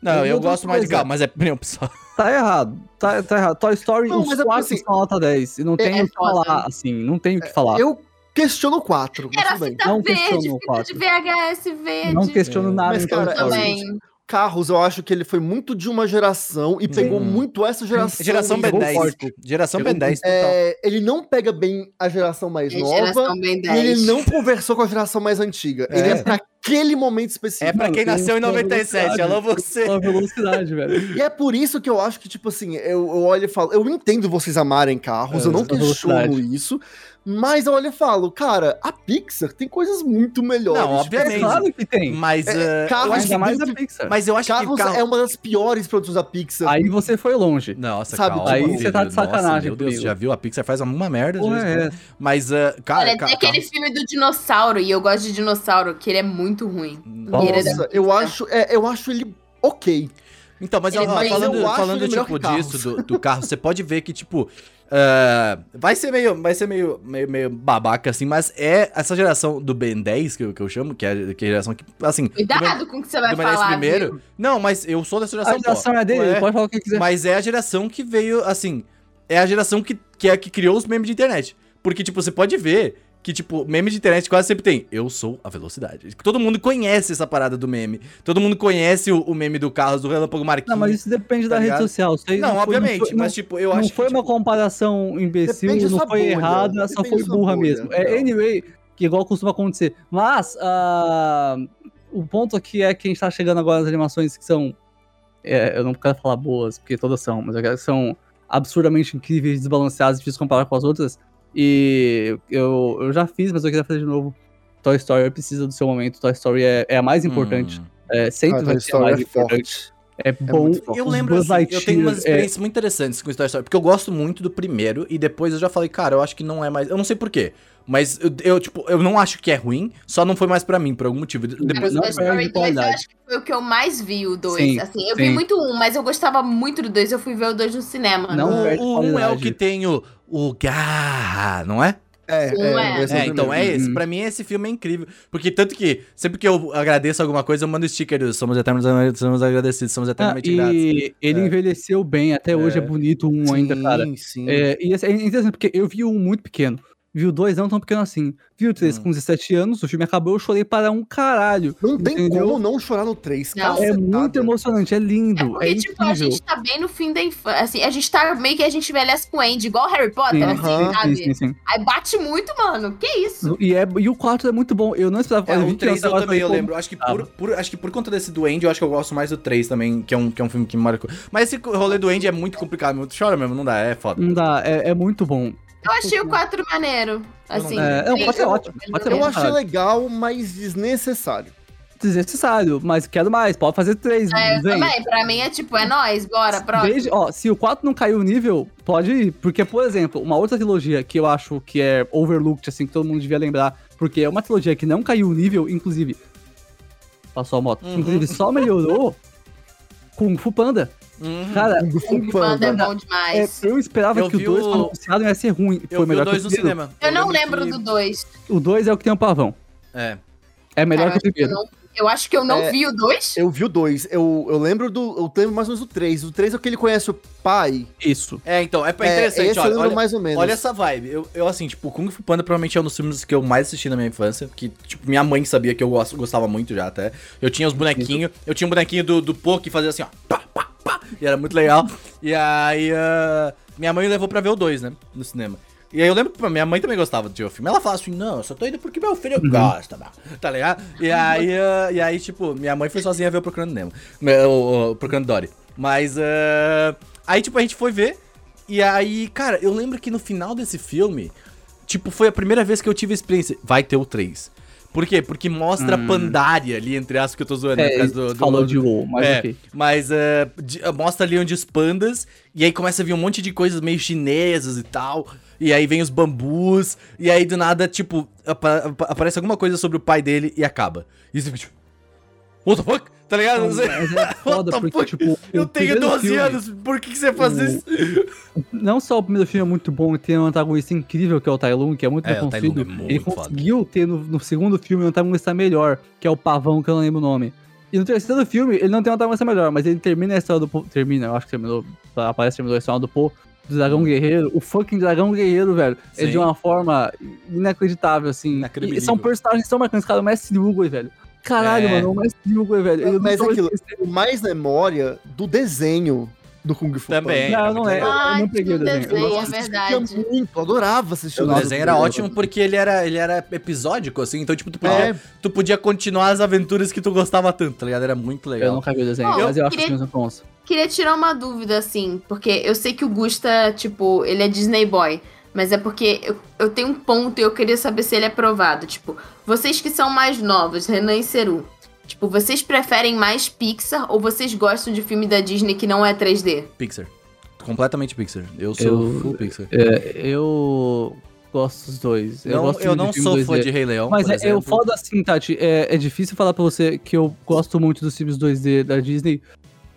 Speaker 1: Não, eu
Speaker 3: outra
Speaker 1: gosto mais de
Speaker 3: coisa.
Speaker 1: Gal, mas é minha opção.
Speaker 3: tá errado. Tá, tá errado. Toy Story,
Speaker 4: Não,
Speaker 3: os
Speaker 4: mas é porque,
Speaker 3: quatro
Speaker 4: assim,
Speaker 3: são nota 10. E não tem
Speaker 2: é
Speaker 3: o que
Speaker 2: foda.
Speaker 3: falar, assim. Não tem o que falar.
Speaker 4: né? É, Eu questiono quatro, mas
Speaker 2: Era
Speaker 4: tudo bem.
Speaker 2: fita
Speaker 3: Não
Speaker 2: verde,
Speaker 3: questiono o
Speaker 2: fita de
Speaker 3: fato.
Speaker 2: VHS verde.
Speaker 3: não questiono
Speaker 1: É.
Speaker 3: nada
Speaker 4: Mas,
Speaker 3: em Toy
Speaker 4: cara,
Speaker 3: Story.
Speaker 2: também.
Speaker 4: Carros, eu acho que ele foi muito de uma geração e pegou
Speaker 1: Sim.
Speaker 4: muito essa geração.
Speaker 1: Geração
Speaker 4: e
Speaker 1: Ben
Speaker 4: jogou
Speaker 1: 10.
Speaker 4: forte.
Speaker 1: Geração Ben 10 total.
Speaker 4: É, ele não pega bem a geração mais
Speaker 2: Gente, elas
Speaker 4: nova.
Speaker 2: são bem
Speaker 4: E ele
Speaker 2: 10.
Speaker 4: não conversou com a geração mais antiga.
Speaker 1: É.
Speaker 4: Ele é pra aquele momento específico.
Speaker 1: É pra
Speaker 3: Mano,
Speaker 1: quem
Speaker 3: tem
Speaker 1: nasceu em
Speaker 3: um filme
Speaker 1: 97,
Speaker 3: muito
Speaker 1: alô você.
Speaker 3: Só a velocidade, velho.
Speaker 4: E é por isso que eu acho que, tipo assim, eu, eu olho e falo, eu entendo vocês amarem carros,
Speaker 1: É,
Speaker 4: eu não
Speaker 3: essa
Speaker 4: questiono
Speaker 3: velocidade.
Speaker 4: isso, mas eu olho e falo, cara, a Pixar tem coisas muito melhores.
Speaker 1: Não,
Speaker 4: Tipo,
Speaker 1: obviamente.
Speaker 3: Claro que tem.
Speaker 1: Mas, eh, eu
Speaker 4: carros
Speaker 1: acho
Speaker 3: Ainda
Speaker 1: que
Speaker 3: É, mais um
Speaker 1: muito-
Speaker 3: a Pixar.
Speaker 1: mas eu acho
Speaker 4: Carros
Speaker 1: que carro... um-
Speaker 4: é uma das piores produções da Pixar.
Speaker 3: Aí você foi longe.
Speaker 1: Nossa,
Speaker 4: Sabe,
Speaker 1: calma.
Speaker 4: aí
Speaker 1: Pedro.
Speaker 3: você tá de
Speaker 1: Nossa,
Speaker 3: sacanagem
Speaker 1: meu Deus,
Speaker 3: comigo.
Speaker 1: já viu? A Pixar faz uma merda. às
Speaker 3: Porra,
Speaker 1: vezes.
Speaker 3: é.
Speaker 1: Mas, eh, cara...
Speaker 2: Olha,
Speaker 1: ca-
Speaker 2: tem aquele
Speaker 1: carros-
Speaker 2: filme do dinossauro, e eu gosto de dinossauro, que ele é muito ruim.
Speaker 3: Qual?
Speaker 2: Ele é
Speaker 4: Nossa, eu acho, é, eu acho ele ok.
Speaker 1: Então, mas
Speaker 2: Ele
Speaker 1: ó,
Speaker 2: vai-
Speaker 1: falando,
Speaker 4: eu acho
Speaker 1: falando
Speaker 4: ele melhor
Speaker 1: tipo,
Speaker 4: que carros.
Speaker 1: disso, do, do carro, você pode ver que, tipo, ah, vai ser, meio, vai ser meio, meio, meio babaca, assim, mas é essa geração do Ben 10, que eu, que eu chamo, que é a que é a geração que, assim... do Ben-
Speaker 2: Cuidado com o que você vai
Speaker 1: do Ben 10
Speaker 2: falar.
Speaker 1: primeiro.
Speaker 2: viu?
Speaker 1: Não, mas eu sou dessa
Speaker 3: A
Speaker 1: geração, pô.
Speaker 3: geração é dele, ele
Speaker 1: Ué.
Speaker 3: pode falar o que quiser.
Speaker 1: Mas é a geração que veio, assim. É a geração que, que é a que criou os memes de internet. Porque, tipo, você pode ver que, tipo, meme de internet quase sempre tem. Eu sou a velocidade. Todo mundo conhece essa parada do meme. Todo mundo conhece o, o meme do carro do Relâmpago Marquinhos.
Speaker 3: Não, mas isso depende
Speaker 1: tá
Speaker 3: da
Speaker 1: ligado?
Speaker 3: rede social. Isso aí
Speaker 1: não,
Speaker 3: foi-
Speaker 1: obviamente.
Speaker 3: foi- não-
Speaker 1: mas, tipo, eu
Speaker 3: não
Speaker 1: acho
Speaker 3: foi
Speaker 1: que.
Speaker 3: uma
Speaker 1: Tipo,
Speaker 3: comparação imbecil,
Speaker 4: Depende da
Speaker 3: não
Speaker 4: sua
Speaker 3: foi
Speaker 4: bolha,
Speaker 3: errada, só
Speaker 4: depende
Speaker 3: foi
Speaker 4: da sua
Speaker 3: burra
Speaker 4: bolha.
Speaker 3: mesmo. É,
Speaker 1: Não.
Speaker 3: anyway, que igual costuma acontecer. Mas, ah, o ponto aqui é que a gente tá chegando agora nas animações que são. é, eu não quero falar boas, porque todas são, mas eu quero que são absurdamente incríveis, desbalanceadas, difícil comparar com as outras. E eu, eu já fiz, mas eu queria fazer de novo. Toy Story precisa do seu momento. Toy Story é, é a mais importante.
Speaker 1: hum.
Speaker 3: É, sempre
Speaker 4: Cara,
Speaker 3: vai
Speaker 4: Toy
Speaker 3: ser a mais
Speaker 4: Story é
Speaker 3: importante.
Speaker 4: forte.
Speaker 3: É bom.
Speaker 4: muito forte.
Speaker 1: Eu
Speaker 3: os
Speaker 1: lembro,
Speaker 3: Buzz
Speaker 1: assim, eu tenho
Speaker 3: Lightyear
Speaker 1: umas
Speaker 3: é-
Speaker 1: experiências muito interessantes com Star Story, porque eu gosto muito do primeiro, e depois eu já falei, cara, eu acho que não é mais, eu não sei porquê, mas eu, eu, tipo, eu não acho que é ruim, só não foi mais pra mim, por algum motivo, depois...
Speaker 2: Mas
Speaker 3: Não
Speaker 2: Toy Story
Speaker 3: perde
Speaker 2: 2 eu
Speaker 3: qualidade.
Speaker 2: acho que foi o que eu mais vi, o 2.
Speaker 3: Sim,
Speaker 2: assim, eu vi
Speaker 3: sim.
Speaker 2: muito um, mas eu gostava muito do 2, eu fui ver o 2 no cinema.
Speaker 3: Não
Speaker 1: o-
Speaker 3: perde
Speaker 1: o um é o
Speaker 3: qualidade.
Speaker 1: que tem o, o garra, não é?
Speaker 4: É,
Speaker 2: Não é.
Speaker 4: esse
Speaker 1: É,
Speaker 4: o
Speaker 1: então é
Speaker 4: primeiro.
Speaker 1: esse.
Speaker 3: Uhum.
Speaker 1: Pra mim, esse filme é incrível. Porque tanto que, sempre que eu agradeço alguma coisa, eu mando sticker do Somos Eternos, somos agradecidos, somos
Speaker 3: Ah,
Speaker 1: eternamente gratos.
Speaker 3: e ele
Speaker 1: É.
Speaker 3: envelheceu bem, até hoje é,
Speaker 1: É.
Speaker 3: bonito um ainda, cara.
Speaker 4: Sim, sim.
Speaker 3: É, e assim, é interessante, porque eu vi um muito pequeno. Vi o dois não tão pequeno assim. Vi o três
Speaker 1: Hum.
Speaker 3: com 17 anos, o filme acabou, eu chorei para um caralho.
Speaker 4: Não tem
Speaker 3: Entendeu?
Speaker 4: como não chorar no 3,
Speaker 2: Não.
Speaker 3: É muito emocionante, é
Speaker 2: É
Speaker 3: lindo,
Speaker 2: porque,
Speaker 3: é,
Speaker 2: tipo, a
Speaker 3: incrível.
Speaker 2: gente tá bem no fim da infância. Assim, a gente tá meio que a gente envelhece com o Andy, igual Harry Potter,
Speaker 3: Sim,
Speaker 2: assim,
Speaker 4: aham,
Speaker 2: sabe?
Speaker 3: Sim, sim, sim.
Speaker 2: Aí bate muito, mano. Que isso?
Speaker 3: E, é, e o 4 é muito bom, eu não esperava
Speaker 1: É,
Speaker 3: eu vi
Speaker 1: o
Speaker 3: que
Speaker 1: 3 eu
Speaker 3: tava-
Speaker 1: também, eu
Speaker 3: pô,
Speaker 1: lembro. Acho que por, por- acho que por conta desse Duende, eu acho que eu gosto mais do 3 também, que é um, que é um filme que me marcou. Mas esse rolê do Andy é muito complicado, muito chora mesmo, não dá, é foda.
Speaker 3: Não dá, é, é muito bom.
Speaker 2: Eu achei o 4 maneiro. Assim,
Speaker 3: É, não, o
Speaker 2: eu-
Speaker 3: quatro é
Speaker 2: eu-
Speaker 3: ótimo, o quatro é
Speaker 4: Eu
Speaker 3: bom.
Speaker 4: achei
Speaker 3: cara.
Speaker 4: legal, mas desnecessário.
Speaker 3: Desnecessário, mas quero mais, pode fazer três
Speaker 2: É, eu
Speaker 3: vem.
Speaker 2: também, pra mim é tipo, é nóis, bora, próximo.
Speaker 3: Desde- ó, se o 4 não caiu o nível, pode ir. Porque, por exemplo, uma outra trilogia que eu acho que é overlooked, assim, que todo mundo devia lembrar, porque é uma trilogia que não caiu o nível, inclusive. Passou a moto.
Speaker 1: Uhum.
Speaker 3: Inclusive, só melhorou Kung Fu Panda.
Speaker 1: Uhum.
Speaker 3: Cara,
Speaker 4: Kung
Speaker 2: Kung
Speaker 4: Fu
Speaker 2: Fu Panda é
Speaker 4: Panda.
Speaker 2: bom
Speaker 3: é,
Speaker 2: demais.
Speaker 3: eu esperava
Speaker 1: Eu
Speaker 3: que o
Speaker 1: vi
Speaker 3: 2,
Speaker 1: o-
Speaker 3: quando anunciado, ia ser ruim.
Speaker 1: eu
Speaker 3: Foi
Speaker 1: vi
Speaker 3: melhor
Speaker 1: o
Speaker 3: que o
Speaker 1: 2 no
Speaker 3: primeiro.
Speaker 1: cinema.
Speaker 2: eu não lembro
Speaker 1: que-
Speaker 2: do 2.
Speaker 3: O 2 é o que tem o pavão.
Speaker 1: É.
Speaker 3: É melhor que o primeiro.
Speaker 2: Eu acho que eu não
Speaker 4: É,
Speaker 2: vi o 2.
Speaker 4: Eu vi o 2. Eu, eu lembro do. Eu lembro mais ou menos do 3. O 3 é o que ele conhece o pai.
Speaker 3: Isso.
Speaker 1: É, então, é pra-
Speaker 4: É,
Speaker 1: interessante,
Speaker 4: esse eu
Speaker 1: olha.
Speaker 4: lembro
Speaker 1: olha...
Speaker 4: mais ou menos.
Speaker 1: Olha essa vibe. Eu, eu, assim, tipo, Kung Fu Panda provavelmente é um dos filmes que eu mais assisti na minha infância. Que, tipo, minha mãe sabia que eu gosto- gostava muito já até. Eu tinha os bonequinhos. Eu tinha um bonequinho do, do Po que fazia assim, ó. Pá, pá, pá. E era muito legal. E aí, ah, minha mãe levou pra ver o 2, né? No cinema. E aí eu lembro que minha mãe também gostava do filme. Ela falava assim, não, eu só tô indo porque meu
Speaker 3: Uhum.
Speaker 1: filho gosta, tá? tá ligado? E aí, ah, e aí, tipo, minha mãe foi sozinha ver o Procurando Nemo. Né, o- o Procurando Dory. Mas, ah, aí, tipo, a gente foi ver. E aí, cara, eu lembro que no final desse filme, tipo, foi a primeira vez que eu tive a experiência. Vai ter o 3. Por quê? Porque mostra a Pandaria ali, entre aspas, que eu tô zoando, né, por
Speaker 3: Hum. É,
Speaker 1: causa do, do
Speaker 3: falou
Speaker 1: logo.
Speaker 3: de WoW, mas
Speaker 1: É,
Speaker 3: ok.
Speaker 1: mas é, de- mostra ali onde os pandas, e aí começa a vir um monte de coisas meio chinesas e tal, e aí vem os bambus, e aí do nada, tipo, apa- apa- aparece alguma coisa sobre o pai dele e acaba. E você fica tipo, What the fuck? Tá ligado?
Speaker 3: Mas
Speaker 1: Você-
Speaker 3: é
Speaker 1: What
Speaker 3: foda,
Speaker 1: the
Speaker 3: porque,
Speaker 1: fuck?
Speaker 3: tipo.
Speaker 1: Eu
Speaker 3: o
Speaker 1: tenho
Speaker 3: primeiro
Speaker 1: 12
Speaker 3: filme-
Speaker 1: anos, por que, que você faz
Speaker 3: O-
Speaker 1: isso?
Speaker 3: Não só o primeiro filme é muito bom e tem um antagonista incrível, que é o Tai Lung, que é muito
Speaker 1: É, o Tai Lung
Speaker 3: reconhecido.
Speaker 1: é muito
Speaker 3: Ele
Speaker 1: foda.
Speaker 3: conseguiu ter no, no segundo filme um antagonista melhor, que é o Pavão, que eu não lembro o nome. E no terceiro filme, ele não tem um antagonista melhor, mas ele termina a história do Po. Termina, eu acho que terminou. Aparece terminou a história do Po. Do Dragão Guerreiro, o fucking Dragão Guerreiro, velho. É
Speaker 1: Hum. Sim.
Speaker 3: de uma forma inacreditável, assim.
Speaker 1: Inacreditável.
Speaker 3: E são personagens tão marcantes, cara. O Mestre Hugo, velho. Caralho,
Speaker 1: É.
Speaker 3: mano, o Mestre Hugo, velho. Eu
Speaker 4: Mas é
Speaker 3: nunca vou
Speaker 4: aquilo,
Speaker 3: esquecer.
Speaker 4: tenho mais memória do desenho do Kung Fu.
Speaker 1: Também.
Speaker 3: Não, não é.
Speaker 2: Ah,
Speaker 3: Eu não peguei o
Speaker 2: que
Speaker 3: desenho.
Speaker 2: desenho.
Speaker 3: Eu
Speaker 2: é verdade.
Speaker 4: Eu assistia muito, eu adorava assistir
Speaker 1: O
Speaker 4: lado
Speaker 1: desenho era
Speaker 4: dele.
Speaker 1: ótimo porque ele era, ele era episódico, assim, então, tipo, tu podia,
Speaker 4: É.
Speaker 1: tu podia continuar as aventuras que tu gostava tanto, tá ligado? Era muito
Speaker 3: não- Eu
Speaker 1: legal.
Speaker 3: nunca vi o desenho,
Speaker 2: Ó,
Speaker 3: mas eu acho que
Speaker 2: queria-
Speaker 3: os filmes são bons.
Speaker 2: Queria tirar uma dúvida, assim, porque eu sei que o Gusta, tipo, ele é Disney Boy, mas é porque eu, eu tenho um ponto e eu queria saber se ele é aprovado. Tipo, vocês que são mais novos, Renan e Seru, tipo, vocês preferem mais Pixar ou vocês gostam de filme da Disney que não é 3D?
Speaker 1: Pixar. Completamente Pixar. Eu sou
Speaker 3: Eu-
Speaker 1: full Pixar.
Speaker 3: É, eu gosto dos dois. Eu,
Speaker 1: não,
Speaker 3: gosto
Speaker 1: eu
Speaker 3: muito
Speaker 1: não
Speaker 3: de filme
Speaker 1: sou
Speaker 3: 2D.
Speaker 1: fã de Rei Leão,
Speaker 3: Mas
Speaker 1: por
Speaker 3: é, eu
Speaker 1: exemplo.
Speaker 3: foda assim, Tati. É, é difícil falar pra você que eu gosto muito dos filmes 2D da Disney,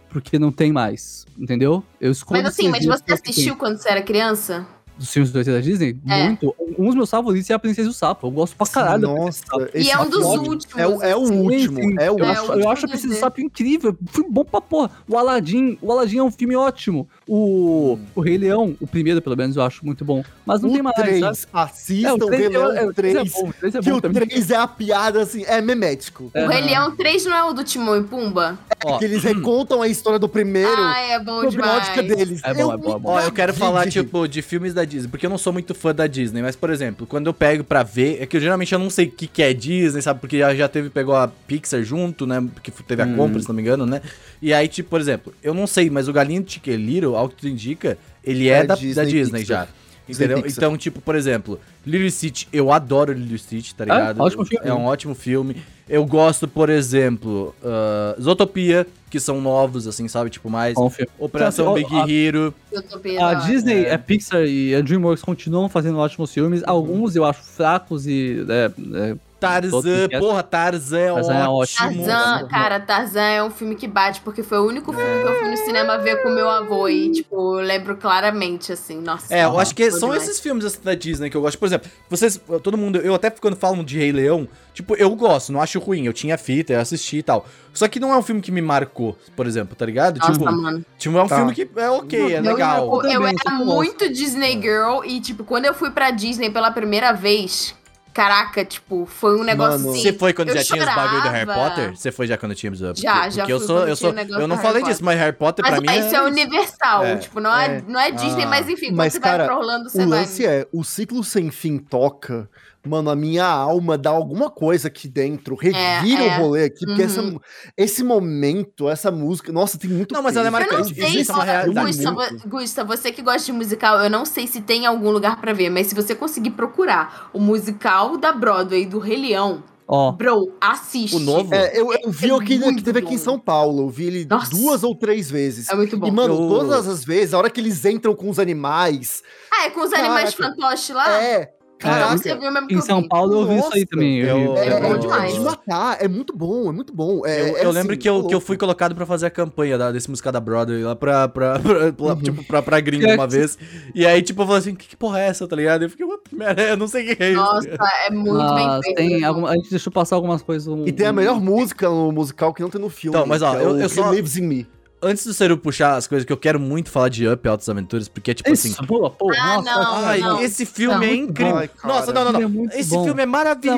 Speaker 3: porque não tem mais, entendeu? Eu escolho.
Speaker 2: mas assim, mas
Speaker 3: esses
Speaker 2: você
Speaker 3: filmes que
Speaker 2: assistiu quando você era criança?
Speaker 3: tem Dos filmes 2D da Disney?
Speaker 2: É.
Speaker 3: Muito. Um dos meus favoritos é a Princesa e o Sapo. Eu gosto pra caralho. da Princesa
Speaker 4: Nossa,
Speaker 3: e o Sapo.
Speaker 2: e
Speaker 4: esse
Speaker 2: é um dos
Speaker 4: filme
Speaker 2: últimos. assim.
Speaker 4: É, o- é o
Speaker 3: Sim,
Speaker 4: último.
Speaker 3: sim.
Speaker 4: É o
Speaker 3: eu
Speaker 2: é
Speaker 3: acho,
Speaker 4: último.
Speaker 3: eu
Speaker 2: último
Speaker 3: acho a Princesa
Speaker 2: 2D.
Speaker 3: Sapo incrível. Filme bom pra porra. O Aladdin, o Aladdin é um filme ótimo. O, o Rei Leão, o primeiro, pelo menos, eu acho muito bom. Mas não tem
Speaker 4: O
Speaker 3: mais. sabe?
Speaker 4: 3. Assistam o Rei
Speaker 3: três
Speaker 4: Leão
Speaker 3: é- é, o três
Speaker 4: 3.
Speaker 3: é bom, o três é
Speaker 4: um Que
Speaker 3: bom
Speaker 4: o
Speaker 3: também.
Speaker 4: 3 é a piada, assim, é memético.
Speaker 3: É.
Speaker 2: O Rei Leão 3 não é o do Timão e Pumba?
Speaker 3: Ó,
Speaker 4: Que eles recontam a história do primeiro
Speaker 2: Ah, é bom
Speaker 4: sobre a ótica
Speaker 2: demais.
Speaker 4: deles.
Speaker 3: É bom,
Speaker 4: Eu
Speaker 3: é bom, é bom.
Speaker 1: Ó, eu quero
Speaker 4: me
Speaker 1: falar,
Speaker 4: caguei.
Speaker 1: tipo, de filmes da Disney, porque eu não sou muito fã da Disney, mas, por exemplo, quando eu pego pra ver, é que eu, geralmente eu não sei o que, que é Disney, sabe? Porque já, já teve, pegou a Pixar junto, né? Porque teve
Speaker 3: Hum.
Speaker 1: a compra, se não me engano, né? E aí, tipo, por exemplo, eu não sei, mas o Galinha de Chiqueliro, ao que tu indica, ele é,
Speaker 4: É
Speaker 1: da da Disney,
Speaker 4: Disney
Speaker 1: já.
Speaker 4: Pixar. Disney
Speaker 1: Entendeu?
Speaker 4: Pixar.
Speaker 1: Então, tipo, por exemplo, Lily Stitch, eu adoro Lily Stitch, tá ligado?
Speaker 3: Ah, ótimo filme.
Speaker 1: É um ótimo filme. Eu gosto, por exemplo, ah, Zootopia, que são novos, assim, sabe? Tipo, mais.
Speaker 3: bom filme.
Speaker 1: Operação
Speaker 3: Sabe, ó,
Speaker 1: Big
Speaker 3: a-
Speaker 1: Hero.
Speaker 2: Eu tô pensando,
Speaker 3: A
Speaker 2: ó.
Speaker 3: Disney,
Speaker 1: É.
Speaker 3: a Pixar e a DreamWorks continuam fazendo ótimos filmes. Alguns eu acho fracos e. é, é, Todo
Speaker 1: Tarzan,
Speaker 3: mundo
Speaker 1: porra, Tarzan é
Speaker 3: Tarzan é
Speaker 1: ótimo.
Speaker 3: ótimo.
Speaker 2: Tarzan, cara, Tarzan é um filme que bate, porque foi o único filme que eu fui no cinema ver com meu avô. E, tipo, eu lembro claramente, assim, nossa.
Speaker 1: É, eu acho que
Speaker 2: foi
Speaker 1: são
Speaker 2: demais.
Speaker 1: esses filmes assim, da Disney que eu gosto. Por exemplo, vocês, todo mundo, eu até quando falam de Rei Leão, tipo, eu gosto, não acho ruim. Eu tinha fita, eu assisti e tal. Só que não é um filme que me marcou, por exemplo, tá ligado?
Speaker 2: Nossa,
Speaker 1: tipo,
Speaker 2: mano.
Speaker 1: tipo, é um
Speaker 4: Tá.
Speaker 1: filme que é ok, é
Speaker 3: Não,
Speaker 1: legal. É.
Speaker 2: Eu,
Speaker 3: eu também,
Speaker 2: era
Speaker 3: só que eu gosto.
Speaker 2: muito Disney Girl e, tipo, quando eu fui pra Disney pela primeira vez, caraca, tipo, foi um negócio
Speaker 4: Mano,
Speaker 2: assim.
Speaker 1: Você foi quando
Speaker 2: eu
Speaker 1: já tinha os bagulho do Harry
Speaker 2: chorava.
Speaker 1: Potter? Você foi já quando tinha os Já,
Speaker 2: Já, já
Speaker 1: eu
Speaker 2: fui
Speaker 1: sou,
Speaker 2: quando
Speaker 1: eu
Speaker 2: tinha
Speaker 1: sou,
Speaker 2: o negócio
Speaker 1: eu não
Speaker 2: do
Speaker 1: falei
Speaker 2: Harry
Speaker 1: disso, mas Harry Potter
Speaker 2: Mas
Speaker 1: pra mim
Speaker 2: isso é, universal,
Speaker 1: É,
Speaker 2: tipo, não é,
Speaker 4: é.
Speaker 2: não é Disney,
Speaker 1: Ah.
Speaker 2: mas enfim, quando
Speaker 4: Mas,
Speaker 2: você
Speaker 4: cara,
Speaker 2: vai pra Orlando, você
Speaker 4: O
Speaker 2: vai.
Speaker 4: lance é, o ciclo sem fim toca, mano, a minha alma dá alguma coisa aqui dentro, revira
Speaker 2: é.
Speaker 4: o rolê aqui, porque essa-
Speaker 2: Uhum.
Speaker 4: esse momento, essa música, nossa, tem muito
Speaker 1: Não, mas ela é
Speaker 4: peso.
Speaker 2: Eu não
Speaker 1: marcante.
Speaker 2: sei
Speaker 1: Isso é uma
Speaker 2: se-
Speaker 1: realidade
Speaker 2: Gusta,
Speaker 4: muito.
Speaker 2: vo- Gusta, você que gosta de musical, eu não sei se tem algum lugar pra ver, mas se você conseguir procurar o musical da Broadway do Rei Leão,
Speaker 3: Ó,
Speaker 2: bro, assiste.
Speaker 1: O novo?
Speaker 4: É, eu, eu vi
Speaker 2: É
Speaker 4: aqui, que
Speaker 2: muito
Speaker 4: teve aqui em
Speaker 2: bom.
Speaker 4: São Paulo, eu vi ele
Speaker 2: Nossa.
Speaker 4: duas ou três vezes.
Speaker 2: É muito bom.
Speaker 4: E, mano,
Speaker 1: Eu-
Speaker 4: todas as vezes, a hora que eles entram com os animais,
Speaker 2: ah, é com os animais
Speaker 4: Caraca.
Speaker 2: fantoches lá?
Speaker 4: é,
Speaker 2: Então
Speaker 4: caraca,
Speaker 2: você viu mesmo que
Speaker 3: em
Speaker 2: eu
Speaker 3: São
Speaker 2: vi.
Speaker 3: Paulo eu vi isso aí
Speaker 4: Nossa,
Speaker 3: também. eu vi.
Speaker 1: eu-
Speaker 4: é,
Speaker 2: É bom
Speaker 4: é
Speaker 2: demais.
Speaker 4: de matar, é muito bom, é muito bom. É,
Speaker 1: eu,
Speaker 4: é
Speaker 1: eu lembro
Speaker 4: assim,
Speaker 1: que eu, que eu
Speaker 4: louco.
Speaker 1: fui colocado pra fazer a campanha da, desse musical da Broadway lá pra, pra, pra- pra- tipo, pra, pra gringa
Speaker 3: É
Speaker 1: uma
Speaker 3: que-
Speaker 1: vez. E aí, tipo, eu falei assim, que, que porra é essa, tá ligado? Eu fiquei, "What the merda, eu não sei o que que é isso.
Speaker 2: Nossa, é muito
Speaker 3: Mas
Speaker 2: bem feito.
Speaker 3: Ah,
Speaker 2: né?
Speaker 3: tem alguma- a gente deixou passar algumas coisas. um-
Speaker 4: E tem a melhor música no musical que não tem no filme.
Speaker 1: Então, mas, ó,
Speaker 4: que é
Speaker 1: eu-
Speaker 4: o
Speaker 1: eu
Speaker 4: He
Speaker 1: só-
Speaker 4: Lives in Me.
Speaker 1: Antes do Seru puxar as coisas que eu quero muito falar de Up, Altas Aventuras, porque é tipo assim...
Speaker 3: Isso, boa, porra.
Speaker 2: Ah,
Speaker 3: nossa,
Speaker 2: não,
Speaker 1: Ai,
Speaker 2: não.
Speaker 1: esse filme
Speaker 3: Não,
Speaker 1: é
Speaker 3: muito
Speaker 1: incrível.
Speaker 4: bom. Ai, cara.
Speaker 1: Nossa, não, não, não.
Speaker 3: Ele é muito
Speaker 1: esse
Speaker 3: bom.
Speaker 1: filme é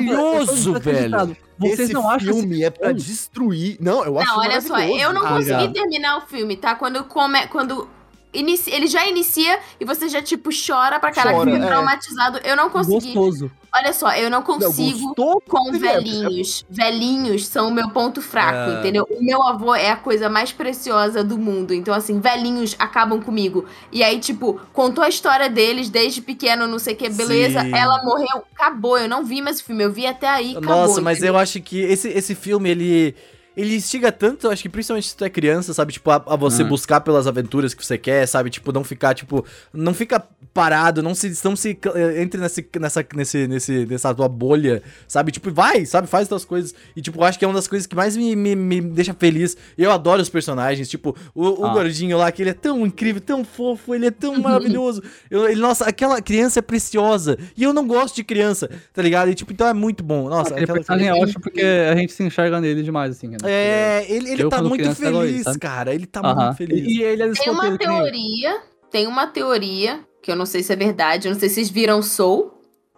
Speaker 1: maravilhoso,
Speaker 3: Não, eu tô
Speaker 1: velho.
Speaker 3: desacreditado. tá Vocês
Speaker 4: Esse
Speaker 3: não acham
Speaker 4: filme é pra
Speaker 3: bom?
Speaker 4: destruir. Não, eu acho
Speaker 2: Não, olha só,
Speaker 4: maravilhoso.
Speaker 2: eu não
Speaker 3: Ah,
Speaker 2: consegui
Speaker 3: já.
Speaker 2: terminar o filme, tá? Quando come, quando inici- ele já inicia e você já tipo chora pra caraca,
Speaker 4: Chora,
Speaker 2: fica
Speaker 4: é.
Speaker 2: traumatizado. Eu não consegui.
Speaker 3: gostoso.
Speaker 2: Olha só, eu não
Speaker 4: Não,
Speaker 2: consigo
Speaker 4: gostou?
Speaker 2: com
Speaker 4: Teve época.
Speaker 2: velhinhos. Velhinhos são o meu ponto fraco,
Speaker 1: É.
Speaker 2: entendeu? O meu avô é a coisa mais preciosa do mundo. Então, assim, velhinhos acabam comigo. E aí, tipo, contou a história deles desde pequeno, não sei o que, beleza.
Speaker 1: Sim.
Speaker 2: Ela morreu, acabou. Eu não vi mais o filme, eu vi até aí, acabou.
Speaker 1: Nossa, mas eu acho que esse, esse filme, ele. ele instiga tanto, eu acho que principalmente se tu é criança, sabe? Tipo, a, a você
Speaker 3: Hum.
Speaker 1: buscar pelas aventuras que você quer, sabe? Tipo, não ficar, tipo, não fica parado, não se, não se eh, entre nesse, nessa, nesse, nesse, nessa tua bolha, sabe? Tipo, vai, sabe? Faz tuas coisas. E, tipo, eu acho que é uma das coisas que mais me, me, me deixa feliz. Eu adoro os personagens, tipo, o, o
Speaker 3: Ah.
Speaker 1: gordinho lá, que ele é tão incrível, tão fofo, ele é tão maravilhoso. Eu- ele, nossa, aquela criança é preciosa. E eu não gosto de criança, tá ligado? E, tipo, então é muito bom. Nossa,
Speaker 3: Aquele personagem é ótimo porque a gente se enxerga nele demais, assim. né?
Speaker 1: é, ele, ele
Speaker 3: Eu,
Speaker 1: tá
Speaker 3: quando
Speaker 1: muito
Speaker 3: criança, era isso,
Speaker 1: feliz,
Speaker 3: sabe?
Speaker 1: cara. Ele tá
Speaker 3: Aham.
Speaker 1: muito feliz.
Speaker 3: E, e ele é
Speaker 2: Tem uma
Speaker 3: desconteiro que nem eu.
Speaker 2: teoria, tem uma teoria, que eu não sei se é verdade, eu não sei se vocês viram Soul,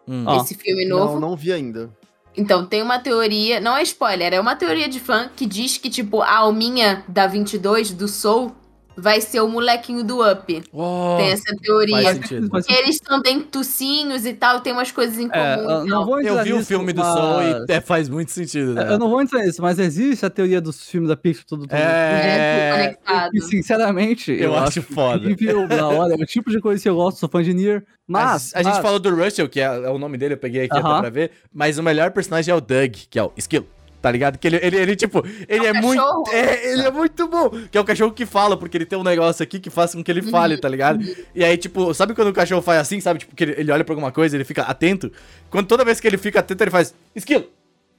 Speaker 1: Hum.
Speaker 3: Ó.
Speaker 2: esse filme novo.
Speaker 4: Não, não vi ainda.
Speaker 2: Então, tem uma teoria, não é spoiler, é uma teoria de fã que diz que, tipo, a alminha da 22, do Soul, vai ser o molequinho do Up.
Speaker 1: Ó,
Speaker 2: Tem essa
Speaker 1: faz
Speaker 2: teoria.
Speaker 1: sentido.
Speaker 3: Mas-
Speaker 2: Que eles são dentucinhos e tal, tem umas coisas em comum. então,
Speaker 3: É,
Speaker 2: e
Speaker 3: eu não
Speaker 2: tal.
Speaker 3: vou entrar
Speaker 1: Eu vi o
Speaker 3: nisso,
Speaker 1: filme do
Speaker 3: mas-
Speaker 1: Sol e até faz muito sentido, né?
Speaker 3: Eu não vou entrar nisso, mas existe a teoria dos filmes da Pixar, tudo, tudo.
Speaker 2: É,
Speaker 1: É,
Speaker 2: tudo conectado.
Speaker 3: E, sinceramente,
Speaker 1: eu,
Speaker 3: eu,
Speaker 1: acho foda.
Speaker 3: incrível da hora. É o tipo de coisa que eu gosto, sou fã de Nier. Mas,
Speaker 1: Mas, a gente
Speaker 3: mas-
Speaker 1: falou do Russell, que é, é o nome dele, eu peguei aqui até
Speaker 3: Aham.
Speaker 1: pra ver. Mas o melhor personagem é o Doug, que é o Esquilo. Tá ligado? Que ele, ele, ele, tipo, ele é,
Speaker 2: É um cachorro.
Speaker 1: muito. É, ele é muito bom. Que é o cachorro que fala, porque ele tem um negócio aqui que faz com que ele fale, tá ligado? E aí, tipo, sabe quando o cachorro faz assim, sabe? Tipo, que ele, ele olha pra alguma coisa, ele fica atento. Quando toda vez que ele fica atento, ele faz esquilo.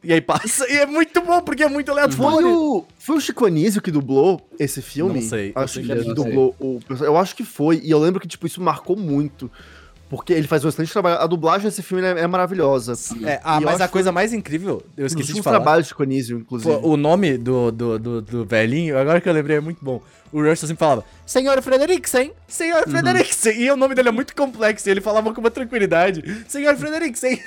Speaker 1: E aí passa. E é muito bom, porque é muito
Speaker 4: Foi
Speaker 1: aleatório.
Speaker 4: o, foi o Chico Anísio que dublou esse filme?
Speaker 1: Não sei, não
Speaker 4: Acho
Speaker 1: sei
Speaker 4: que
Speaker 1: quem
Speaker 4: ele
Speaker 1: é, não
Speaker 4: dublou o. perso- Eu acho que foi. E eu lembro que, tipo, isso marcou muito. Porque ele faz um excelente trabalho. A dublagem desse filme é, é maravilhosa.
Speaker 1: É, ah,
Speaker 4: E eu
Speaker 1: mas
Speaker 4: acho
Speaker 1: a
Speaker 4: que
Speaker 1: coisa mais incrível, eu esqueci
Speaker 4: Os
Speaker 1: de
Speaker 4: últimos
Speaker 1: falar.
Speaker 4: trabalhos de Chico Anísio, inclusive.
Speaker 1: Pô, o nome do, do, do, do velhinho, agora que eu lembrei, é muito bom. O Russell sempre falava, Senhor Frederiksen, Senhor Frederiksen. E o nome dele é muito complexo, e ele falava com uma tranquilidade, Senhor Frederiksen.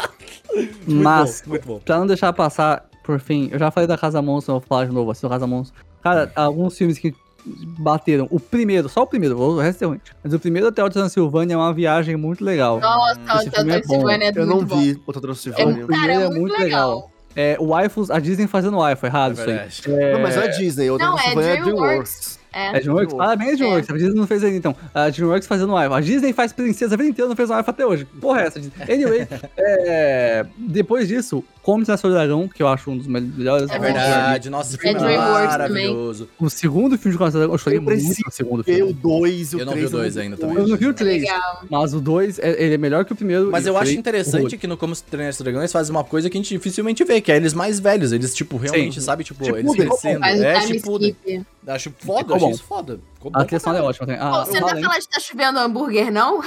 Speaker 1: muito
Speaker 3: mas
Speaker 1: bom, muito bom.
Speaker 3: pra não deixar passar, por fim, eu já falei da Casa Monstro, eu vou falar de novo, assim, do Casa Monstro. Cara,
Speaker 1: É.
Speaker 3: alguns filmes que bateram. O primeiro, só o primeiro, o resto é ruim. Mas o primeiro Hotel de Transilvânia é uma viagem muito legal.
Speaker 2: Nossa,
Speaker 3: Esse
Speaker 2: o
Speaker 3: filme é
Speaker 2: Doutor Silvânia é
Speaker 4: eu não
Speaker 2: muito bom.
Speaker 4: vi o Transilvânia.
Speaker 2: Cara,
Speaker 3: É, Primeiro é muito legal. É, o Waifus, a Disney fazendo Waifus,
Speaker 1: É
Speaker 3: errado isso aí.
Speaker 1: verdade.
Speaker 4: Não, mas não é Disney, o
Speaker 2: Não, é
Speaker 4: Transilvânia é
Speaker 2: DreamWorks.
Speaker 4: DreamWorks.
Speaker 2: É.
Speaker 3: É DreamWorks? Parabéns, DreamWorks. A Disney não fez ainda, então. A DreamWorks fazendo Wife. A Disney faz princesa a vida inteira, não fez uma Wife até hoje. Porra, é essa Disney. Anyway, é, depois disso, Como Nasceu o Dragão, que eu acho um dos mel- melhores.
Speaker 2: É
Speaker 1: É verdade, nossa, esse filme é
Speaker 2: DreamWorks
Speaker 1: maravilhoso.
Speaker 3: O segundo filme de Como Nasceu o Dragão, eu chorei
Speaker 4: Eu
Speaker 3: muito
Speaker 4: preciso
Speaker 3: no segundo
Speaker 4: Ver
Speaker 3: filme.
Speaker 4: o 2 e o
Speaker 1: Eu
Speaker 4: 3.
Speaker 1: não vi o dois ainda também.
Speaker 3: Eu não vi o três,
Speaker 2: Legal.
Speaker 3: mas o dois, é- ele é melhor que o primeiro.
Speaker 1: Mas
Speaker 3: e
Speaker 1: eu acho
Speaker 3: foi
Speaker 1: interessante
Speaker 3: horroroso.
Speaker 1: que no Como se Treinar Seu Dragão eles fazem uma coisa que a gente dificilmente vê, que é eles mais velhos, eles, tipo, realmente,
Speaker 3: Sim.
Speaker 1: sabe, tipo,
Speaker 4: Tipo,
Speaker 1: eles
Speaker 4: Uber.
Speaker 1: crescendo.
Speaker 2: Faz o
Speaker 1: É,
Speaker 2: time
Speaker 1: tipo,
Speaker 2: skip.
Speaker 1: acho foda,
Speaker 3: Ficou
Speaker 1: acho
Speaker 3: bom.
Speaker 1: isso foda. Ficou bom
Speaker 3: A
Speaker 1: pra
Speaker 3: trilha sonora é
Speaker 1: caralho.
Speaker 3: ótima também.
Speaker 2: Pô,
Speaker 3: Ah,
Speaker 2: você
Speaker 3: o
Speaker 2: não vai
Speaker 3: Valente.
Speaker 2: falar de tá chovendo hambúrguer, não?
Speaker 1: Eu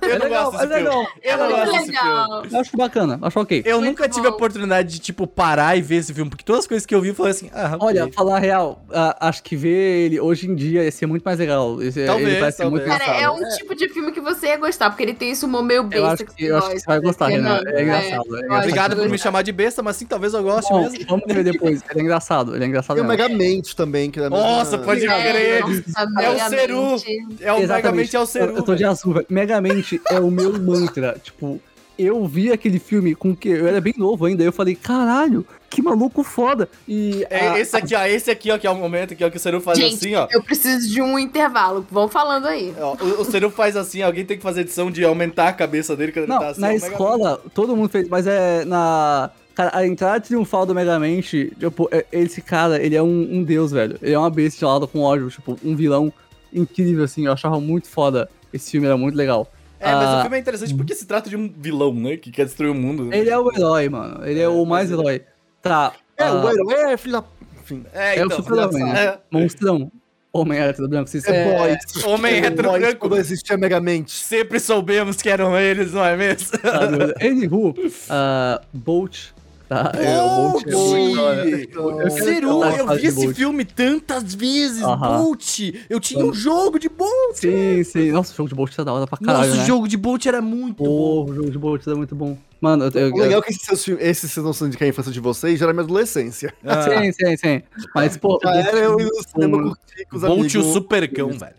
Speaker 3: É
Speaker 1: não
Speaker 3: legal,
Speaker 1: gosto desse
Speaker 3: é
Speaker 1: filme.
Speaker 3: legal.
Speaker 1: Eu não
Speaker 2: é
Speaker 1: gosto
Speaker 2: muito
Speaker 1: desse filme.
Speaker 2: legal.
Speaker 3: Eu acho bacana, acho ok.
Speaker 1: Eu
Speaker 2: Muito
Speaker 1: nunca tive a
Speaker 2: bom.
Speaker 1: oportunidade de, tipo, parar e ver esse filme, porque todas as coisas que eu vi, eu falei assim, ah, ok.
Speaker 3: Olha, falar a real, ah, acho que ver ele hoje em dia ia ser muito mais legal. Esse- é,
Speaker 1: Talvez,
Speaker 3: ele parece ser muito
Speaker 1: talvez.
Speaker 2: Cara, é
Speaker 3: engraçado.
Speaker 2: um tipo de filme que você ia gostar, porque ele tem esse humor meio besta
Speaker 3: Eu acho, que, eu acho que você vai gostar,
Speaker 2: Renan.
Speaker 3: Renan. É engraçado. É engraçado.
Speaker 1: obrigado por
Speaker 2: Obrigado.
Speaker 1: me chamar de besta, mas sim, talvez eu goste
Speaker 3: Bom,
Speaker 1: mesmo.
Speaker 3: Vamos ver depois. Ele é engraçado. Ele é engraçado.
Speaker 4: E o
Speaker 3: mesmo.
Speaker 4: Megamente também, que é da mesma-
Speaker 1: Nossa, pode
Speaker 2: É,
Speaker 1: crer.
Speaker 2: nossa,
Speaker 1: É o
Speaker 2: Megamente.
Speaker 1: Ceru. É o Megamente é o Ceru.
Speaker 3: Eu, eu tô de azul, velho. Megamente é o meu mantra. Tipo, eu vi aquele filme com que eu era bem novo ainda. Eu falei, caralho, que maluco foda. E
Speaker 1: É
Speaker 3: a-
Speaker 1: esse aqui, ó, esse aqui, ó, que é o momento que, ó, que o Ceru faz
Speaker 2: Gente,
Speaker 1: assim, ó.
Speaker 2: Eu preciso de um intervalo. Vão falando aí.
Speaker 1: Ó, O, o Ceru faz assim, alguém tem que fazer edição de aumentar a cabeça dele quando
Speaker 3: Não,
Speaker 1: ele tá assim. ó,
Speaker 3: na
Speaker 1: o
Speaker 3: escola, todo mundo fez, mas é na. Cara, a entrada triunfal do Megamente, tipo, é- esse cara, ele é um, um deus, velho. Ele é uma besta gelada com ódio, tipo, um vilão incrível, assim. Eu achava muito foda. Esse filme era muito legal.
Speaker 1: Megamente. É, mas o
Speaker 3: Ah,
Speaker 1: filme é interessante porque se trata de um vilão, né? Que quer destruir o mundo. né?
Speaker 3: Ele é o herói, mano. Ele é, o mais herói. Tá.
Speaker 4: É, o
Speaker 3: ah,
Speaker 4: herói é filho da... Enfim,
Speaker 1: É,
Speaker 3: é o
Speaker 1: então,
Speaker 3: Super-Homem,
Speaker 1: é.
Speaker 3: né? Monstrão. Homem hétero tudo branco. Isso
Speaker 4: é,
Speaker 3: é,
Speaker 4: boys.
Speaker 1: Homem
Speaker 4: é
Speaker 1: hétero
Speaker 4: boys,
Speaker 1: branco.
Speaker 4: Quando existia Megamente.
Speaker 1: Sempre soubemos que eram eles, não é mesmo?
Speaker 3: Anywho, ah, Bolt. Tá, é, o Bolt é muito né? da hora.
Speaker 1: Então,
Speaker 3: Eu
Speaker 4: É
Speaker 3: quero
Speaker 1: Zeru,
Speaker 3: falar
Speaker 1: É eu
Speaker 3: de
Speaker 1: vi esse
Speaker 3: Bolt.
Speaker 1: filme tantas vezes,
Speaker 3: Aham.
Speaker 1: Bolt. Eu tinha um jogo de Bolt.
Speaker 3: Sim, sim. Nossa, o jogo de Bolt tá da hora pra caralho,
Speaker 1: Nossa, o
Speaker 3: né?
Speaker 1: jogo de Bolt era muito bom.
Speaker 3: Pô, o jogo de Bolt é muito bom. Mano, eu, eu,
Speaker 4: O legal é que esses, seus filmes- esses vocês não são de que a infância de vocês, já era minha adolescência.
Speaker 3: eu- Ah. Sim, sim, sim. Mas, pô,
Speaker 4: Já era eu e o cinema
Speaker 3: Bolt-
Speaker 4: curtir com os
Speaker 1: Bolt
Speaker 4: amigos.
Speaker 1: e o Supercão, velho.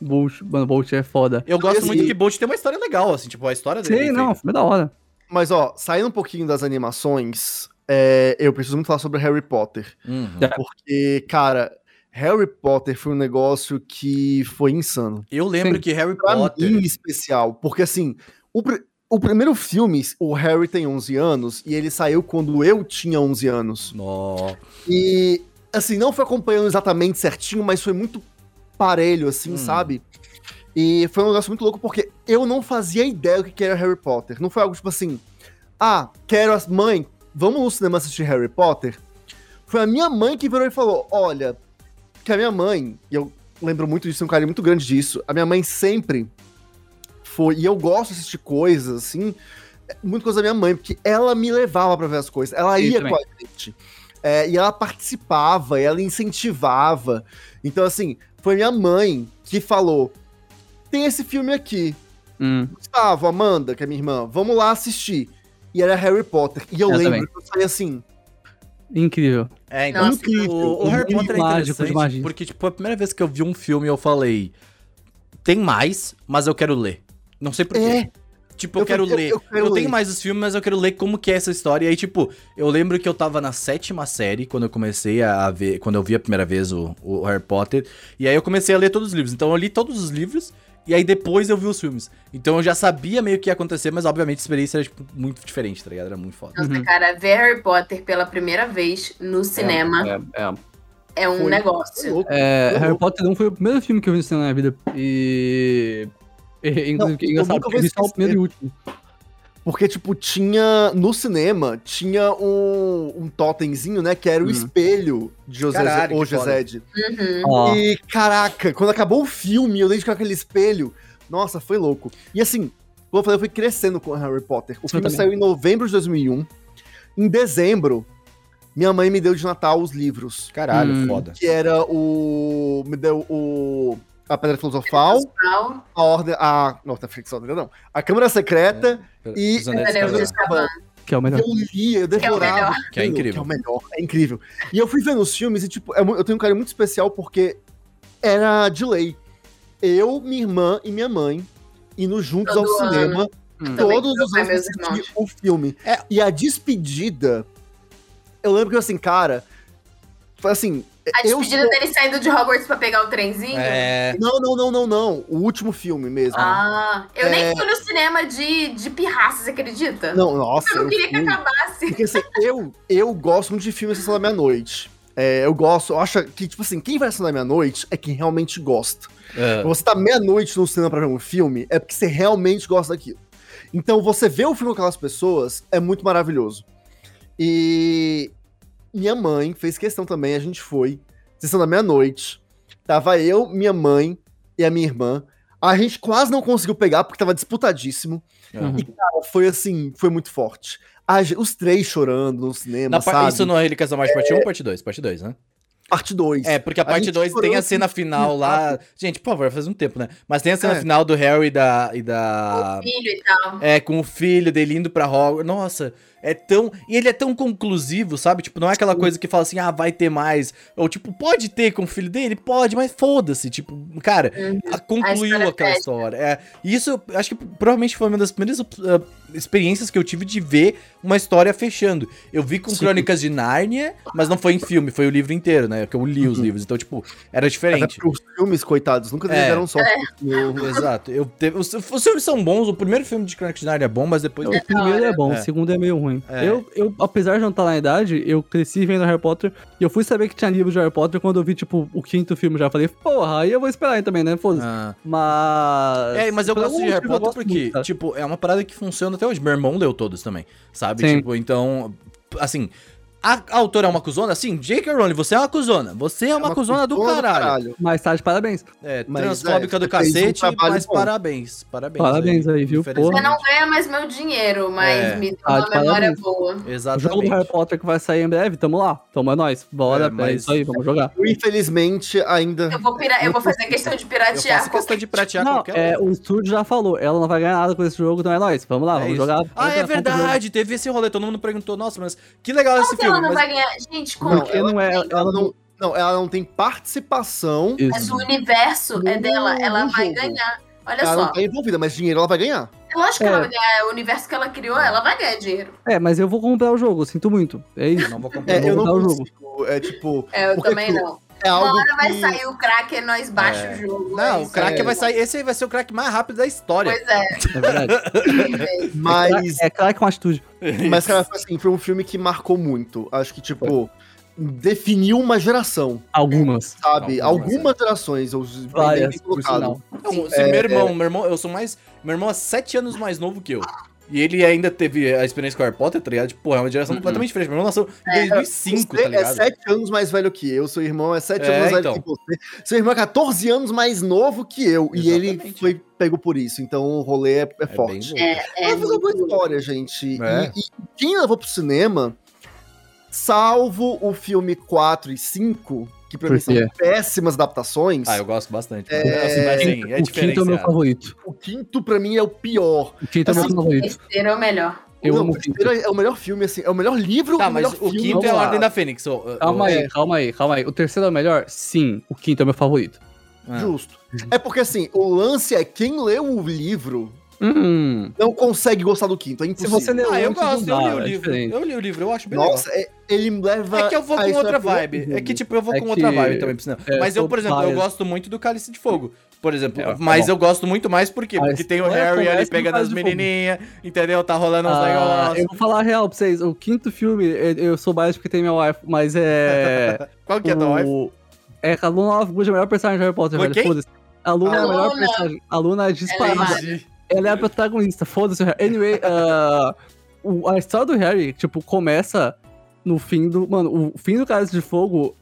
Speaker 3: Bolt, mano, Bolt é foda.
Speaker 1: Eu gosto
Speaker 4: assim-
Speaker 1: muito que Bolt tem uma história legal, assim, tipo, a história dele.
Speaker 3: Sim,
Speaker 1: enfim.
Speaker 3: não, o filme é da hora.
Speaker 4: Mas, ó, saindo um pouquinho das animações, é, eu preciso muito falar sobre Harry Potter.
Speaker 1: Uhum.
Speaker 3: É.
Speaker 4: Porque, cara, Harry Potter foi um negócio que foi insano.
Speaker 1: Eu lembro
Speaker 3: Sim.
Speaker 1: que Harry
Speaker 4: Pra
Speaker 1: Potter.
Speaker 4: mim, em especial. Porque, assim, o, pr- o primeiro filme, o Harry tem 11 anos, e ele saiu quando eu tinha 11 anos.
Speaker 1: Nó.
Speaker 4: E, assim, não foi acompanhando exatamente certinho, mas foi muito parelho, assim,
Speaker 1: Hum.
Speaker 4: sabe? E foi um negócio muito louco, porque eu não fazia ideia do que era Harry Potter. Não foi algo tipo assim, ah, quero as mãe, vamos no cinema assistir Harry Potter? Foi a minha mãe que virou e falou, olha, que a minha mãe, e eu lembro muito disso, tenho um carinho muito grande disso, a minha mãe sempre foi, e eu gosto de assistir coisas, assim, muito coisa da minha mãe, porque ela me levava pra ver as coisas, ela
Speaker 3: Eu
Speaker 4: ia
Speaker 3: também.
Speaker 4: com a gente. É, e ela participava, e ela incentivava. Então, assim, foi minha mãe que falou: tem esse filme aqui.
Speaker 3: Hum.
Speaker 4: Gustavo, Amanda, que é minha irmã, vamos lá assistir. E era Harry Potter. E eu,
Speaker 3: Eu
Speaker 4: lembro
Speaker 3: também.
Speaker 4: que eu saí assim.
Speaker 3: Incrível.
Speaker 1: É, então
Speaker 2: Nossa,
Speaker 1: o, o
Speaker 4: um
Speaker 1: Harry
Speaker 4: mundo
Speaker 1: Potter é
Speaker 3: mágico
Speaker 1: interessante,
Speaker 3: de magia.
Speaker 1: porque, tipo, a primeira vez que eu vi um filme, eu falei, tem mais, mas eu quero ler. Não sei porquê. Tipo, eu,
Speaker 4: É. Eu
Speaker 1: quero
Speaker 4: falei,
Speaker 1: ler.
Speaker 4: eu- eu quero
Speaker 1: eu tenho
Speaker 4: ler.
Speaker 1: mais os filmes, mas eu quero ler como que é essa história. E aí, tipo, eu lembro que eu tava na sétima série, quando eu comecei a ver, quando eu vi a primeira vez o, o Harry Potter. E aí eu comecei a ler todos os livros. Então eu li todos os livros, e aí depois eu vi os filmes. Então eu já sabia meio que ia acontecer, mas obviamente a experiência era, tipo, muito diferente, tá ligado? Era muito foda.
Speaker 4: Hum.
Speaker 2: Nossa, cara, ver Harry Potter pela primeira vez no cinema
Speaker 3: É, é,
Speaker 2: é, um
Speaker 4: Foi.
Speaker 2: negócio.
Speaker 4: louco.
Speaker 3: É,
Speaker 4: Eu-
Speaker 3: Harry Potter não foi o primeiro filme que eu vi no cinema na minha vida. E. e- e-
Speaker 4: Não,
Speaker 3: Inclusive, que é
Speaker 4: eu
Speaker 3: engraçado,
Speaker 4: nunca
Speaker 3: porque eu
Speaker 4: vou
Speaker 3: vi só o
Speaker 4: esquecer.
Speaker 3: primeiro e último.
Speaker 4: Porque, tipo, tinha. No cinema, tinha um, um totemzinho, né? Que era o
Speaker 3: Hum.
Speaker 4: espelho de José
Speaker 1: Uhum. Caralho, que
Speaker 4: ou
Speaker 1: foda.
Speaker 4: José.
Speaker 2: Uhum.
Speaker 3: Ó,
Speaker 4: E caraca, quando acabou o filme, eu dei com aquele espelho. Nossa, foi louco. E assim, como eu falei, eu fui crescendo com Harry Potter. O filme
Speaker 3: também.
Speaker 4: saiu em novembro de 2001. Em dezembro, minha mãe me deu de Natal os livros.
Speaker 1: Caralho,
Speaker 3: Hum.
Speaker 1: foda.
Speaker 4: Que era o. Me deu o. A Pedra Filosofal,
Speaker 2: Tal.
Speaker 4: a Ordem. A. Não, tá ficção, não. A Câmara Secreta. E-
Speaker 1: Os Anéis de
Speaker 2: É. Anéis
Speaker 1: Escalante.
Speaker 2: de Azkaban.
Speaker 3: que é o melhor.
Speaker 4: Eu li, eu
Speaker 2: Que é o
Speaker 4: devorava.
Speaker 2: melhor.
Speaker 1: Que é incrível.
Speaker 4: Que é o melhor, é incrível. E eu fui vendo os filmes e, tipo, é mu- eu tenho um carinho muito especial porque era de lei. Eu, minha irmã e minha mãe indo juntos
Speaker 2: Todo
Speaker 4: ao
Speaker 2: ano.
Speaker 4: cinema,
Speaker 2: Também,
Speaker 3: Hum.
Speaker 4: todos
Speaker 2: Então, meu
Speaker 4: os
Speaker 2: pai,
Speaker 4: anos
Speaker 2: meus
Speaker 4: pra assistir o filme.
Speaker 1: É.
Speaker 4: E a despedida, eu lembro que eu, assim, cara, foi assim.
Speaker 2: A
Speaker 4: eu
Speaker 2: despedida
Speaker 4: sou-
Speaker 2: dele saindo de Hogwarts pra pegar o trenzinho.
Speaker 1: É.
Speaker 4: Não, não, não, não, não. O último filme mesmo.
Speaker 2: Ah, eu nem
Speaker 4: É.
Speaker 2: fui no cinema de, de pirraça, você acredita?
Speaker 4: Não, nossa.
Speaker 2: eu não queria que
Speaker 4: fui.
Speaker 2: acabasse.
Speaker 4: Porque assim, eu, eu gosto muito de filme Sessão da Meia Noite. É, eu gosto, eu acho que, tipo assim, quem vai à Sessão da Meia Noite é quem realmente gosta.
Speaker 1: Ah.
Speaker 4: Você tá meia-noite no cinema pra ver um filme, é porque você realmente gosta daquilo. Então, você ver o filme com aquelas pessoas é muito maravilhoso. E minha mãe fez questão também, a gente foi, sessão da meia-noite. Tava eu, minha mãe e a minha irmã. A gente quase não conseguiu pegar porque tava disputadíssimo.
Speaker 3: Uhum.
Speaker 4: E, é cara, foi assim, foi muito forte. A gen- os três chorando no cinema,
Speaker 1: Na par...
Speaker 4: sabe?
Speaker 1: Isso não é Relíquias da Morte parte 1 ou parte 2? Parte 2, né?
Speaker 4: Parte 2.
Speaker 1: É, porque a
Speaker 4: A
Speaker 1: parte
Speaker 4: gente assim
Speaker 1: 2 tem a
Speaker 4: chorou
Speaker 1: cena final lá. Gente, por favor, faz um tempo, né? Mas tem a cena
Speaker 4: É.
Speaker 1: final do Harry e da. E da...
Speaker 2: Filho e tal.
Speaker 1: É, com o filho dele indo pra Hogwarts. Nossa, é tão. E ele é tão conclusivo, sabe? Tipo, não é aquela coisa que fala assim, ah, vai ter mais. Ou tipo, pode ter com o filho dele? Pode, mas foda-se. Tipo, cara, a- concluiu
Speaker 2: história
Speaker 1: aquela
Speaker 2: fecha.
Speaker 1: história. É, e isso, eu acho que provavelmente foi uma das primeiras ah, experiências que eu tive de ver uma história fechando. Eu vi com
Speaker 3: Sim.
Speaker 1: Crônicas de Nárnia, mas não foi em filme, foi o livro inteiro, né? Que eu li os livros. Então, tipo, era
Speaker 4: Até
Speaker 1: diferente.
Speaker 4: porque os filmes, coitados, nunca
Speaker 1: É.
Speaker 4: tiveram só. no-
Speaker 1: Exato. Eu teve- os, os filmes são bons, o primeiro filme de Crônicas de Nárnia é bom, mas depois.
Speaker 3: O primeiro é bom,
Speaker 1: É.
Speaker 3: o segundo é meio ruim.
Speaker 1: É.
Speaker 3: Eu, eu, apesar de não estar na idade, eu cresci vendo Harry Potter e eu fui saber que tinha livro de Harry Potter quando eu vi, tipo, o quinto filme já. Falei, porra, aí eu vou esperar aí também, né? Foda-se.
Speaker 1: Ah.
Speaker 3: Mas.
Speaker 1: É, mas eu
Speaker 3: por
Speaker 1: gosto de
Speaker 3: algum
Speaker 1: Harry
Speaker 3: motivo Então,
Speaker 1: Potter
Speaker 3: eu gosto
Speaker 1: porque,
Speaker 3: muito, tá? sabe?
Speaker 1: tipo, é uma parada que funciona até hoje. Meu irmão leu todos também, sabe?
Speaker 3: Sim.
Speaker 1: Tipo, então, assim, a, a autora é uma cuzona? Assim, J.K. Rowling, você é uma cuzona. Você é uma, cuzona, do
Speaker 4: cuzona
Speaker 1: caralho.
Speaker 3: Mais tarde, parabéns.
Speaker 1: É,
Speaker 4: Mas,
Speaker 1: transfóbica
Speaker 4: é,
Speaker 1: do
Speaker 4: você fez um
Speaker 1: cacete,
Speaker 4: trabalho
Speaker 1: mas
Speaker 4: bom.
Speaker 1: parabéns. Parabéns.
Speaker 3: Parabéns aí, viu?
Speaker 1: Infelizmente.
Speaker 2: Você
Speaker 3: Porra.
Speaker 2: não ganha mais meu dinheiro, mas
Speaker 1: É.
Speaker 2: me deu
Speaker 3: Ah,
Speaker 2: uma
Speaker 3: de
Speaker 2: memória
Speaker 3: parabéns.
Speaker 2: boa.
Speaker 3: O jogo do
Speaker 1: Exatamente.
Speaker 3: Harry Potter que vai sair em breve, tamo lá. Tamo é nóis. Bora,
Speaker 1: É,
Speaker 3: é,
Speaker 1: mas-
Speaker 3: isso aí, vamos jogar.
Speaker 4: Eu, Infelizmente, ainda.
Speaker 2: Eu vou, pira- eu vou fazer questão de
Speaker 1: Eu
Speaker 2: piratear.
Speaker 1: faço questão de pratear
Speaker 3: Não,
Speaker 1: qualquer
Speaker 3: é,
Speaker 1: um.
Speaker 3: o estúdio já falou, ela não vai ganhar nada com esse jogo, então é nóis. Vamos lá,
Speaker 1: É
Speaker 3: vamos
Speaker 1: isso.
Speaker 3: jogar.
Speaker 1: Ah, é verdade, teve esse rolê, todo mundo perguntou, nossa, mas que legal esse
Speaker 2: Como que ela
Speaker 1: filme.
Speaker 2: não
Speaker 1: mas-
Speaker 2: vai ganhar? Gente, como?
Speaker 3: Porque não, é. Ela,
Speaker 4: Ela
Speaker 3: não.
Speaker 4: não, não, ela não tem participação.
Speaker 2: Mas
Speaker 1: Uhum.
Speaker 3: Isso.
Speaker 2: o universo é
Speaker 4: No-
Speaker 2: dela, ela
Speaker 4: no
Speaker 2: vai
Speaker 4: jogo.
Speaker 2: ganhar. Olha
Speaker 4: Ela
Speaker 2: só,
Speaker 4: não tá envolvida, mas dinheiro ela vai ganhar.
Speaker 2: lógico que
Speaker 3: É.
Speaker 2: ela vai ganhar. O universo que ela criou, ela vai ganhar dinheiro.
Speaker 3: É, mas eu vou comprar o jogo, eu sinto muito. É isso.
Speaker 1: Não vou comprar.
Speaker 4: É, eu não
Speaker 3: Vou mudar o
Speaker 4: consigo. É tipo.
Speaker 2: É, eu
Speaker 4: Porque
Speaker 2: também
Speaker 4: tu-
Speaker 2: não.
Speaker 4: é
Speaker 2: Uma
Speaker 4: algo
Speaker 2: hora vai
Speaker 4: que-
Speaker 2: sair o crack e nós baixa o jogo. é
Speaker 1: Não, o
Speaker 2: isso.
Speaker 1: craque
Speaker 4: é.
Speaker 1: vai sair. Esse aí vai ser o craque mais rápido da história.
Speaker 2: Pois é.
Speaker 3: É verdade.
Speaker 4: Mas,
Speaker 3: É claro que é uma atitude.
Speaker 4: mas cara, assim, foi um filme que marcou muito. Acho que, tipo, definiu uma geração,
Speaker 3: Algumas.
Speaker 4: sabe?
Speaker 1: Algumas,
Speaker 4: Algumas, gerações, eu bem
Speaker 3: Várias, por
Speaker 4: colocado.
Speaker 3: sinal.
Speaker 1: Não, se meu irmão, meu irmão, eu sou mais. Meu irmão é sete anos mais novo que eu. E ele ainda teve a experiência com Harry Potter, tá ligado? Tipo, Porra, é uma
Speaker 4: Uhum.
Speaker 1: geração completamente diferente. Meu irmão nasceu
Speaker 4: É,
Speaker 1: em 2005,
Speaker 4: você
Speaker 1: tá
Speaker 4: é
Speaker 1: ligado?
Speaker 4: 7 anos mais velho que eu, seu irmão é 7
Speaker 1: É,
Speaker 4: anos mais
Speaker 1: então.
Speaker 4: velho que você. Seu irmão é 14 anos mais novo que eu. E ele
Speaker 1: Exatamente.
Speaker 4: foi pego por isso. Então o rolê é, é
Speaker 1: bem
Speaker 4: forte.
Speaker 1: louco.
Speaker 2: É,
Speaker 4: Mas ficou boa
Speaker 2: muito-
Speaker 4: história, gente.
Speaker 1: É.
Speaker 4: E, e quem levou pro cinema, salvo o filme 4 e 5, que pra
Speaker 3: Por
Speaker 4: mim são
Speaker 3: quê?
Speaker 4: péssimas adaptações,
Speaker 1: Ah, eu gosto bastante.
Speaker 4: É,
Speaker 1: Assim, mas, assim, é
Speaker 3: o quinto é o meu
Speaker 1: diferenciado.
Speaker 3: favorito.
Speaker 4: o quinto pra mim é o pior.
Speaker 3: O quinto é o meu
Speaker 4: Assim,
Speaker 3: favorito.
Speaker 2: Terceiro é o melhor.
Speaker 3: Eu
Speaker 4: Não,
Speaker 3: amo
Speaker 4: o
Speaker 3: o quinto.
Speaker 4: terceiro É o melhor filme, assim. É o melhor livro.
Speaker 1: Tá,
Speaker 4: o
Speaker 1: mas
Speaker 4: melhor
Speaker 1: o
Speaker 4: filme.
Speaker 1: quinto é a
Speaker 4: Vamos lá.
Speaker 1: Ordem da Fênix. ô, ô,
Speaker 3: Calma
Speaker 1: ô,
Speaker 3: aí, calma aí, calma aí. O terceiro é o melhor? Sim, o quinto é o meu favorito.
Speaker 1: ah.
Speaker 4: Justo. É porque, assim, o lance é quem leu o livro
Speaker 3: Hum.
Speaker 4: não consegue gostar do quinto. É
Speaker 3: Se
Speaker 4: impossível.
Speaker 3: você leu
Speaker 1: Ah, eu
Speaker 3: antes, não
Speaker 1: gosto, eu
Speaker 3: dá,
Speaker 1: li o
Speaker 3: é
Speaker 1: livro.
Speaker 3: diferente.
Speaker 1: Eu li o livro, eu acho bem legal.
Speaker 4: Nossa, é- ele leva...
Speaker 1: É que eu
Speaker 3: Ah,
Speaker 1: vou
Speaker 4: a
Speaker 1: com
Speaker 4: história
Speaker 1: outra
Speaker 4: pro outro
Speaker 1: vibe. É que,
Speaker 4: rumo.
Speaker 1: tipo, eu vou
Speaker 3: É
Speaker 1: com outra
Speaker 3: que-
Speaker 1: vibe também, senão.
Speaker 3: é,
Speaker 1: Mas eu,
Speaker 3: sou
Speaker 1: por exemplo, eu
Speaker 3: biased.
Speaker 1: gosto muito do Cálice de Fogo. Por exemplo,
Speaker 3: É, tá
Speaker 1: mas
Speaker 3: bom.
Speaker 1: eu gosto muito mais porque
Speaker 3: Mas
Speaker 1: porque tem o
Speaker 3: não é
Speaker 1: Harry
Speaker 3: começa
Speaker 1: ali
Speaker 3: no
Speaker 1: pegando as
Speaker 3: Cálice de Fogo.
Speaker 1: menininhas, entendeu? Tá rolando uns
Speaker 3: Ah, eu
Speaker 1: negócios.
Speaker 3: vou falar a real pra vocês. O quinto filme, eu eu sou mais porque tem minha wife, mas é.
Speaker 1: Qual que é da wife?
Speaker 3: o... É que a Luna Lovegood é a melhor personagem de Harry Potter,
Speaker 1: Foi
Speaker 3: velho.
Speaker 1: quem?
Speaker 3: Foda-se. A Luna é a
Speaker 2: A
Speaker 3: melhor
Speaker 2: Luna.
Speaker 3: personagem. A Luna é disparada.
Speaker 2: maravilhosa.
Speaker 1: Entendi.
Speaker 3: Ela é a protagonista, foda-se o Harry. Anyway, ah, o- a história do Harry, tipo, começa no fim do. Mano, o fim do Cálice de Fogo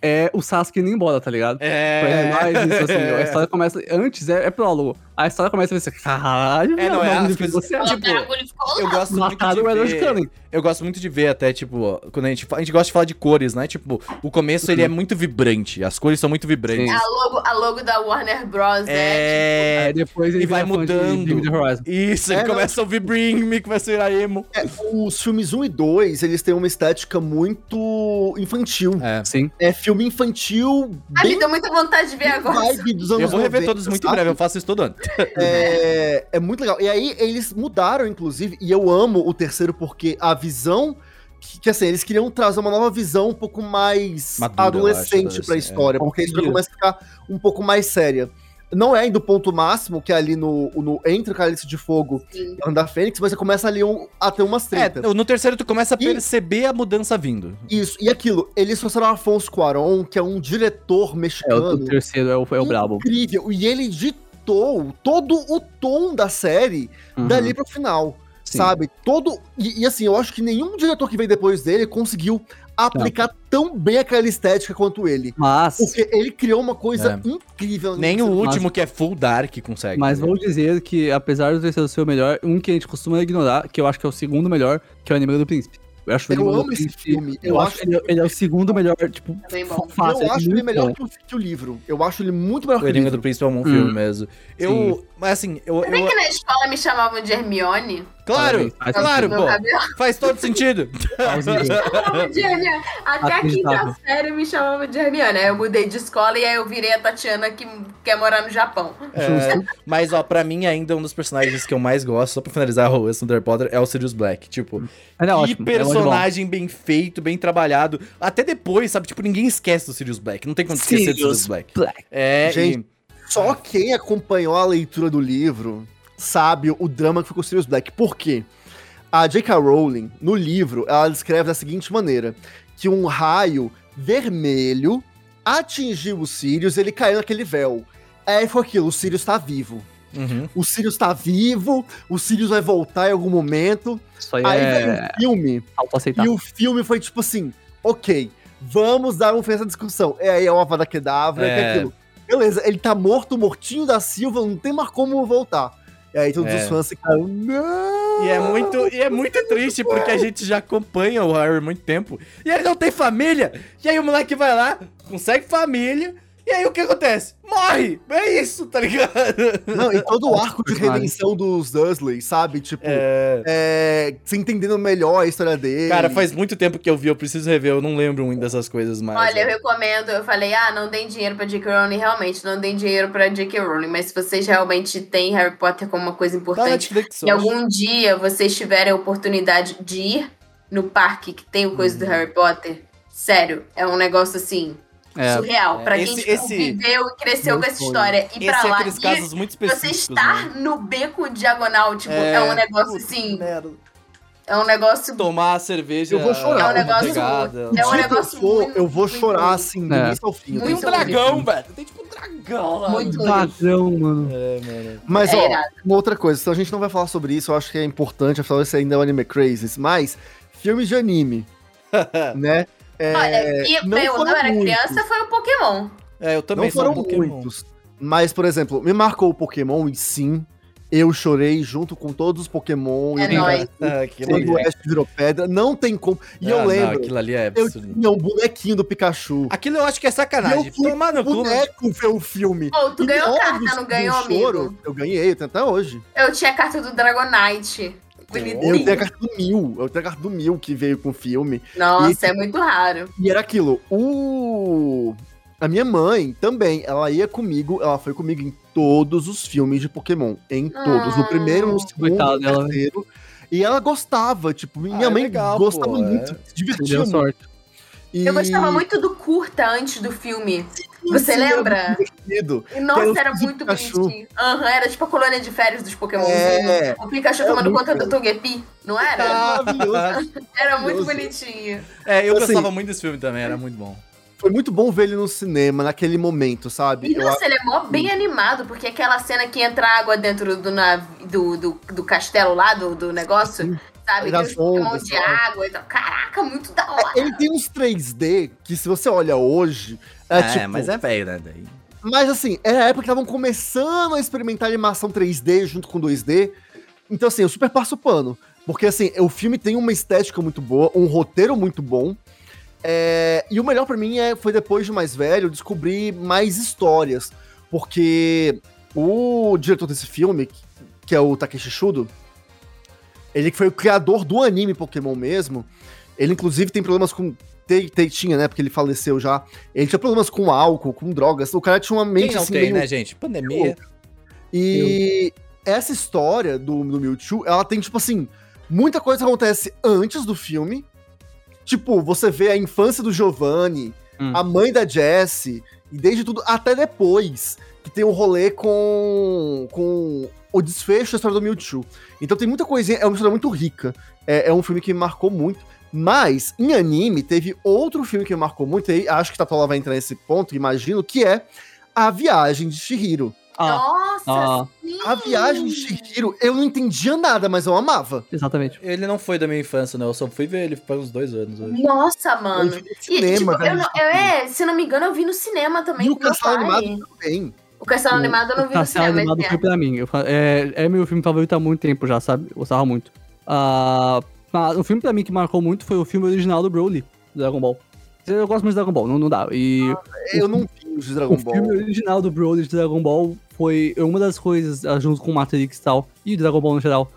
Speaker 3: é o Sasuke indo embora, tá ligado? É,
Speaker 1: É.
Speaker 3: mais isso, assim.
Speaker 1: é.
Speaker 3: A história começa. Antes é, é prólogo. A história começa a ser. Caralho,
Speaker 1: É, não, é,
Speaker 3: mano,
Speaker 1: as
Speaker 3: do que
Speaker 1: coisas-
Speaker 3: você acha?
Speaker 1: Tipo,
Speaker 2: Colocaram a agulha e ficou
Speaker 1: Eu
Speaker 2: lá.
Speaker 1: gosto muito
Speaker 3: Mataram o Edward
Speaker 1: de ver...
Speaker 3: Cullen.
Speaker 1: Eu gosto muito de ver até, tipo, ó, quando a gente fala, a gente gosta de falar de cores, né? Tipo, o começo ele é muito vibrante, as cores são muito vibrantes.
Speaker 3: Uhum. Sim.
Speaker 2: A logo, a logo da Warner Bros. né?
Speaker 1: É,
Speaker 3: Aí depois
Speaker 1: e
Speaker 3: ele
Speaker 1: vai
Speaker 3: vira fã de
Speaker 1: mudando.
Speaker 3: Bring Me The Horizon.
Speaker 1: Isso,
Speaker 4: É,
Speaker 1: ele
Speaker 4: não.
Speaker 1: começa a ouvir Bring Me, começa a virar emo.
Speaker 4: É, os filmes 1 e 2, eles têm uma estética muito infantil.
Speaker 1: É.
Speaker 3: Sim.
Speaker 4: É, filme infantil,
Speaker 2: Ah, me
Speaker 4: bem
Speaker 2: deu muita vontade de ver agora.
Speaker 4: vibe dos anos
Speaker 1: Eu vou rever
Speaker 4: 90,
Speaker 1: todos muito em
Speaker 4: sabe?
Speaker 1: breve, eu faço isso todo ano.
Speaker 4: É, é muito legal. E aí eles mudaram, inclusive, e eu amo o terceiro porque a visão... Que, que, assim, eles queriam trazer uma nova visão um pouco mais
Speaker 1: Madura, eu acho,
Speaker 4: adolescente pra
Speaker 1: assim,
Speaker 4: história, porque a história começa a ficar um pouco mais séria. Não é ainda o ponto máximo, que é ali no, no entre o Cálice de Fogo
Speaker 2: Sim.
Speaker 4: e o Andar Fênix, mas você começa ali um, a ter umas treta.
Speaker 1: É, no terceiro tu começa a
Speaker 4: E-
Speaker 1: perceber a mudança vindo.
Speaker 4: Isso, e aquilo, eles trouxeram o Afonso Cuarón, que é um diretor
Speaker 3: É, o,
Speaker 4: mexicano
Speaker 3: o terceiro é o, é o brabo.
Speaker 4: incrível, e ele ditou todo o tom da série
Speaker 3: Uhum.
Speaker 4: dali pro final,
Speaker 3: Sim.
Speaker 4: sabe? Todo e, e assim, eu acho que nenhum diretor que veio depois dele conseguiu aplicar
Speaker 3: Tá.
Speaker 4: tão bem aquela estética quanto ele.
Speaker 3: Mas,
Speaker 4: Porque ele criou uma coisa
Speaker 1: É.
Speaker 4: incrível.
Speaker 1: Nem o
Speaker 3: Mas-
Speaker 1: último que é full dark consegue.
Speaker 3: mas
Speaker 1: né?
Speaker 3: vou dizer que, apesar do terceiro ser o melhor, um que a gente costuma ignorar, que eu acho que é o segundo melhor, que é o Inimigo do Príncipe. Eu acho o
Speaker 4: Eu
Speaker 3: Inimigo
Speaker 4: amo
Speaker 3: do
Speaker 4: esse
Speaker 3: Príncipe.
Speaker 4: filme,
Speaker 3: Eu, acho que ele, ele é o segundo melhor, tipo,
Speaker 2: É bem bom.
Speaker 3: fácil.
Speaker 4: eu
Speaker 3: é
Speaker 4: acho ele
Speaker 3: muito
Speaker 4: melhor
Speaker 3: bom.
Speaker 4: que o, que o livro. Eu acho ele muito melhor
Speaker 1: O
Speaker 4: que o
Speaker 1: Enigma
Speaker 4: livro.
Speaker 1: do Príncipe é um bom
Speaker 3: Hum.
Speaker 1: filme mesmo. Eu. Mas assim, eu.
Speaker 2: Bem
Speaker 1: eu
Speaker 2: que na escola me chamavam de Hermione.
Speaker 1: claro,
Speaker 3: Parabéns, faz
Speaker 1: claro,
Speaker 2: Meu
Speaker 1: pô.
Speaker 2: cabelo
Speaker 1: Faz todo sentido.
Speaker 3: é
Speaker 2: chamavam de Hermione. Até a quinta
Speaker 3: Acreditável.
Speaker 2: série me chamavam de Hermione. Aí eu mudei de escola e aí eu virei a Tatiana que quer morar no Japão.
Speaker 1: É, mas, ó, pra mim ainda um dos personagens que eu mais gosto, só pra finalizar o assunto do Harry Potter, é o Sirius Black. Tipo,
Speaker 3: Ele é
Speaker 1: que
Speaker 3: ótimo. ele é muito bom.
Speaker 1: personagem bem feito, bem trabalhado. Até depois, sabe? Tipo, ninguém esquece do Sirius Black. Não tem como esquecer do Sirius
Speaker 3: Sirius
Speaker 1: Black.
Speaker 3: Black.
Speaker 1: É,
Speaker 4: Gente,
Speaker 1: e-
Speaker 4: Só quem acompanhou a leitura do livro sabe o drama que ficou o Sirius Black. Por quê? A J.K. Rowling, no livro, ela descreve da seguinte maneira: que um raio vermelho atingiu o Sirius e ele caiu naquele véu. Aí foi aquilo, o Sirius tá vivo.
Speaker 1: Uhum.
Speaker 4: O Sirius tá vivo, o Sirius vai voltar em algum momento.
Speaker 3: Isso aí,
Speaker 4: Aí
Speaker 3: é
Speaker 4: veio o filme,
Speaker 3: autoaceitável.
Speaker 4: e o filme foi tipo assim: ok, vamos dar um fim a essa discussão. É aí é o Avada Kedavra,
Speaker 1: É.
Speaker 4: é. aquilo. Beleza, ele tá morto, mortinho da Silva, não tem mais como voltar. E aí todos
Speaker 1: É.
Speaker 4: os fãs ficaram, não!
Speaker 1: E é muito, e é muito triste porque a gente já acompanha o Harry há muito tempo. E ele não tem família. E aí o moleque vai lá, consegue família. E aí o que acontece? Morre! É isso, tá ligado?
Speaker 4: Não, e todo o arco de
Speaker 3: Personagem.
Speaker 4: redenção dos Dursley, sabe? Tipo,
Speaker 1: É,
Speaker 4: é, se entendendo melhor a história dele.
Speaker 1: cara, faz muito tempo que eu vi, eu preciso rever, eu não lembro muito dessas coisas mais. né?
Speaker 2: Olha, eu recomendo. Eu falei, ah, não deem dinheiro pra J.K. Rowling. Realmente, não deem dinheiro pra J.K. Rowling. Mas se vocês realmente têm Harry Potter como uma coisa
Speaker 1: Da
Speaker 2: importante,
Speaker 1: Tá Netflix, eu
Speaker 2: e
Speaker 1: acho.
Speaker 2: algum dia vocês tiverem a oportunidade de
Speaker 1: Hum.
Speaker 2: ir no parque que tem o coisa do Harry Potter, sério, é um negócio assim.
Speaker 3: É,
Speaker 2: Surreal. pra quem
Speaker 1: esse-
Speaker 2: tipo,
Speaker 1: esse-
Speaker 2: viveu e cresceu com essa história, ir pra
Speaker 1: Esse é
Speaker 2: lá
Speaker 1: aqueles
Speaker 2: e
Speaker 1: casos muito
Speaker 2: você
Speaker 1: específicos.
Speaker 2: estar
Speaker 1: né?
Speaker 2: no beco diagonal, tipo, é, um negócio
Speaker 1: puta
Speaker 2: assim.
Speaker 1: merda.
Speaker 2: É um negócio.
Speaker 1: Tomar a cerveja.
Speaker 4: Eu vou chorar.
Speaker 2: É um negócio-
Speaker 1: Pegada,
Speaker 2: É um
Speaker 4: Onde
Speaker 2: negócio
Speaker 4: Tipo, eu for,
Speaker 2: muito,
Speaker 4: eu vou
Speaker 2: muito
Speaker 4: chorar
Speaker 2: ruim.
Speaker 4: assim, do
Speaker 3: É.
Speaker 4: início ao fim.
Speaker 1: Tem
Speaker 4: eu tenho
Speaker 1: um
Speaker 2: Muito
Speaker 4: certeza.
Speaker 1: dragão, velho. Tem tipo um dragão lá.
Speaker 2: Muito
Speaker 3: Dragão, mano.
Speaker 1: É, mano.
Speaker 4: Mas,
Speaker 2: É
Speaker 4: ó,
Speaker 2: irado.
Speaker 4: uma outra coisa, então a gente não vai falar sobre isso, eu acho que é importante, afinal esse ainda é um anime crazy, mas filmes de anime, né? É,
Speaker 2: Olha, e
Speaker 4: não
Speaker 2: pra eu quando eu
Speaker 4: foram
Speaker 2: era criança
Speaker 4: muitos.
Speaker 2: foi o Pokémon.
Speaker 1: É, eu também
Speaker 4: não
Speaker 1: sou
Speaker 4: foram
Speaker 1: um Pokémon.
Speaker 4: muitos. Mas, por exemplo, me marcou o Pokémon e sim, eu chorei junto com todos os Pokémon.
Speaker 2: É
Speaker 4: e o
Speaker 2: nóis.
Speaker 1: Ah, aquilo ali
Speaker 4: Sim, o
Speaker 1: é-
Speaker 4: Ash virou pedra, não tem como. E
Speaker 1: Ah,
Speaker 4: eu
Speaker 1: não,
Speaker 4: lembro,
Speaker 1: aquilo ali é
Speaker 4: eu
Speaker 1: absurdo.
Speaker 4: tinha um bonequinho do Pikachu.
Speaker 1: Aquilo eu acho que é sacanagem.
Speaker 4: Eu fui
Speaker 1: Tomar no
Speaker 4: O
Speaker 1: cu, né?
Speaker 4: boneco ver o filme.
Speaker 2: Pô, tu
Speaker 4: E
Speaker 2: ganhou
Speaker 4: óbvio
Speaker 2: carta, não
Speaker 4: que
Speaker 2: ganhou,
Speaker 4: o choro,
Speaker 2: amigo?
Speaker 4: Eu ganhei, eu tenho até hoje.
Speaker 2: Eu tinha a carta do Dragonite.
Speaker 4: Eu tenho a
Speaker 2: Bonitinho.
Speaker 4: carta do Mil, eu tenho a carta do Mil que veio com o filme.
Speaker 2: Nossa, é muito raro.
Speaker 4: E era aquilo, o... A minha mãe também, ela ia comigo, ela foi comigo em todos os filmes de Pokémon. Em todos.
Speaker 2: Ah.
Speaker 4: No primeiro, no segundo,
Speaker 3: Coitada
Speaker 4: no
Speaker 3: dela, né?
Speaker 4: terceiro. E ela gostava, tipo, minha
Speaker 1: Ah, é
Speaker 4: mãe
Speaker 1: legal,
Speaker 4: gostava
Speaker 1: pô,
Speaker 4: muito, se
Speaker 3: Ele
Speaker 4: divertia
Speaker 3: Deu
Speaker 4: muito.
Speaker 3: sorte.
Speaker 4: E-
Speaker 2: é. Eu gostava muito do curta antes do filme. Você
Speaker 4: Sim, era
Speaker 2: lembra?
Speaker 4: muito divertido.
Speaker 2: E, Nossa,
Speaker 4: Pelo
Speaker 2: era
Speaker 4: de
Speaker 2: muito
Speaker 4: Pikachu.
Speaker 2: bonitinho. Aham, era tipo a colônia de férias dos Pokémon.
Speaker 4: É.
Speaker 2: O Pikachu
Speaker 4: Era
Speaker 2: tomando
Speaker 4: muito
Speaker 2: conta do
Speaker 4: bom.
Speaker 2: Togepi, não era?
Speaker 4: Maravilhoso.
Speaker 2: Era muito
Speaker 4: maravilhoso.
Speaker 2: bonitinho.
Speaker 1: É, eu
Speaker 4: Assim-
Speaker 1: gostava muito desse filme também, era muito bom.
Speaker 4: Foi muito bom ver ele no cinema, naquele momento, sabe?
Speaker 2: E
Speaker 4: Eu Hum.
Speaker 2: nossa, ele é mó bem animado, porque aquela cena que entra água dentro do, nav- do, do, do castelo lá, do, do negócio, sabe?
Speaker 4: das
Speaker 2: Tem os Pokémon
Speaker 4: ondas,
Speaker 2: de
Speaker 4: sabe?
Speaker 2: água e tal. Caraca, muito da hora.
Speaker 4: Ele tem uns 3D que, se você olha hoje, é tipo. Mas,
Speaker 1: é velho, né? Daí.
Speaker 4: assim, era a época que estavam começando a experimentar animação 3D junto com 2D. Então, assim, eu super passo o pano. Porque, assim, o filme tem uma estética muito boa, um roteiro muito bom. É, E o melhor pra mim é, foi depois de mais velho, descobrir mais histórias. Porque o diretor desse filme, que é o Takeshi Shudo, ele que foi o criador do anime Pokémon mesmo. Ele, inclusive, tem problemas com. Te, te- tinha, né? Porque ele faleceu já. Ele tinha problemas com álcool, com drogas. O cara tinha uma
Speaker 1: Quem
Speaker 4: mente
Speaker 1: não
Speaker 4: assim.
Speaker 1: tem,
Speaker 4: meio-
Speaker 1: né, gente? Pandemia.
Speaker 4: E essa história do, do Mewtwo, ela tem, tipo assim, muita coisa que acontece antes do filme. Tipo, você vê a infância do Giovanni,
Speaker 3: Hum.
Speaker 4: a mãe da Jessie, e desde tudo até depois, que tem o rolê com, com o desfecho da história do Mewtwo. Então tem muita coisinha, é uma história muito rica. É, é um filme que me marcou muito. Mas, em anime, teve outro filme que me marcou muito, e aí acho que Tatola vai entrar nesse ponto, imagino, que é A Viagem de Shihiro.
Speaker 3: Ah,
Speaker 2: Nossa,
Speaker 3: ah,
Speaker 2: sim.
Speaker 4: A viagem de Shihiro, eu não entendia nada, mas eu amava.
Speaker 3: exatamente.
Speaker 1: Ele não foi da minha infância, não. Eu só fui ver ele faz uns dois anos hoje.
Speaker 2: Nossa, mano.
Speaker 4: eu vi no
Speaker 2: Ah, né? E,
Speaker 4: cinema,
Speaker 2: tipo, eu não- eu- é, se não me engano, eu vi no cinema também.
Speaker 4: E o
Speaker 2: com meu
Speaker 4: Castelo
Speaker 2: pai.
Speaker 4: Animado também.
Speaker 2: O Castelo Animado eu não vi no
Speaker 3: Tá sendo
Speaker 2: cinema.
Speaker 3: animado
Speaker 2: esse
Speaker 3: foi
Speaker 2: ano.
Speaker 3: pra mim. Eu fa- é, é meu filme favorito há muito tempo já, sabe? Eu Gostava muito. Ah, mas o filme pra mim que marcou muito foi o filme original do Broly, do Dragon Ball. Eu gosto muito de Dragon Ball, não, não dá. E
Speaker 4: Eu não vi os de Dragon
Speaker 3: O
Speaker 4: Ball.
Speaker 3: filme original do Broly de Dragon Ball foi uma das coisas, ah, junto com Matrix e tal, e Dragon Ball no geral,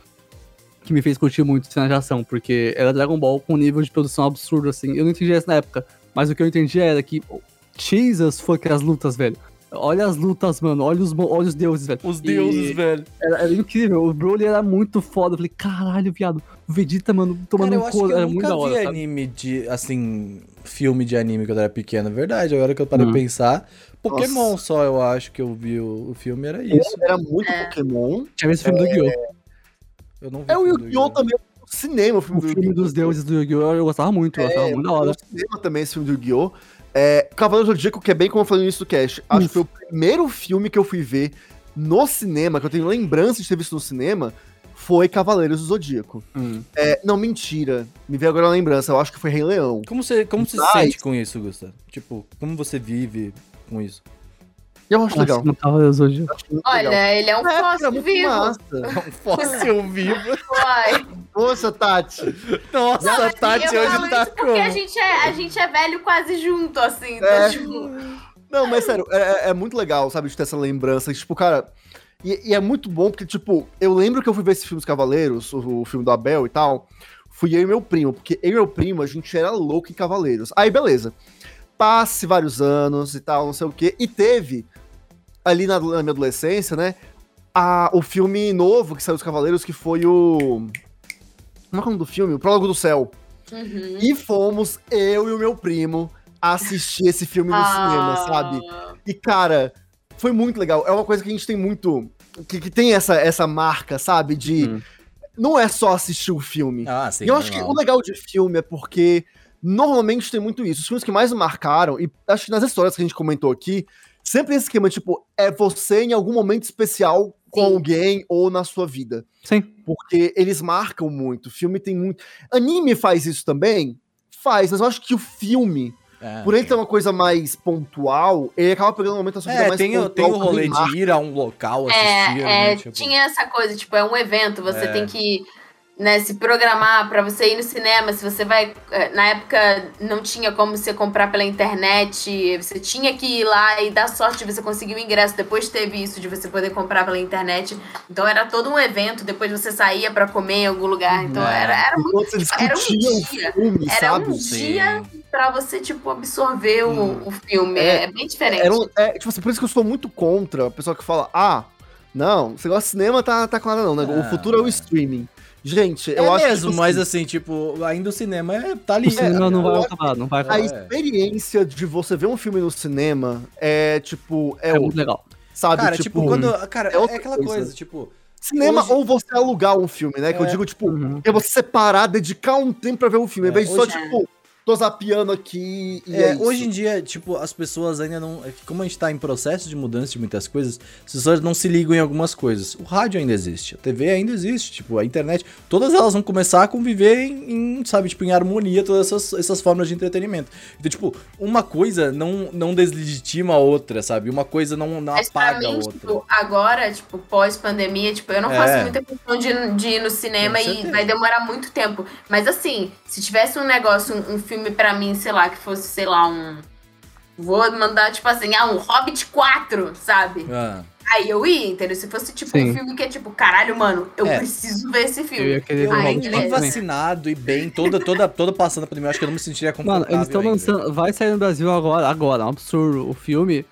Speaker 3: que me fez curtir muito cena de ação, porque era Dragon Ball com um nível de produção absurdo, assim. Eu não entendia isso na época, mas o que eu entendia era que, oh, Jesus, foi que as lutas, velho. Olha as lutas, mano. Olha os, mo- olha os deuses, velho.
Speaker 1: Os
Speaker 3: E
Speaker 1: deuses, velho.
Speaker 3: Era, era incrível. O Broly era muito foda. Eu falei, caralho, viado. O Vegeta, mano, tomando
Speaker 1: Cara, eu
Speaker 3: um
Speaker 1: acho que
Speaker 3: couro.
Speaker 1: eu
Speaker 3: Era
Speaker 1: nunca
Speaker 3: muito da
Speaker 1: vi
Speaker 3: hora, sabe?
Speaker 1: anime de, assim, filme de anime quando eu era pequeno. é Verdade, agora que eu
Speaker 4: Hum.
Speaker 1: parei de pensar. Pokémon só, eu acho que eu vi o, o filme, era isso.
Speaker 4: Era muito
Speaker 2: É.
Speaker 4: Pokémon.
Speaker 3: Tinha visto o
Speaker 1: É,
Speaker 3: filme do Yu-Gi-Oh!
Speaker 1: Eu não vi
Speaker 4: É o
Speaker 1: filme do
Speaker 4: Yu-Gi-Oh!
Speaker 1: Yu-Gi-Oh!
Speaker 4: também. O cinema, o filme
Speaker 3: O
Speaker 4: do
Speaker 3: filme
Speaker 4: Yu-Gi-Oh!
Speaker 3: dos deuses do Yu-Gi-Oh! Eu gostava muito, eu gostava
Speaker 4: É,
Speaker 3: muito da hora.
Speaker 4: O cinema também, esse filme do Yu-Gi-Oh! É, Cavaleiro do Zodíaco, que é bem como eu falei no início do cast. Acho que foi o primeiro filme que eu fui ver no cinema, que eu tenho lembrança de ter visto no cinema, foi Cavaleiros do Zodíaco.
Speaker 3: Hum.
Speaker 4: É, não, mentira. Me veio agora a lembrança. Eu acho que foi Rei Leão.
Speaker 1: Como você, como você se
Speaker 4: Mas-
Speaker 1: sente com isso, Gustavo? Tipo, como você vive com isso?
Speaker 4: E eu acho legal.
Speaker 3: Nossa, não Assim, tava hoje.
Speaker 4: Eu acho muito legal.
Speaker 2: Olha, ele é um
Speaker 4: Na época era
Speaker 2: fóssil
Speaker 4: muito
Speaker 2: vivo.
Speaker 4: massa.
Speaker 1: É um fóssil vivo.
Speaker 2: Uai.
Speaker 4: Poxa, Tati.
Speaker 1: Nossa,
Speaker 2: Não,
Speaker 1: a
Speaker 2: mas
Speaker 1: Tati
Speaker 2: eu
Speaker 1: hoje
Speaker 2: falo
Speaker 1: tá
Speaker 2: isso Porque a
Speaker 1: como?
Speaker 2: gente, é, a gente é velho quase junto, assim. então,
Speaker 4: É.
Speaker 2: tipo,
Speaker 4: Não, mas sério, é, é- é muito legal, sabe, de ter essa lembrança. Tipo, cara. E, e é muito bom, porque, tipo, eu lembro que eu fui ver esse filme dos Cavaleiros, o, o filme do Abel e tal. Fui eu e meu primo, porque eu e meu primo, a gente era louco em Cavaleiros. Aí, beleza. Passe vários anos e tal, não sei o quê. E teve, ali na, na minha adolescência, né? a- o filme novo que saiu dos Cavaleiros, que foi o. é Como é o nome do filme? O Prólogo do Céu.
Speaker 2: uhum.
Speaker 4: E fomos, eu e o meu primo, assistir esse filme no cinema, sabe? E, cara, foi muito legal. É uma coisa que a gente tem muito. Que, que tem essa, essa marca, sabe? De.
Speaker 3: Uhum.
Speaker 4: Não é só assistir o filme.
Speaker 1: Ah, sim.
Speaker 4: e eu acho que o legal de filme é porque normalmente tem muito isso. Os filmes que mais me marcaram, e acho que nas histórias que a gente comentou aqui, sempre tem esse esquema, tipo, é você em algum momento especial com
Speaker 2: Sim.
Speaker 4: alguém ou na sua vida.
Speaker 3: Sim.
Speaker 4: Porque eles marcam muito. O filme tem muito. Anime faz isso também? Faz, mas eu acho que o filme,
Speaker 1: É.
Speaker 4: por ele ter uma coisa mais pontual, ele acaba pegando um momento da sua vida
Speaker 1: É,
Speaker 4: mais
Speaker 1: tem, o- tem
Speaker 4: pontual
Speaker 1: o
Speaker 4: que
Speaker 1: rolê
Speaker 4: ele marca.
Speaker 1: de ir a um local assistir,
Speaker 2: É,
Speaker 1: né?
Speaker 2: é,
Speaker 1: Tipo,
Speaker 2: tinha essa coisa, tipo, é um evento, você
Speaker 1: É.
Speaker 2: tem que né, se programar pra você ir no cinema. Se você vai. eh, Na época não tinha como você comprar pela internet, você tinha que ir lá e dar sorte de você conseguir o ingresso. Depois teve isso de você poder comprar pela internet. Então era todo um evento, depois você saía pra comer em algum lugar. Então
Speaker 1: É.
Speaker 2: era, era muito.
Speaker 4: Enquanto você
Speaker 2: era um
Speaker 4: discutia o
Speaker 2: dia.
Speaker 4: filme,
Speaker 2: Era
Speaker 4: sabe?
Speaker 2: um
Speaker 1: sim.
Speaker 2: dia pra você, tipo, absorver o,
Speaker 1: Uhum.
Speaker 2: o filme.
Speaker 4: É,
Speaker 2: É, bem diferente.
Speaker 4: Era um- é, tipo assim, por isso que eu sou muito contra o pessoal que fala, ah, não, você gosta de cinema, tá, tá com nada não, né?
Speaker 1: Ah,
Speaker 4: o futuro é o
Speaker 1: é.
Speaker 4: streaming. Gente, eu
Speaker 1: é
Speaker 4: acho
Speaker 1: mesmo,
Speaker 4: tipo
Speaker 1: mas
Speaker 4: assim,
Speaker 1: assim, tipo, ainda o cinema é, tá ali.
Speaker 3: O cinema
Speaker 1: né?
Speaker 3: Tipo assim, não vai
Speaker 4: eu-
Speaker 3: acabar, não vai
Speaker 4: a
Speaker 3: acabar.
Speaker 1: é.
Speaker 4: experiência de você ver um filme no cinema é, tipo, é,
Speaker 3: É muito
Speaker 4: outra,
Speaker 3: legal.
Speaker 4: sabe?
Speaker 1: um, Cara, tipo, quando. Cara,
Speaker 4: é outra
Speaker 1: é aquela
Speaker 4: coisa.
Speaker 1: coisa, tipo.
Speaker 4: Cinema
Speaker 1: Hoje-
Speaker 4: ou você alugar um filme, né? Que eu
Speaker 1: É.
Speaker 4: digo, tipo,
Speaker 3: Uhum.
Speaker 4: é você separar, dedicar um tempo pra ver um filme.
Speaker 1: É,
Speaker 4: Ao invés de só,
Speaker 2: hoje-
Speaker 4: tipo, tô zapiando aqui e
Speaker 1: É,
Speaker 4: é isso.
Speaker 1: hoje em dia, tipo, as pessoas ainda não. Como a gente tá em processo de mudança de muitas coisas, as pessoas não se ligam em algumas coisas. O rádio ainda existe, a TV ainda existe, tipo, a internet. Todas elas vão começar a conviver em, em, sabe, tipo, em harmonia todas essas, essas formas de entretenimento. Então, tipo, uma coisa não, não deslegitima a outra, sabe? Uma coisa não, não
Speaker 2: Mas pra
Speaker 1: apaga a
Speaker 2: mim,
Speaker 1: outra.
Speaker 2: tipo, agora, tipo, pós-pandemia, tipo, eu não
Speaker 1: É.
Speaker 2: faço muita questão de, de ir no cinema
Speaker 1: Com
Speaker 2: e
Speaker 1: certeza.
Speaker 2: vai demorar muito tempo. Mas assim, se tivesse um negócio, um, um filme pra mim, sei lá, que fosse, sei lá, um. Vou mandar, tipo assim, ah, um Hobbit 4, sabe?
Speaker 1: Ah,
Speaker 2: Aí eu ia, entendeu? Se fosse, tipo, um
Speaker 3: Sim.
Speaker 2: filme que é tipo, caralho, mano, eu
Speaker 1: É.
Speaker 2: preciso ver esse
Speaker 3: Eu ia
Speaker 2: filme.
Speaker 3: querer
Speaker 1: eu
Speaker 3: ver o
Speaker 2: Ai, né?
Speaker 1: nem,
Speaker 3: Hobbit
Speaker 2: que
Speaker 1: nem
Speaker 2: legal.
Speaker 3: também.
Speaker 1: vacinado e bem, toda, toda, toda passando a pandemia, eu acho que eu não me sentiria
Speaker 3: Mano,
Speaker 1: confortável.
Speaker 3: eles estão
Speaker 1: ainda.
Speaker 3: lançando. Vai sair no Brasil agora, agora, é um absurdo. O filme.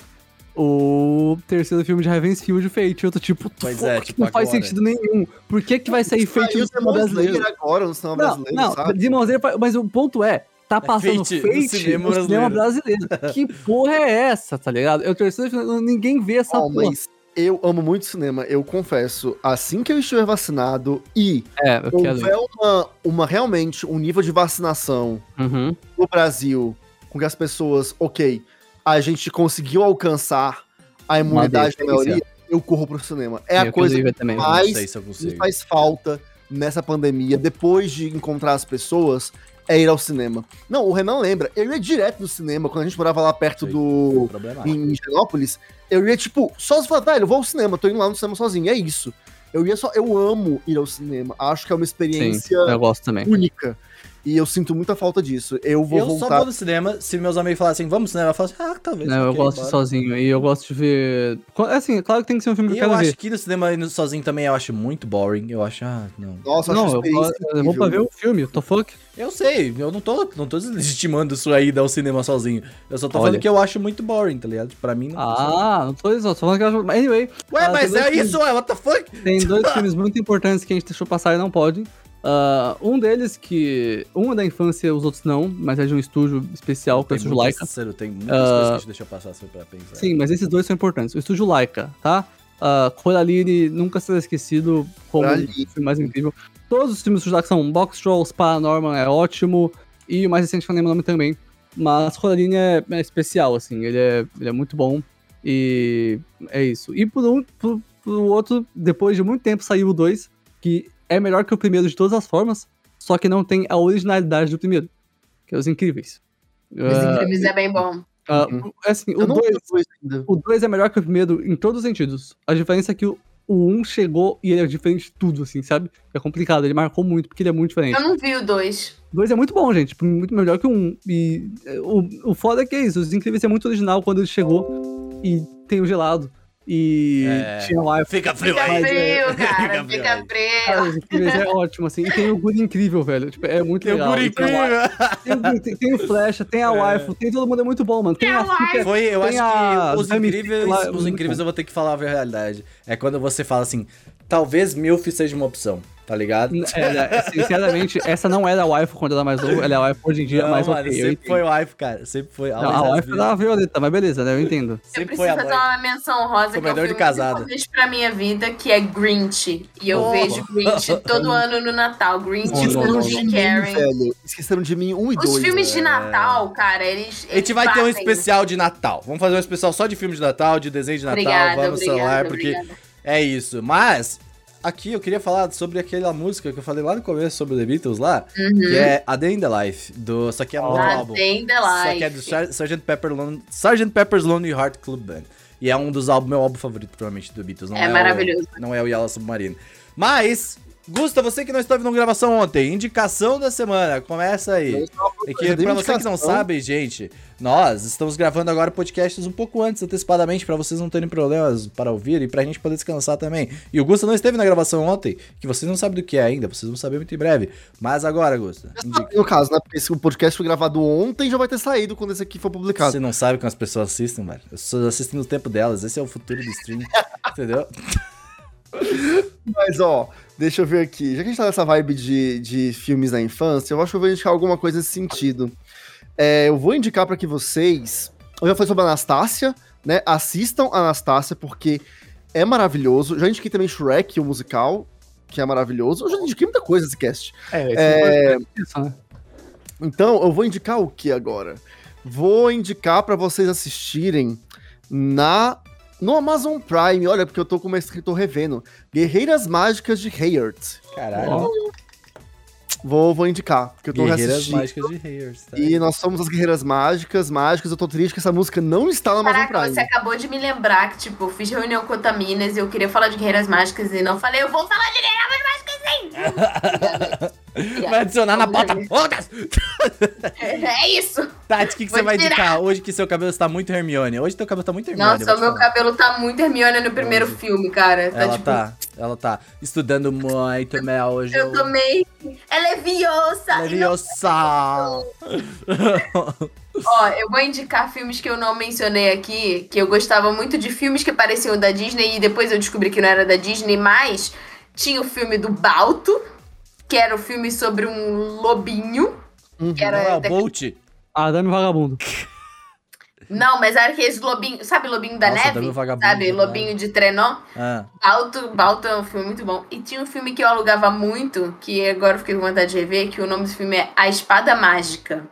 Speaker 3: O terceiro filme de Ravensfield e Fate. Eu tô tipo,
Speaker 1: Pois
Speaker 3: "Fuck,
Speaker 1: é, tipo,
Speaker 3: não faz
Speaker 1: agora."
Speaker 3: sentido nenhum. Por que que vai
Speaker 4: Tipo,
Speaker 3: sair Fate
Speaker 4: Saiu
Speaker 3: no cinema
Speaker 4: Demon
Speaker 3: brasileiro?
Speaker 4: Slayer agora no cinema
Speaker 3: Não,
Speaker 4: brasileiro,
Speaker 3: não,
Speaker 4: sabe?
Speaker 3: Demon Slayer, fa- mas o ponto é, tá passando
Speaker 1: Fate
Speaker 3: Fate,
Speaker 1: no
Speaker 3: no
Speaker 1: cinema
Speaker 3: cinema, brasileiro. Que porra é essa, tá ligado? É o terceiro filme, ninguém vê essa
Speaker 4: Ó,
Speaker 3: porra.
Speaker 4: mas eu amo muito cinema, eu confesso. Assim que eu estiver vacinado e
Speaker 3: É, eu quero.
Speaker 4: houver uma, uma realmente um nível de vacinação
Speaker 3: Uhum.
Speaker 4: no Brasil com que as pessoas, ok, a gente conseguiu alcançar a imunidade da
Speaker 3: deficiência.
Speaker 4: maioria, eu corro pro cinema. É a
Speaker 3: eu
Speaker 4: coisa
Speaker 3: quero ver também.
Speaker 1: Eu não sei
Speaker 4: mas
Speaker 1: se eu
Speaker 4: que
Speaker 1: consigo.
Speaker 4: faz falta nessa pandemia, depois de encontrar as pessoas, é ir ao cinema. Não, o Renan lembra, eu ia direto no cinema quando a gente morava lá perto
Speaker 1: Sim.
Speaker 4: do.
Speaker 1: Problemático.
Speaker 4: em Genópolis, eu ia, tipo, só se falar, velho, eu vou ao cinema, tô indo lá no cinema sozinho, é isso. Eu ia só. Eu amo ir ao cinema. Acho que é uma experiência
Speaker 3: Eu gosto também.
Speaker 4: única. E eu sinto muita falta disso. Eu vou
Speaker 1: eu só
Speaker 4: voltar.
Speaker 1: vou no cinema se meus amigos falarem assim, vamos no cinema, eu falo assim, ah, talvez.
Speaker 3: Não, eu
Speaker 1: ok,
Speaker 3: gosto
Speaker 1: bora.
Speaker 3: sozinho. E eu gosto de ver. Assim, claro que tem que ser um filme que
Speaker 1: E
Speaker 3: eu
Speaker 1: eu
Speaker 3: quero
Speaker 1: acho
Speaker 3: ver.
Speaker 1: que ir no cinema indo sozinho também eu acho muito boring. Eu acho, ah, não.
Speaker 4: Nossa, acho
Speaker 3: Não, eu,
Speaker 4: uma experiência
Speaker 3: eu vou pra
Speaker 4: incrível.
Speaker 3: ver o filme, eu tô fuck.
Speaker 1: Eu sei, eu não tô, não tô desestimando isso aí dar o cinema sozinho. Eu só tô
Speaker 3: Olha.
Speaker 1: falando que eu acho muito boring, tá ligado? Pra mim não
Speaker 3: Ah, não tô só tô falando que eu acho. Mas anyway,
Speaker 1: funciona. Ué,
Speaker 3: ah,
Speaker 1: mas
Speaker 3: tem
Speaker 1: é
Speaker 3: dois
Speaker 1: isso, ué, what the fuck?
Speaker 3: Tem dois filmes muito importantes que a gente deixou passar e não pode. Ah, um deles que. Um é da infância, os outros não, mas é de um estúdio especial, que
Speaker 1: Tem
Speaker 3: é o estúdio
Speaker 1: muitas-
Speaker 3: Laika.
Speaker 1: Sério, tem muitas coisas que a gente deixou passar assim pra
Speaker 4: É.
Speaker 1: pensar.
Speaker 3: Sim, mas esses dois são importantes. O estúdio Laika, tá? Uh, Coraline nunca será esquecido como
Speaker 4: Coraline.
Speaker 3: o filme mais incrível. Todos os filmes do estúdio Laika são Box Trolls, Paranorman é ótimo, e o mais recente que eu não lembro o nome também. Mas Coraline é, é especial, assim, ele é, ele é muito bom. E é isso. E por um, por, por outro, depois de muito tempo saiu o 2, que é melhor que o primeiro de todas as formas, só que não tem a originalidade do primeiro, que é Os Incríveis.
Speaker 2: Os
Speaker 3: Ah,
Speaker 2: Incríveis é bem bom.
Speaker 3: ah,
Speaker 4: Uhum.
Speaker 3: assim, o
Speaker 4: Eu não vi
Speaker 3: 2
Speaker 4: os dois ainda.
Speaker 3: o 2 é melhor que o primeiro em todos os sentidos. A diferença é que o 1 um chegou e ele é diferente de tudo, assim, sabe? É complicado, ele marcou muito, porque ele é muito diferente.
Speaker 2: Eu não vi o dois.
Speaker 3: O 2 é muito bom, gente, tipo, muito melhor que o 1. Um. E é, o, o foda é que é isso, os Incríveis é muito original quando ele chegou e tem o gelado. E
Speaker 1: É.
Speaker 3: tinha lá
Speaker 1: Fica frio
Speaker 2: Fica
Speaker 1: aí.
Speaker 3: Mas, é,
Speaker 2: frio, cara.
Speaker 1: fica
Speaker 2: Fica frio.
Speaker 3: Cara, os incríveis é ótimo, assim. E tem o Guri incrível, velho. Tipo, é muito
Speaker 1: Tem o
Speaker 3: legal.
Speaker 1: guri
Speaker 3: E tem, a-
Speaker 1: incrível.
Speaker 3: tem, o Guri- tem- tem o Flecha, tem a
Speaker 1: É.
Speaker 3: Waifu, tem todo mundo, é muito bom, mano. Tem,
Speaker 2: Tem
Speaker 3: a,
Speaker 2: a
Speaker 3: Super-
Speaker 1: Foi, eu
Speaker 3: Tem
Speaker 1: acho
Speaker 3: a
Speaker 1: que os
Speaker 3: Dami
Speaker 1: incríveis,
Speaker 3: lá,
Speaker 1: os
Speaker 3: muito
Speaker 1: incríveis
Speaker 3: bom.
Speaker 1: eu vou ter que falar a realidade. É quando você fala assim, talvez MILF seja uma opção. tá ligado?
Speaker 3: É, sinceramente, essa não era a waifu quando ela mais nova, ela é a waifu hoje em dia,
Speaker 1: Não,
Speaker 3: mais
Speaker 1: mano,
Speaker 3: ok. eu
Speaker 1: sempre
Speaker 3: entendo.
Speaker 1: foi wife, cara. Sempre foi.
Speaker 3: Não, a waifu era a violeta, mas beleza, né? Eu entendo.
Speaker 2: Eu
Speaker 1: Sempre
Speaker 2: preciso
Speaker 1: foi a
Speaker 2: fazer
Speaker 1: mãe.
Speaker 2: uma menção rosa que é um
Speaker 1: Comedor de
Speaker 2: filme
Speaker 1: casada.
Speaker 2: que eu vejo pra minha vida, que é Grinch. E eu
Speaker 1: Oh.
Speaker 2: vejo Grinch todo ano no Natal. Grinch,
Speaker 3: Não, não,
Speaker 4: Esqueceram
Speaker 3: não, é
Speaker 2: Grinch
Speaker 4: de
Speaker 2: e
Speaker 4: mim,
Speaker 2: Karen.
Speaker 4: velho. Esqueceram de mim 1 e 2.
Speaker 2: Os filmes de
Speaker 4: velho.
Speaker 2: Natal, cara, eles.
Speaker 1: A gente vai ter um
Speaker 2: batem.
Speaker 1: especial de Natal. Vamos fazer um especial só de filme de Natal, de desenho de Natal.
Speaker 2: Obrigada,
Speaker 1: vamos
Speaker 2: obrigada,
Speaker 1: celular, porque
Speaker 2: obrigada.
Speaker 1: é isso. Mas, aqui eu queria falar sobre aquela música que eu falei lá no começo sobre The Beatles lá,
Speaker 2: Uhum.
Speaker 1: que é A Day in the Life. Do, isso aqui é um outro
Speaker 2: Ah,
Speaker 1: álbum.
Speaker 2: tem The
Speaker 1: Só que é do
Speaker 2: Life.
Speaker 1: Sar- Sgt. Pepper Lon- Sgt. Pepper's Lonely Heart Club Band. E é um dos álbuns, meu álbum favorito, provavelmente, do Beatles. Não
Speaker 2: É
Speaker 1: o-
Speaker 2: maravilhoso.
Speaker 1: não é o Yellow Submarine. Mas, Gusta, você que não esteve numa gravação ontem, indicação da semana, começa aí.
Speaker 4: Eu tava
Speaker 1: É que,
Speaker 4: procurando
Speaker 1: pra você que não
Speaker 4: indicação.
Speaker 1: sabe, gente, nós estamos gravando agora podcasts um pouco antes, antecipadamente, pra vocês não terem problemas para ouvir e pra gente poder descansar também. E o Gusta não esteve na gravação ontem, que vocês não sabem do que é ainda, vocês vão saber muito em breve. Mas agora, Gusta, indica.
Speaker 4: No caso, né? Porque se o podcast foi gravado ontem, já vai ter saído quando esse aqui for publicado.
Speaker 1: Você não sabe como as pessoas assistem, velho. As pessoas assistem no tempo delas, esse é o futuro do streaming, entendeu?
Speaker 4: Mas, ó, deixa eu ver aqui. Já que a gente tá nessa vibe de, de filmes da infância, eu acho que eu vou indicar alguma coisa nesse sentido. É, eu vou indicar pra que vocês. Eu já falei sobre a Anastácia, né? Assistam a Anastácia, porque é maravilhoso. Já indiquei também Shrek, o musical, que é maravilhoso. Eu já indiquei muita coisa nesse cast.
Speaker 3: É, isso, né?
Speaker 4: Então, eu vou indicar o que agora? Vou indicar pra vocês assistirem na no Amazon Prime. Olha, porque eu tô com uma escritor revendo. Guerreiras Mágicas de Hayert.
Speaker 1: Caralho.
Speaker 3: Ó,
Speaker 4: Vou, vou indicar, porque eu tô
Speaker 1: Guerreiras
Speaker 4: reassistindo.
Speaker 1: Mágicas de Hayers, tá?
Speaker 4: E nós somos as Guerreiras Mágicas, Mágicas. Eu tô triste que essa música não está no Amazon
Speaker 2: Caraca,
Speaker 4: Prime.
Speaker 2: você é acabou de me lembrar que, tipo, eu fiz reunião com a Taminas e eu queria falar de Guerreiras Mágicas e não falei, eu vou falar de Guerreiras Mágicas sim!
Speaker 1: Vai adicionar na pauta. Foda-se!
Speaker 2: É isso!
Speaker 1: Tati, o que, que
Speaker 2: Vou
Speaker 1: você vai
Speaker 2: tirar.
Speaker 1: indicar hoje que seu cabelo está muito Hermione? Hoje teu cabelo está muito Hermione. eu
Speaker 2: Nossa,
Speaker 1: vou
Speaker 2: o
Speaker 1: te
Speaker 2: meu
Speaker 1: falar.
Speaker 2: cabelo tá muito Hermione no primeiro
Speaker 1: Hoje.
Speaker 2: filme, cara. Tá
Speaker 1: Ela
Speaker 2: tipo.
Speaker 1: tá, ela tá estudando muito, Mel, hoje.
Speaker 2: Eu tomei. Ela é viosa!
Speaker 1: Leviosa!
Speaker 2: Ó, eu vou indicar filmes que eu não mencionei aqui, que eu gostava muito de filmes que pareciam da Disney e depois eu descobri que não era da Disney, mas tinha o filme do Balto, que era o filme sobre um lobinho,
Speaker 4: Uhum.
Speaker 2: que era
Speaker 1: Não é o
Speaker 2: da-
Speaker 1: Bolt?
Speaker 3: Adame Vagabundo.
Speaker 2: Não, mas era aqueles lobinhos, sabe lobinho da
Speaker 1: Nossa, Dami
Speaker 2: neve?
Speaker 1: é um vagabundo,
Speaker 2: sabe,
Speaker 1: né?
Speaker 2: lobinho de trenó?
Speaker 1: Ah,
Speaker 2: Balto, Balto é um filme muito bom. E tinha um filme que eu alugava muito, que agora eu fiquei com vontade de rever, que o nome do filme é A Espada Mágica.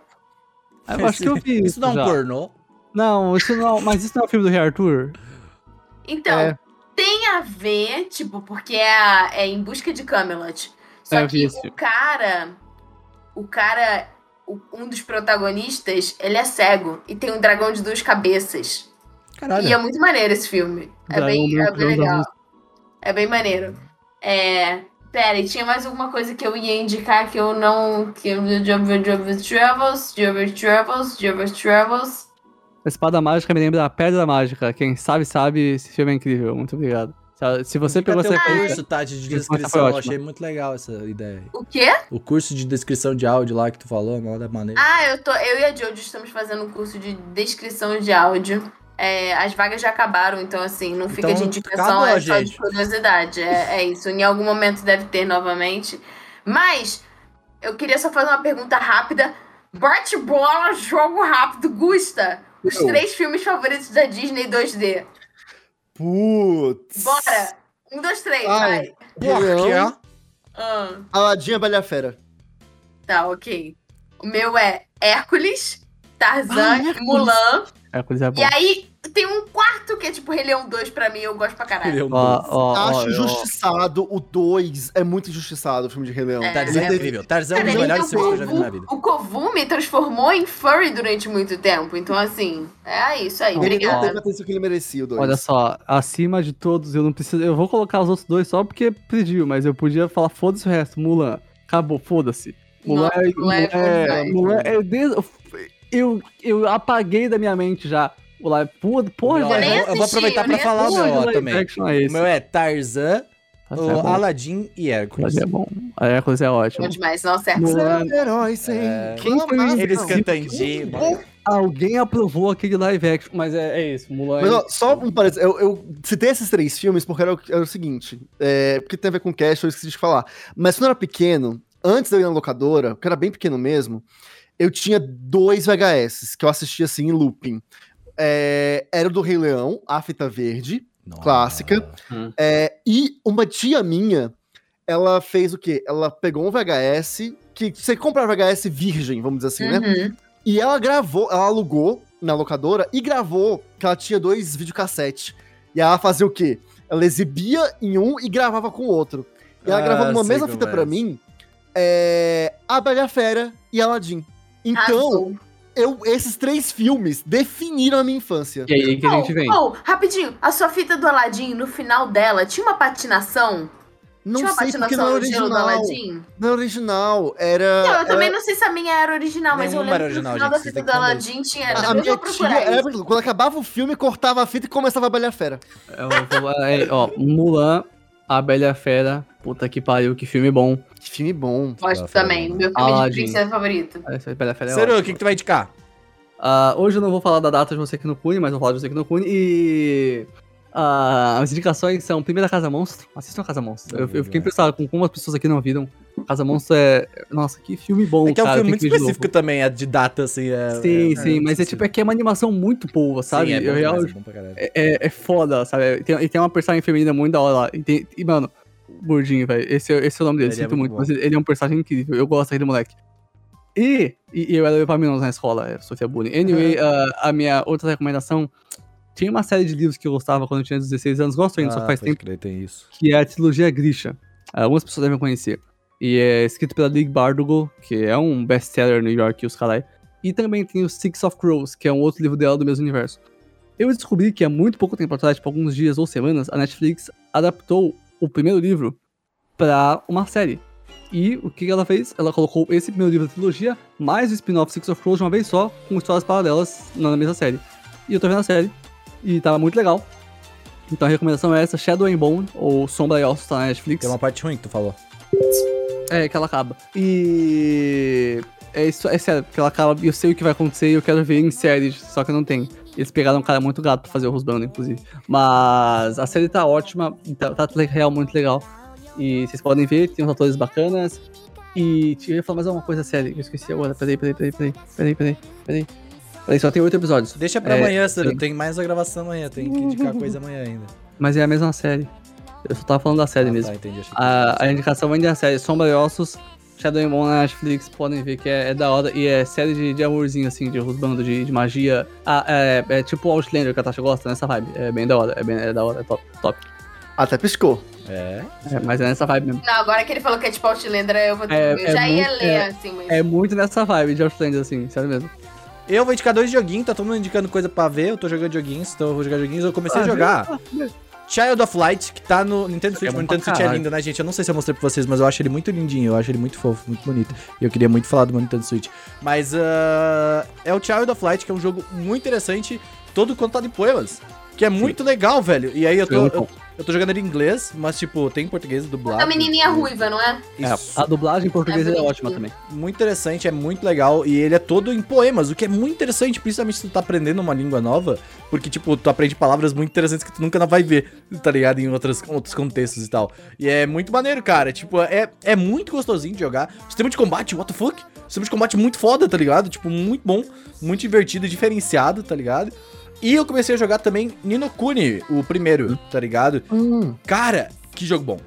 Speaker 3: Eu acho que eu vi
Speaker 1: isso
Speaker 3: isso.
Speaker 1: não é um
Speaker 3: já.
Speaker 1: pornô?
Speaker 3: Não, isso não. Mas isso não é o filme do Rei Arthur?
Speaker 2: Então,
Speaker 4: É.
Speaker 2: tem a ver, tipo, porque é, a- é em busca de Camelot. Só
Speaker 3: É, eu vi
Speaker 2: que
Speaker 3: esse
Speaker 2: o
Speaker 3: filme.
Speaker 2: cara. O cara. o- um dos protagonistas, ele é cego e tem um dragão de duas cabeças. E é
Speaker 1: Caralho.
Speaker 2: muito maneiro esse filme. É
Speaker 3: Dragão
Speaker 2: bem,
Speaker 3: branco,
Speaker 2: é bem
Speaker 3: dragão da
Speaker 2: legal.
Speaker 3: luz.
Speaker 2: É bem maneiro. É. Pera, e tinha mais alguma coisa que eu ia indicar que eu não. Que eu. Jumper Jumper Travels, Jumper Travels, Jumper Travels.
Speaker 3: A Espada Mágica me lembra da Pedra Mágica. Quem sabe, sabe. Esse filme é incrível. Muito obrigado. Se- Se você pegou
Speaker 1: Fica
Speaker 3: essa
Speaker 2: um
Speaker 1: teu
Speaker 3: referência.
Speaker 1: um curso, Tati, de
Speaker 3: Essa
Speaker 1: descrição.
Speaker 3: foi
Speaker 1: Eu
Speaker 3: ótima.
Speaker 1: achei muito legal essa ideia aí.
Speaker 2: O quê?
Speaker 1: O curso de descrição de áudio lá que tu falou, uma da maneira.
Speaker 2: Ah, eu, tô, eu e a Jojo estamos fazendo um curso de descrição de áudio. É, as vagas já acabaram, então assim, não fica
Speaker 1: Então,
Speaker 2: de indicação,
Speaker 1: acabou,
Speaker 2: é só de
Speaker 1: gente.
Speaker 2: curiosidade. É, é isso. Em algum momento deve ter novamente. Mas eu queria só fazer uma pergunta rápida. Bate bola, jogo rápido, Gusta. Os
Speaker 4: Eu.
Speaker 2: três filmes favoritos da Disney 2D.
Speaker 4: Putz.
Speaker 2: Bora! Um, dois, três,
Speaker 4: Ai.
Speaker 2: vai.
Speaker 4: Leão,
Speaker 2: Ah,
Speaker 4: Aladinha é Bela e a Fera.
Speaker 2: tá, ok. O meu é Hércules, Tarzan,
Speaker 4: Ah, Hércules.
Speaker 2: Mulan.
Speaker 3: É, por exemplo.
Speaker 2: E aí, tem um quarto que é tipo Rei Leão 2 pra mim, eu gosto pra caralho.
Speaker 1: Ele é um
Speaker 3: Ó,
Speaker 1: doce.
Speaker 3: ó, ó,
Speaker 4: Acho
Speaker 3: eu-
Speaker 4: injustiçado. O 2 é muito injustiçado o filme de Rei Leão.
Speaker 1: Tarzan é
Speaker 4: Ele-
Speaker 1: incrível. Tarzan é um
Speaker 2: Cara,
Speaker 1: dos
Speaker 2: ele
Speaker 1: melhores
Speaker 2: tem
Speaker 1: filmes que eu já
Speaker 2: o
Speaker 1: vi na
Speaker 2: Kovu-
Speaker 1: vida.
Speaker 2: o Kovu me transformou em furry durante muito tempo. Então, assim, é isso aí.
Speaker 3: Ele
Speaker 4: Ele não teve
Speaker 2: Obrigada.
Speaker 4: a atenção que ele merecia, o 2.
Speaker 3: Olha só, acima de todos, eu não preciso. Eu vou colocar os outros dois só porque pediu, mas eu podia falar foda-se o resto. Mulan, acabou, foda-se. Mulan
Speaker 2: Nossa, Mulan
Speaker 3: é.
Speaker 2: é
Speaker 3: Mulan é-
Speaker 2: verdade.
Speaker 3: Mulan é des- eu, eu apaguei da minha mente já. O live. Porra,
Speaker 1: Ó,
Speaker 3: porra, é
Speaker 1: eu, vou-
Speaker 2: nem
Speaker 1: eu vou
Speaker 2: assisti,
Speaker 1: aproveitar
Speaker 2: eu
Speaker 1: pra
Speaker 2: nem
Speaker 1: falar o
Speaker 3: né? porra,
Speaker 1: meu
Speaker 3: Tá de
Speaker 1: ó,
Speaker 3: live
Speaker 1: também.
Speaker 3: action é
Speaker 1: O
Speaker 3: esse.
Speaker 1: meu é Tarzan, O
Speaker 3: é bom.
Speaker 1: Aladdin e Hércules.
Speaker 3: Mas é bom. A Hércules é ótimo.
Speaker 2: Bom demais, não certo.
Speaker 3: Mulan,
Speaker 4: herói sem.
Speaker 3: Quem
Speaker 4: é
Speaker 3: foi o
Speaker 4: reclamação.
Speaker 1: Eles cantam em
Speaker 3: alguém aprovou aquele live action, mas é, é isso. Mulan.
Speaker 4: Mas ó, só um parênteses, eu, eu citei esses três filmes porque era o, era o seguinte, é, porque tem a ver com cast, eu esqueci de falar. Mas quando eu era pequeno, antes de eu ir na locadora, que eu era bem pequeno mesmo, eu tinha dois VHS que eu assistia assim em looping. É, era o do Rei Leão, a fita verde, Clássica. é, e uma tia minha, ela fez o quê? Ela pegou um VHS, que você compra VHS virgem, vamos dizer assim, né?
Speaker 2: Uhum.
Speaker 4: E ela gravou, ela alugou na locadora e gravou que ela tinha dois videocassete. E ela fazia o quê? Ela exibia em um e gravava com o outro. E ela
Speaker 1: Ah,
Speaker 4: gravou numa
Speaker 1: sei
Speaker 4: mesma
Speaker 1: como
Speaker 4: fita
Speaker 1: é.
Speaker 4: pra mim é, A Bela Fera e Aladdin. Então,
Speaker 2: Arrasou.
Speaker 4: eu, esses três filmes definiram a minha infância.
Speaker 3: E aí que a gente vem.
Speaker 2: Oh, oh, rapidinho, a sua fita do Aladdin, no final dela, tinha uma patinação?
Speaker 4: Não
Speaker 2: tinha uma
Speaker 4: sei porque não
Speaker 1: é
Speaker 2: patinação
Speaker 4: era
Speaker 2: no gelo do
Speaker 4: original.
Speaker 2: Aladdin?
Speaker 4: Não era original, era.
Speaker 2: Não, eu também
Speaker 4: era-
Speaker 2: não sei se a minha era original, mas eu
Speaker 1: é Nenhuma
Speaker 2: lembro
Speaker 1: era
Speaker 2: que no
Speaker 1: original,
Speaker 2: final
Speaker 1: gente,
Speaker 2: da
Speaker 1: vocês
Speaker 2: fita
Speaker 1: têm
Speaker 2: do
Speaker 1: que entender.
Speaker 2: Aladdin tinha.
Speaker 4: A
Speaker 2: eu
Speaker 4: minha
Speaker 2: vou
Speaker 4: tia,
Speaker 2: procurar
Speaker 1: é
Speaker 2: isso.
Speaker 4: era- quando acabava o filme, cortava a fita e começava a Bela Fera.
Speaker 3: Eu vou- é, ó, Mulan, A Bela e a Fera. Puta que pariu, que filme bom.
Speaker 4: Que filme bom.
Speaker 2: Gosto também,
Speaker 1: né?
Speaker 2: meu filme de
Speaker 3: Aladdin.
Speaker 2: princesa favorito.
Speaker 3: Essa Bela e a Fera é
Speaker 1: Seru, o
Speaker 3: ótima.
Speaker 1: que, que tu vai indicar?
Speaker 3: Ah, hoje eu não vou falar da data de você que no Cune, mas vou falar de você que no Cune. E ah, as indicações são: primeiro, a Casa Monstro. Assistam a Casa Monstro. Eu, eu fiquei impressionado com como as pessoas aqui não viram. Casa Monstro é. Nossa, que filme bom.
Speaker 1: é que é um
Speaker 3: cara,
Speaker 1: filme
Speaker 3: tem
Speaker 1: muito
Speaker 3: que ver de novo.
Speaker 1: específico também, a de data, assim. É,
Speaker 3: Sim,
Speaker 1: é-
Speaker 3: sim,
Speaker 1: é,
Speaker 3: mas é
Speaker 1: sim.
Speaker 3: tipo, é que é uma animação muito boa, sabe?
Speaker 1: Sim, é
Speaker 3: eu
Speaker 1: bom,
Speaker 3: real,
Speaker 1: demais, é bom pra caralho.
Speaker 3: é, é foda, sabe? E tem, e tem uma personagem feminina muito da hora lá. E, tem- e, mano, o gordinho, velho. Esse, é- esse é o nome dele,
Speaker 1: Ele é
Speaker 3: sinto
Speaker 1: muito
Speaker 3: muito.
Speaker 1: bom.
Speaker 3: Mas ele ele é um personagem incrível. Eu gosto daquele moleque. E, e, e eu era o Epaminos na escola, é, Sofia Bullying. Anyway,
Speaker 1: Uhum.
Speaker 3: ah, a minha outra recomendação. Tinha uma série de livros que eu gostava quando eu tinha 16 anos. Gosto ainda, só que
Speaker 1: Ah,
Speaker 3: faz
Speaker 1: pode
Speaker 3: tempo
Speaker 1: crer, tem isso.
Speaker 3: que é a trilogia Grisha. Ah, Algumas pessoas devem conhecer. E é escrito pela Lee Bardugo, que é um best-seller no New York e os caralho. E também tem o Six of Crows, que é um outro livro dela do mesmo universo. Eu descobri que há muito pouco tempo atrás, tipo alguns dias ou semanas, a Netflix adaptou o primeiro livro pra uma série. E o que ela fez? Ela colocou esse primeiro livro da trilogia, mais o spin-off Six of Crows de uma vez só, com histórias paralelas na mesma série. E eu tô vendo a série, e tava muito legal. Então a recomendação é essa, Shadow and Bone, ou Sombra e Ossos, tá na Netflix.
Speaker 1: Tem uma parte ruim que tu falou.
Speaker 3: É, que ela acaba. E. É isso, é sério, porque ela acaba. Eu sei o que vai acontecer e eu quero ver em séries, só que não tem. Eles pegaram um cara muito gato pra fazer o Rosbando, inclusive. Mas a série tá ótima, tá, tá le- real muito legal. E vocês podem ver, tem uns atores bacanas. E eu ia falar mais alguma coisa séria, que eu esqueci agora. Peraí, peraí, peraí, peraí, peraí, peraí, peraí. Peraí, só tem oito episódios.
Speaker 1: Deixa pra
Speaker 3: É,
Speaker 1: amanhã, Seru.
Speaker 3: sim.
Speaker 1: Tem mais a gravação amanhã. Tem que indicar coisa amanhã ainda.
Speaker 3: Mas é a mesma série. Eu só tava falando da série
Speaker 1: Ah,
Speaker 3: mesmo.
Speaker 1: Tá, entendi. achei que-
Speaker 3: A, a indicação ainda é a série Sombra e Ossos, Shadow and Bone na Netflix, podem ver que é, é da hora. E é série de, de amorzinho, assim, de rusbando, de, de magia. Ah, é, é tipo Outlander que a Tasha gosta, nessa vibe. É bem da hora, é, bem, é da hora, é top. top.
Speaker 4: Até piscou.
Speaker 1: É.
Speaker 3: É, mas é nessa vibe mesmo.
Speaker 2: Não, agora que ele falou que é tipo Outlander, eu vou
Speaker 3: É-
Speaker 2: Eu
Speaker 3: é
Speaker 2: já ia
Speaker 3: muito-
Speaker 2: ler,
Speaker 3: é-
Speaker 2: assim, mas.
Speaker 3: É muito nessa vibe de Outlander, assim, sério mesmo.
Speaker 1: Eu vou indicar dois joguinhos, tá todo mundo indicando coisa pra ver. Eu tô jogando joguinhos, então eu vou jogar joguinhos. Eu
Speaker 3: Ah,
Speaker 1: comecei a jogar Child of Light, que tá no Nintendo Switch.
Speaker 3: É bom
Speaker 1: mas o Nintendo
Speaker 3: pra
Speaker 1: Switch é
Speaker 3: caralho.
Speaker 1: lindo, né, gente? Eu não sei se eu mostrei pra vocês, mas eu acho ele muito lindinho. Eu acho ele muito fofo, muito bonito. E eu queria muito falar do meu Nintendo Switch. Mas ah, é o Child of Light, que é um jogo muito interessante, todo contado em poemas. Que é muito legal, velho. E aí eu tô,
Speaker 3: Muito
Speaker 1: eu, eu tô jogando ele em inglês, mas, tipo, tem em português dublado.
Speaker 2: A menininha
Speaker 3: né?
Speaker 2: ruiva, não é?
Speaker 1: Isso.
Speaker 3: A dublagem em português
Speaker 2: É
Speaker 3: é,
Speaker 2: bonitinho.
Speaker 3: ótima também.
Speaker 1: muito interessante, é muito legal. E ele é todo em poemas, o que é muito interessante, principalmente se tu tá aprendendo uma língua nova. Porque, tipo, tu aprende palavras muito interessantes que tu nunca vai ver, tá ligado? Em outras, outros contextos e tal. E é muito maneiro, cara. Tipo, é, é muito gostosinho de jogar. Sistema de combate, what the fuck? Sistema de combate muito foda, tá ligado? Tipo, muito bom, muito divertido, diferenciado, tá ligado? E eu comecei a jogar também Nino Kuni, o primeiro, tá ligado?
Speaker 2: Hum.
Speaker 1: Cara, que jogo bom.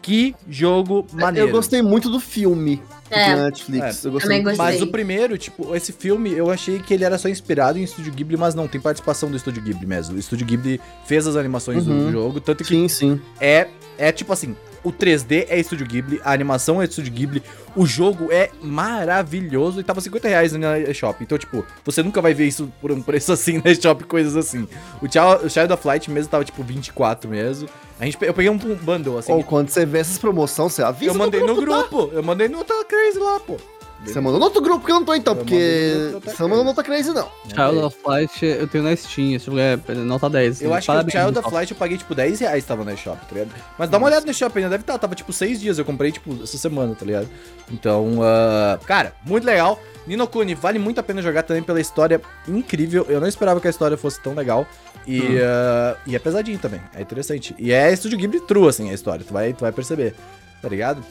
Speaker 1: Que jogo maneiro.
Speaker 4: Eu gostei muito do filme
Speaker 2: É.
Speaker 4: da Netflix. eu gostei
Speaker 2: também
Speaker 4: muito.
Speaker 2: gostei.
Speaker 1: Mas o primeiro, tipo, esse filme, eu achei que ele era só inspirado em Estúdio Ghibli, mas não, tem participação do Estúdio Ghibli mesmo. O Estúdio Ghibli fez as animações do
Speaker 4: Uhum.
Speaker 1: jogo, tanto que
Speaker 4: Sim, sim.
Speaker 1: é, é tipo assim, o 3D é Estúdio Ghibli, a animação é Estúdio Ghibli, o jogo é maravilhoso e tava 50 reais na eShop. Então, tipo, você nunca vai ver isso por um preço assim na eShop, coisas assim. O Child, o Child of Light mesmo tava, tipo, 24 mesmo. A gente, pe- eu peguei um
Speaker 4: Oh,
Speaker 1: bundle, assim,
Speaker 4: Ou quando você vê essas promoções, você avisa.
Speaker 1: eu mandei no grupo, eu mandei no Tela Crazy lá, pô.
Speaker 4: tá? Você mandou no outro grupo que eu não tô então,
Speaker 1: Eu
Speaker 4: porque.
Speaker 1: mandei no outro
Speaker 4: Você não mandou no outro crazy, não.
Speaker 1: É.
Speaker 3: Child of Light eu tenho na Steam, esse jogo é nota 10.
Speaker 1: Eu
Speaker 3: assim,
Speaker 1: acho que o Child of
Speaker 3: pessoal.
Speaker 1: Light eu paguei tipo 10 reais tava no eShop, tá ligado? Mas dá uma olhada no eShop ainda, deve estar, tava tipo 6 dias, eu comprei tipo essa semana, tá ligado? Então, ah, cara, muito legal. Nino Kuni, vale muito a pena jogar também pela história incrível. Eu não esperava que a história fosse tão legal. E,
Speaker 3: Hum.
Speaker 1: ah, e é pesadinho também, é interessante. E é Estúdio Ghibli true, assim, a história, tu vai, tu vai perceber, tá ligado?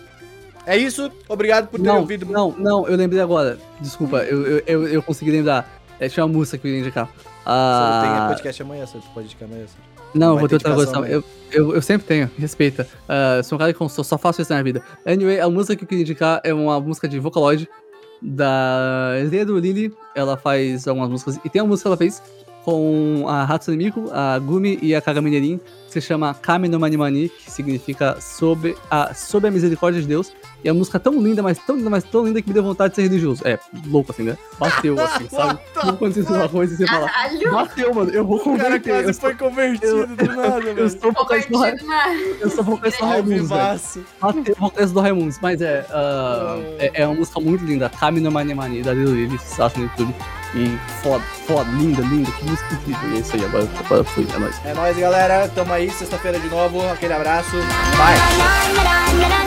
Speaker 1: É isso, obrigado por ter
Speaker 3: não,
Speaker 1: ouvido.
Speaker 3: Não, não, eu lembrei agora. Desculpa, eu, eu, eu, eu consegui lembrar. É, tinha uma música que eu ia indicar.
Speaker 1: Só Tem
Speaker 3: Ah,
Speaker 1: podcast amanhã, só tu pode indicar amanhã. só.
Speaker 3: não, eu
Speaker 1: vai
Speaker 3: vou
Speaker 1: ter
Speaker 3: ter outra coisa.
Speaker 1: indicação
Speaker 3: Eu, eu, eu sempre tenho, respeita. Ah, eu sou um cara que eu só, só faço isso na minha vida. Anyway, a música que eu queria indicar é uma música de Vocaloid, da Zé do Lili. Ela faz algumas músicas. E tem uma música que ela fez com a Hatsune Miku, a Gumi e a Kagami Nerin, que se chama Kami no Mani Mani, que significa sobre a, sobre a misericórdia de Deus. E a música é tão linda, mas tão linda, mas tão linda que me deu vontade de ser religioso. É, louco assim, né? Bateu assim, sabe? Quando você uma coisa e você fala,
Speaker 2: Caralho!
Speaker 3: bateu, mano, eu vou
Speaker 1: O cara
Speaker 3: converter.
Speaker 1: quase
Speaker 3: Eu sou,
Speaker 1: foi convertido do nada,
Speaker 3: eu
Speaker 1: velho.
Speaker 3: sou vocalista do Ra-
Speaker 2: Convertido na...
Speaker 3: eu sou vocalista do Raimundos, velho.
Speaker 1: Vivaço.
Speaker 3: Bateu vocalista do Raimundos, mas é, ah, é, é uma música muito linda. Kami no Mani Mani, da Lil Lili, vocês acham no YouTube. E foda, foda, linda, linda, que música incrível. E é isso aí, agora, agora fui, é nóis.
Speaker 1: É nóis, galera. Tamo aí, sexta-feira de novo. Aquele abraço. Bye.
Speaker 5: na na na na